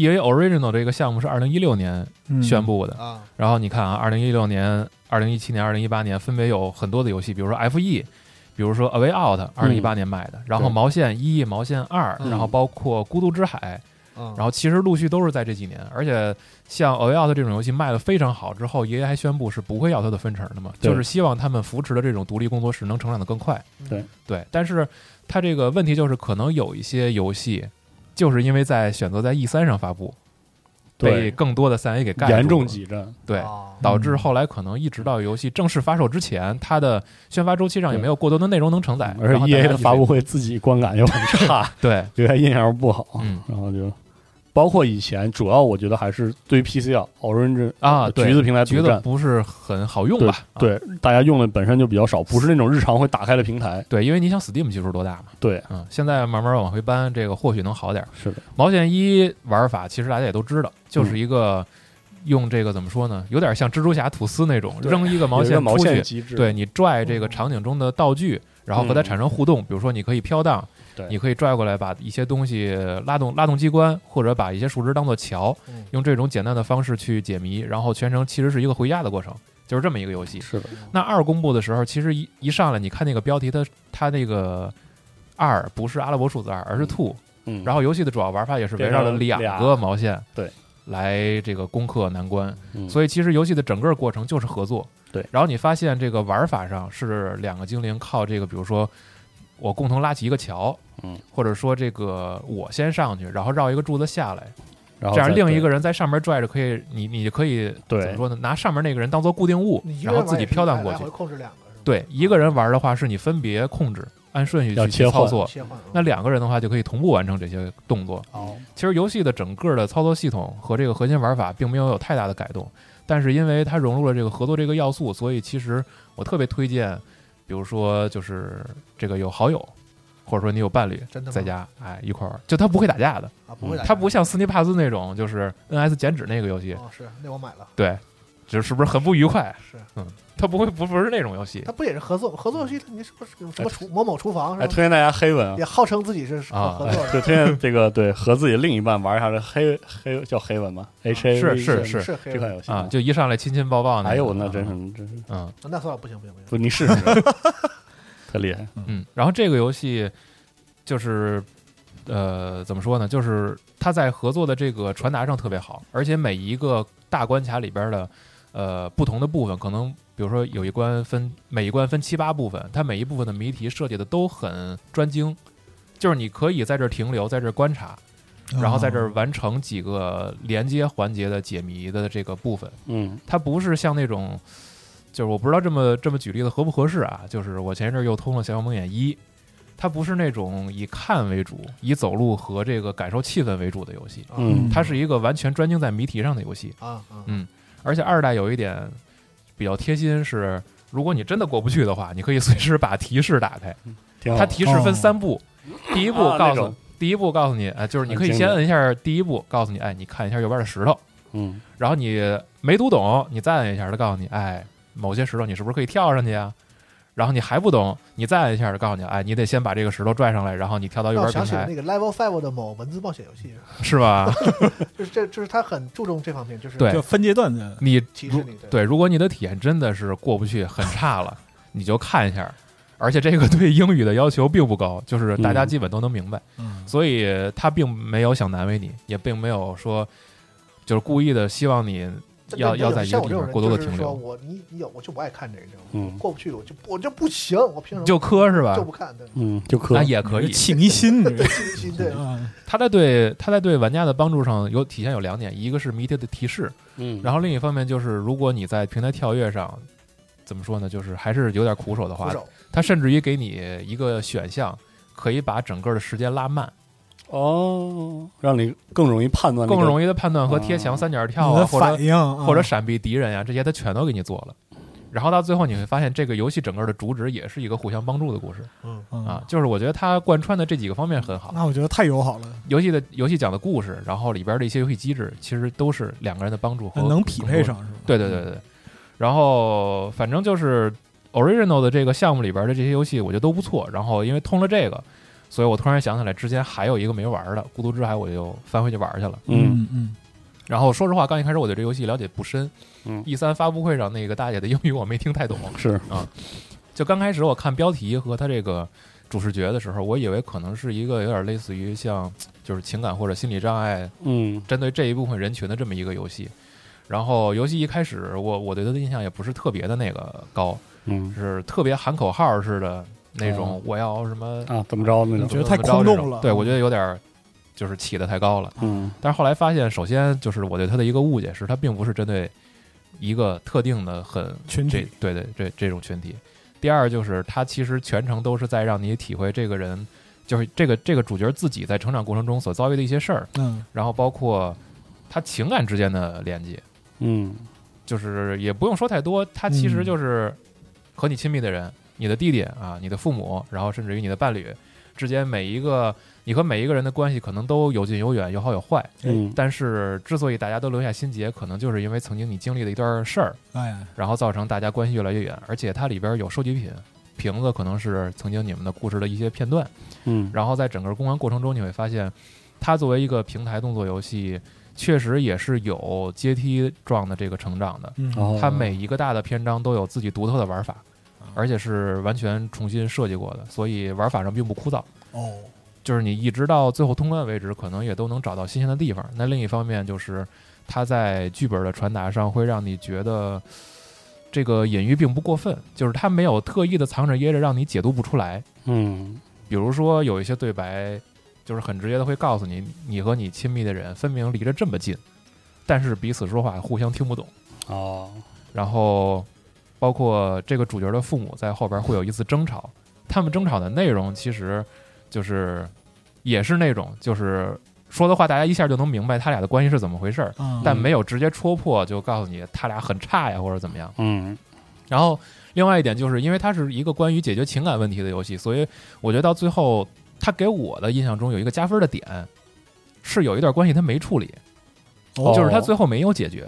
[SPEAKER 3] E A Original 这个项目是二零一六年
[SPEAKER 4] 嗯
[SPEAKER 3] 宣布的，
[SPEAKER 2] 啊，
[SPEAKER 3] 然后你看啊，二零一六年、二零一七年、二零一八年分别有很多的游戏，比如说 F E，比如说 Away Out，二零一八年卖的，然后
[SPEAKER 5] 嗯对
[SPEAKER 3] 毛线一、毛线二，
[SPEAKER 2] 嗯
[SPEAKER 3] 然后包括孤独之海，
[SPEAKER 2] 然
[SPEAKER 3] 然后其实陆续都是在这几年，而且像 Away Out 这种游戏卖的非常好之后，爷爷还宣布是不会要它的分成的嘛，
[SPEAKER 5] 对
[SPEAKER 3] 就是希望他们扶持的这种独立工作室能成长的更快。
[SPEAKER 5] 对
[SPEAKER 3] 对，但是它这个问题就是，可能有一些游戏就是因为在选择在 E 三上发布，被
[SPEAKER 5] 对，
[SPEAKER 3] 更多的三 A 给盖住
[SPEAKER 5] 严重
[SPEAKER 3] 了
[SPEAKER 5] 挤占，
[SPEAKER 3] 对。
[SPEAKER 2] 啊
[SPEAKER 3] 导致后来可能一直到游戏正式发售之前，它的宣发周期上也没有过多的内容能承载，
[SPEAKER 5] 而
[SPEAKER 3] 哎然
[SPEAKER 5] 且
[SPEAKER 3] 后大
[SPEAKER 5] E
[SPEAKER 3] 家
[SPEAKER 5] A
[SPEAKER 3] 一
[SPEAKER 5] 的
[SPEAKER 3] 直
[SPEAKER 5] 发布会自己观感又很差，
[SPEAKER 3] 对，
[SPEAKER 5] 留下印象不好，
[SPEAKER 3] 嗯
[SPEAKER 5] 然后就包括以前，主要我觉得还是对于 PC 啊，Orange
[SPEAKER 3] 啊对
[SPEAKER 5] [LAUGHS] 橘子平台
[SPEAKER 3] 觉
[SPEAKER 5] 独
[SPEAKER 3] 得
[SPEAKER 5] 占，
[SPEAKER 3] 不是很好用吧？啊
[SPEAKER 5] 对大家用的本身就比较少，不是那种日常会打开的平台，
[SPEAKER 3] 对，因为你想 Steam 基数多大嘛，
[SPEAKER 5] 对，
[SPEAKER 3] 嗯，现在慢慢往回搬，这个或许能好点儿。
[SPEAKER 5] 是的，嗯
[SPEAKER 3] 毛线一玩法其实大家也都知道，就是一个用这个怎么说呢，有点像蜘蛛侠吐丝那种，
[SPEAKER 5] 对
[SPEAKER 3] 扔一个毛
[SPEAKER 5] 有一个
[SPEAKER 3] 线
[SPEAKER 5] 毛
[SPEAKER 3] 出
[SPEAKER 5] 线
[SPEAKER 3] 去，
[SPEAKER 5] 机制，
[SPEAKER 3] 对你拽这个场景中的道具，然后和它
[SPEAKER 5] 嗯
[SPEAKER 3] 产生互动，比如说你可以飘荡，
[SPEAKER 5] 对
[SPEAKER 3] 你可以拽过来把一些东西拉动拉动机关，或者把一些树枝当做桥，
[SPEAKER 2] 嗯
[SPEAKER 3] 用这种简单的方式去解谜，然后全程其实是一个回家的过程，就是这么一个游戏。
[SPEAKER 5] 是的，
[SPEAKER 3] 那二公布的时候，其实一一上来你看那个标题，它它那个二不是阿拉伯数字二，而是 two，
[SPEAKER 5] 嗯，
[SPEAKER 3] 然后游戏的主要玩法也是围绕着两个毛线
[SPEAKER 5] 对
[SPEAKER 3] 来这个攻克难关，
[SPEAKER 5] 嗯
[SPEAKER 3] 所以其实游戏的整个过程就是合作。
[SPEAKER 5] 对
[SPEAKER 3] 然后你发现这个玩法上是两个精灵靠这个，比如说我共同拉起一个桥，
[SPEAKER 5] 嗯，
[SPEAKER 3] 或者说这个我先上去，然后绕一个柱子下来，
[SPEAKER 5] 然后
[SPEAKER 3] 这样
[SPEAKER 5] 再
[SPEAKER 3] 另一个人在上面拽着，可以你你可以
[SPEAKER 5] 哦对
[SPEAKER 3] 怎么说呢？拿上面那个人当做固定物
[SPEAKER 2] 你，一个人
[SPEAKER 3] 然后
[SPEAKER 2] 玩
[SPEAKER 3] 自己
[SPEAKER 2] 也是
[SPEAKER 3] 飘荡
[SPEAKER 2] 来
[SPEAKER 3] 过
[SPEAKER 2] 来
[SPEAKER 3] 去
[SPEAKER 2] 回。控制两个是吗？啊
[SPEAKER 3] 对，一个人玩的话是你分别控制，按顺序
[SPEAKER 5] 要
[SPEAKER 3] 去
[SPEAKER 5] 切
[SPEAKER 3] 去操
[SPEAKER 5] 换
[SPEAKER 3] 作。
[SPEAKER 2] 切换，啊
[SPEAKER 3] 那两个人的话就可以同步完成这些动作。
[SPEAKER 5] 哦，
[SPEAKER 3] 其实游戏的整个的操作系统和这个核心玩法并没有有太大的改动，但是因为它融入了这个合作这个要素，所以其实我特别推荐，比如说就是这个有好友，或者说你有伴侣
[SPEAKER 2] 真的吗
[SPEAKER 3] 在家，哎，一块儿就他不会打架的，
[SPEAKER 2] 啊，不会打架，
[SPEAKER 3] 他不像斯尼帕斯那种就是 NS 剪纸那个游戏，
[SPEAKER 2] 哦，是那我买了，
[SPEAKER 3] 对，只是不是很不愉快？
[SPEAKER 2] 是，
[SPEAKER 3] 嗯，他不会不不是那种游戏
[SPEAKER 2] 他不也是合作合作游戏？你是不是什么厨某某厨房
[SPEAKER 5] 哎，
[SPEAKER 2] 是吧？
[SPEAKER 5] 推荐大家黑文啊
[SPEAKER 2] 也，号称自己是
[SPEAKER 3] 啊
[SPEAKER 2] 合合作
[SPEAKER 5] 就
[SPEAKER 2] 的，
[SPEAKER 5] 推荐这个对和自己另一半玩一下这黑黑叫黑文吧，H A
[SPEAKER 3] 是
[SPEAKER 5] V
[SPEAKER 3] 是
[SPEAKER 2] 是是黑
[SPEAKER 5] 这
[SPEAKER 2] 人
[SPEAKER 5] 款游戏
[SPEAKER 3] 啊，就一上来亲亲抱抱那个。
[SPEAKER 5] 哎呦我那真是真是
[SPEAKER 3] 嗯
[SPEAKER 2] 那算了，不行不行不行，
[SPEAKER 3] [LAUGHS]
[SPEAKER 5] 不你试试，特厉害，
[SPEAKER 3] 嗯，然后这个游戏就是呃怎么说呢？就是它在合作的这个传达上特别好，而且每一个大关卡里边的呃不同的部分，可能比如说有一关分每一关分七八部分，它每一部分的谜题设计的都很专精，就是你可以在这儿停留，在这儿观察，
[SPEAKER 4] 嗯哦
[SPEAKER 3] 然后在这儿完成几个连接环节的解谜的这个部分。
[SPEAKER 5] 嗯
[SPEAKER 3] 它不是像那种，就是我不知道这么这么举例子合不合适啊。就是我前一阵儿又通了《小小梦魇一》，它不是那种以看为主、以走路和这个感受气氛为主的游戏，
[SPEAKER 5] 嗯
[SPEAKER 3] 它是一个完全专精在谜题上的游戏。
[SPEAKER 2] 啊啊
[SPEAKER 3] 嗯而且二代有一点比较贴心是，如果你真的过不去的话，你可以随时把提示打开。
[SPEAKER 5] 挺好
[SPEAKER 3] 它。提示分三步，第一步
[SPEAKER 5] 啊
[SPEAKER 3] 告
[SPEAKER 5] 那
[SPEAKER 3] 诉、
[SPEAKER 5] 种
[SPEAKER 3] 第一步告诉你，哎，就是你可以
[SPEAKER 5] 很经
[SPEAKER 3] 先
[SPEAKER 5] 典
[SPEAKER 3] 摁一下第一步，告诉你，哎，你看一下右边的石头。
[SPEAKER 5] 嗯
[SPEAKER 3] 然后你没读懂，你再按一下，它告诉你，哎，某些石头你是不是可以跳上去啊？然后你还不懂，你再按一下，它告诉你，哎，你得先把这个石头拽上来，然后你跳到右
[SPEAKER 2] 让我
[SPEAKER 3] 边平
[SPEAKER 2] 想起了那
[SPEAKER 3] 台，
[SPEAKER 2] 个 Level Five 的某文字冒险游戏，
[SPEAKER 3] 是吧？
[SPEAKER 2] 就是这就是他很注重这方面，就是
[SPEAKER 3] 对
[SPEAKER 4] 就分阶段的
[SPEAKER 3] 你
[SPEAKER 2] 提示
[SPEAKER 3] 如
[SPEAKER 2] 你对
[SPEAKER 3] 对，如果你的体验真的是过不去，很差了，你就看一下。而且这个对英语的要求并不高，就是大家
[SPEAKER 5] 嗯
[SPEAKER 3] 基本都能明白，
[SPEAKER 4] 嗯
[SPEAKER 3] 所以他并没有想难为你，也并没有说就是故意的希望你
[SPEAKER 2] 但
[SPEAKER 3] 要
[SPEAKER 2] 但
[SPEAKER 3] 要
[SPEAKER 2] 有
[SPEAKER 3] 在一个
[SPEAKER 2] 像我
[SPEAKER 3] 地
[SPEAKER 2] 这种
[SPEAKER 3] 方
[SPEAKER 2] 人
[SPEAKER 3] 过多的
[SPEAKER 2] 就是
[SPEAKER 3] 停
[SPEAKER 2] 说
[SPEAKER 3] 留，
[SPEAKER 2] 我你你有我就不爱看这个，你知道吗？
[SPEAKER 5] 嗯
[SPEAKER 2] 过不去我就我就不行，我凭什么
[SPEAKER 3] 就磕是吧
[SPEAKER 2] 就？不看？对，
[SPEAKER 5] 嗯，就可
[SPEAKER 3] 那也可以，
[SPEAKER 4] 起迷
[SPEAKER 3] [LAUGHS]
[SPEAKER 4] 心，这个
[SPEAKER 2] 信息
[SPEAKER 3] 嗯
[SPEAKER 2] 对，
[SPEAKER 4] 啊
[SPEAKER 3] 他在对他在对玩家的帮助上有体现有两点，一个是谜题的提示，
[SPEAKER 5] 嗯，
[SPEAKER 3] 然后另一方面就是如果你在平台跳跃上，怎么说呢，就是还是有点苦手的
[SPEAKER 2] 扶
[SPEAKER 3] 话，
[SPEAKER 2] 手
[SPEAKER 3] 他甚至于给你一个选项，可以把整个的时间拉慢，
[SPEAKER 5] 哦，让你更容易判断，
[SPEAKER 3] 更
[SPEAKER 5] 易，
[SPEAKER 3] 容易的判断和贴
[SPEAKER 5] 哦
[SPEAKER 3] 墙三角跳
[SPEAKER 4] 你
[SPEAKER 3] 啊，
[SPEAKER 4] 的
[SPEAKER 3] 或者
[SPEAKER 4] 反应啊
[SPEAKER 3] 或者闪避敌人呀、这些他全都给你做了。然后到最后你会发现，这个游戏整个的主旨也是一个互相帮助的故事
[SPEAKER 4] 嗯
[SPEAKER 3] 啊，就是我觉得它贯穿的这几个方面很好。
[SPEAKER 4] 那我觉得太友好了，
[SPEAKER 3] 游戏的游戏讲的故事，然后里边的一些游戏机制，其实都是两个人的帮助和
[SPEAKER 4] 能匹配
[SPEAKER 3] 更多。
[SPEAKER 4] 上是吧？
[SPEAKER 3] 对对对对，然后反正就是 original 的这个项目里边的这些游戏，我觉得都不错。然后因为通了这个，所以我突然想起来之前还有一个没玩的《孤独之海》，我就翻回去玩去了。
[SPEAKER 5] 嗯，
[SPEAKER 4] 嗯
[SPEAKER 3] 然后说实话，刚一开始我对这游戏了解不深。
[SPEAKER 5] 嗯
[SPEAKER 3] E 三发布会上那个大姐的英语我没听太懂，啊
[SPEAKER 5] 是
[SPEAKER 3] 就刚开始我看标题和他这个主视觉的时候，我以为可能是一个有点类似于像就是情感或者心理障碍
[SPEAKER 5] 嗯
[SPEAKER 3] 针对这一部分人群的这么一个游戏。然后游戏一开始我我对它的印象也不是特别的那个高，
[SPEAKER 5] 嗯
[SPEAKER 3] 是特别喊口号似的那种
[SPEAKER 5] 哦，
[SPEAKER 3] 我要什么
[SPEAKER 5] 啊，怎么着那
[SPEAKER 4] 嗯，
[SPEAKER 5] 种
[SPEAKER 4] 觉，得太
[SPEAKER 3] 怎么着
[SPEAKER 4] 空
[SPEAKER 3] 这
[SPEAKER 4] 洞
[SPEAKER 3] 种
[SPEAKER 4] 了，哦
[SPEAKER 3] 对我觉得有点儿就是起的太高了。
[SPEAKER 5] 嗯
[SPEAKER 3] 但是后来发现，首先就是我对它的一个误解是，它并不是针对一个特定的很
[SPEAKER 4] 群
[SPEAKER 3] 这
[SPEAKER 4] 体
[SPEAKER 3] 对对这这种群体。第二就是它其实全程都是在让你体会这个人，就是这个这个主角自己在成长过程中所遭遇的一些事儿，
[SPEAKER 4] 嗯
[SPEAKER 3] 然后包括他情感之间的连接，
[SPEAKER 5] 嗯
[SPEAKER 3] 就是也不用说太多，他其
[SPEAKER 4] 嗯
[SPEAKER 3] 实就是和你亲密的人，你的弟弟啊，你的父母，然后甚至于你的伴侣之间每一个你和每一个人的关系可能都有近有远，有好有坏，
[SPEAKER 5] 嗯，
[SPEAKER 3] 但是之所以大家都留下心结，可能就是因为曾经你经历的一段事儿，
[SPEAKER 4] 哎
[SPEAKER 3] 然后造成大家关系越来越远，而且它里边有收集品。瓶子可能是曾经你们的故事的一些片段，
[SPEAKER 5] 嗯
[SPEAKER 3] 然后在整个公玩过程中，你会发现，它作为一个平台动作游戏，确实也是有阶梯状的这个成长的。
[SPEAKER 4] 嗯
[SPEAKER 5] 哦
[SPEAKER 3] 它每一个大的篇章都有自己独特的玩法
[SPEAKER 4] 啊，
[SPEAKER 3] 而且是完全重新设计过的，所以玩法上并不枯燥。
[SPEAKER 4] 哦
[SPEAKER 3] 就是你一直到最后通关为止，可能也都能找到新鲜的地方。那另一方面就是，它在剧本的传达上会让你觉得这个隐喻并不过分，就是它没有特意的藏着掖着让你解读不出来。
[SPEAKER 5] 嗯
[SPEAKER 3] 比如说有一些对白，就是很直接的会告诉你，你和你亲密的人分明离着这么近，但是彼此说话互相听不懂。
[SPEAKER 5] 哦，
[SPEAKER 3] 然后包括这个主角的父母在后边会有一次争吵，他们争吵的内容其实就是也是那种就是说的话，大家一下就能明白他俩的关系是怎么回事儿，
[SPEAKER 4] 嗯
[SPEAKER 3] 但没有直接戳破，就告诉你他俩很差呀或者怎么样。
[SPEAKER 5] 嗯
[SPEAKER 3] 然后另外一点就是因为它是一个关于解决情感问题的游戏，所以我觉得到最后，它给我的印象中有一个加分的点，是有一段关系它没处理，
[SPEAKER 5] 哦
[SPEAKER 3] 就是它最后没有解决。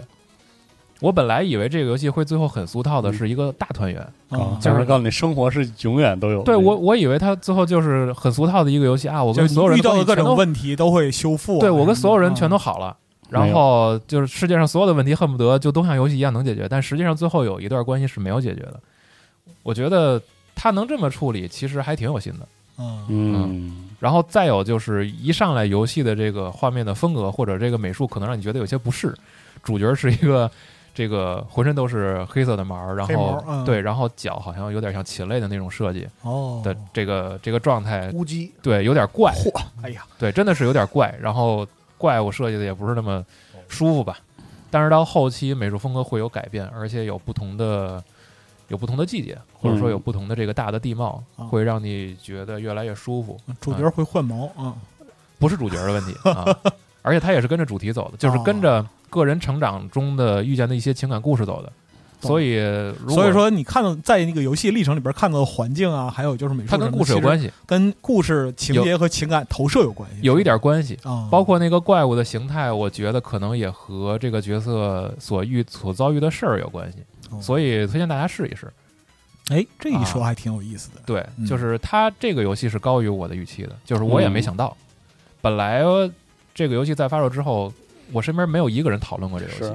[SPEAKER 3] 我本来以为这个游戏会最后很俗套的是一个大团圆，
[SPEAKER 5] 啊
[SPEAKER 4] 嗯，
[SPEAKER 3] 就是
[SPEAKER 5] 就是告诉你，生活是永远都有
[SPEAKER 3] 对我我以为它最后就是很俗套的一个游戏啊，我
[SPEAKER 4] 就
[SPEAKER 3] 跟
[SPEAKER 4] 是
[SPEAKER 3] 所有人
[SPEAKER 4] 遇到的
[SPEAKER 3] 的
[SPEAKER 4] 各种
[SPEAKER 3] 问，
[SPEAKER 4] 问题都会修复啊。
[SPEAKER 3] 对我跟所有人
[SPEAKER 4] 嗯
[SPEAKER 3] 全都好了。然后就是世界上所有的问题，恨不得就都像游戏一样能解决，但实际上最后有一段关系是没有解决的。我觉得他能这么处理，其实还挺有心的。
[SPEAKER 4] 嗯
[SPEAKER 5] 嗯
[SPEAKER 3] 然后再有就是一上来游戏的这个画面的风格或者这个美术，可能让你觉得有些不适。主角是一个这个浑身都是黑色的毛儿，然
[SPEAKER 4] 黑毛
[SPEAKER 3] 后、
[SPEAKER 4] 嗯
[SPEAKER 3] 对，然后脚好像有点像禽类的那种设计
[SPEAKER 4] 哦
[SPEAKER 3] 的这个、这个状态，
[SPEAKER 2] 乌鸡
[SPEAKER 3] 对，有点怪，
[SPEAKER 4] 哎呀，
[SPEAKER 3] 对，真的是有点怪。然后怪物设计的也不是那么舒服吧。但是到后期美术风格会有改变，而且有不同的有不同的季节，或者说有不同的这个大的地貌，
[SPEAKER 4] 嗯
[SPEAKER 3] 会让你觉得越来越舒服。
[SPEAKER 4] 主角会换毛啊，
[SPEAKER 3] 不是主角的问题啊，而且他也是跟着主题走的，就是跟着个人成长中的遇见的一些情感故事走的。
[SPEAKER 4] 懂
[SPEAKER 3] 所以如果，
[SPEAKER 4] 所以说你看到在那个游戏历程里边看到的环境啊，还有就是美术
[SPEAKER 3] 它
[SPEAKER 4] 什么
[SPEAKER 3] 跟
[SPEAKER 4] 的，
[SPEAKER 3] 故事有关系，
[SPEAKER 4] 其实跟故事情节和情感投射有关系，
[SPEAKER 3] 有一点关系。
[SPEAKER 4] 啊，
[SPEAKER 3] 包括那个怪物的形态，我觉得可能也和这个角色所遇所遭遇的事儿有关系，
[SPEAKER 4] 哦
[SPEAKER 3] 所以推荐大家试一试。
[SPEAKER 4] 哎，这一说还挺有意思的。
[SPEAKER 3] 对，
[SPEAKER 4] 嗯
[SPEAKER 3] 就是它这个游戏是高于我的预期的，就是我也没想到，本来这个游戏在发售之后，我身边没有一个人讨论过这个游
[SPEAKER 5] 是
[SPEAKER 3] 戏。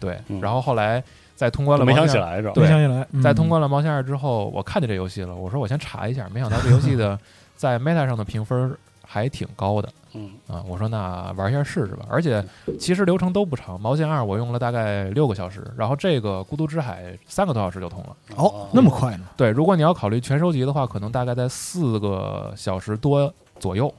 [SPEAKER 3] 对，
[SPEAKER 5] 嗯
[SPEAKER 3] 然后后来在通关了
[SPEAKER 5] 没
[SPEAKER 3] 盲
[SPEAKER 5] 想
[SPEAKER 3] 箱
[SPEAKER 5] 起来着，
[SPEAKER 3] 对
[SPEAKER 4] 没想起来，嗯
[SPEAKER 3] 在通关了毛线二之后，我看见这游戏了，我说我先查一下，没想到这游戏的在 Meta 上的评分还挺高的
[SPEAKER 5] 嗯
[SPEAKER 3] 啊！我说那玩一下试试吧。而且其实流程都不长，毛线二我用了大概六个小时，然后这个孤独之海三个多小时就通了。
[SPEAKER 4] 哦，那么快呢？
[SPEAKER 3] 对，如果你要考虑全收集的话，可能大概在四个小时多左右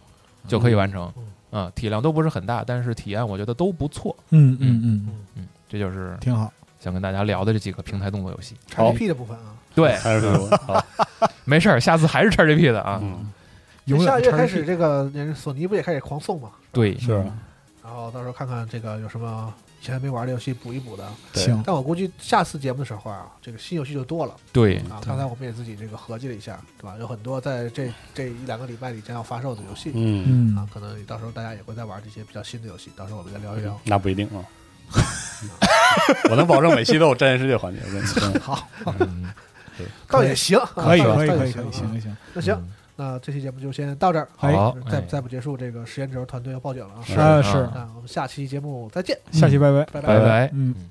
[SPEAKER 3] 就可以完成。啊，体量都不是很大，但是体验我觉得都不错。
[SPEAKER 4] 嗯嗯嗯，
[SPEAKER 3] 嗯，这就是
[SPEAKER 4] 挺好。
[SPEAKER 3] 想跟大家聊的这几个平台动作游戏。
[SPEAKER 5] 好
[SPEAKER 2] XGP 的部分啊，
[SPEAKER 3] 对，
[SPEAKER 5] 还是好，
[SPEAKER 3] 没事儿，下次还是 XGP 的啊。
[SPEAKER 5] [LAUGHS] 嗯，
[SPEAKER 4] 永远
[SPEAKER 2] 下个月
[SPEAKER 4] 叉
[SPEAKER 2] 开
[SPEAKER 4] G
[SPEAKER 2] 始，这个人索尼不也开始狂送嘛？
[SPEAKER 3] 对，
[SPEAKER 5] 是
[SPEAKER 2] 然后到时候看看这个有什么以前没玩的游戏补一补的。
[SPEAKER 5] 对
[SPEAKER 3] 嗯
[SPEAKER 4] 行，
[SPEAKER 2] 但我估计下次节目的时候啊，这个新游戏就多了
[SPEAKER 3] [LAUGHS] 嗯对，
[SPEAKER 2] 啊。
[SPEAKER 4] 对
[SPEAKER 2] 刚才我们也自己这个合计了一下，对吧？有很多在这这一两个礼拜里将要发售的游戏
[SPEAKER 5] 嗯，
[SPEAKER 4] 嗯
[SPEAKER 2] 啊，，可能到时候大家也会再玩这些比较新的游戏，到时候我们再聊一聊。
[SPEAKER 5] 那不一定啊。 [LAUGHS] 我能保证每期都有战舰世界环节，我跟你说，
[SPEAKER 3] 嗯
[SPEAKER 2] 倒也行，啊
[SPEAKER 4] 可以
[SPEAKER 2] 倒也
[SPEAKER 4] 可以
[SPEAKER 2] 倒
[SPEAKER 4] 可
[SPEAKER 2] 也
[SPEAKER 4] 以可以，
[SPEAKER 2] 啊
[SPEAKER 4] 行行，
[SPEAKER 2] 那行，，那这期节目就先到这儿。啊
[SPEAKER 4] 哎
[SPEAKER 3] 嗯好，
[SPEAKER 2] 再
[SPEAKER 3] 哎
[SPEAKER 2] 再不结束，这个实验轴团队要报警了啊！
[SPEAKER 5] 是
[SPEAKER 4] 啊
[SPEAKER 3] 是
[SPEAKER 4] 是，
[SPEAKER 2] 那我们下期节目再见，
[SPEAKER 4] 下期拜拜。
[SPEAKER 2] 拜
[SPEAKER 3] 拜拜。
[SPEAKER 4] 嗯。
[SPEAKER 3] 嗯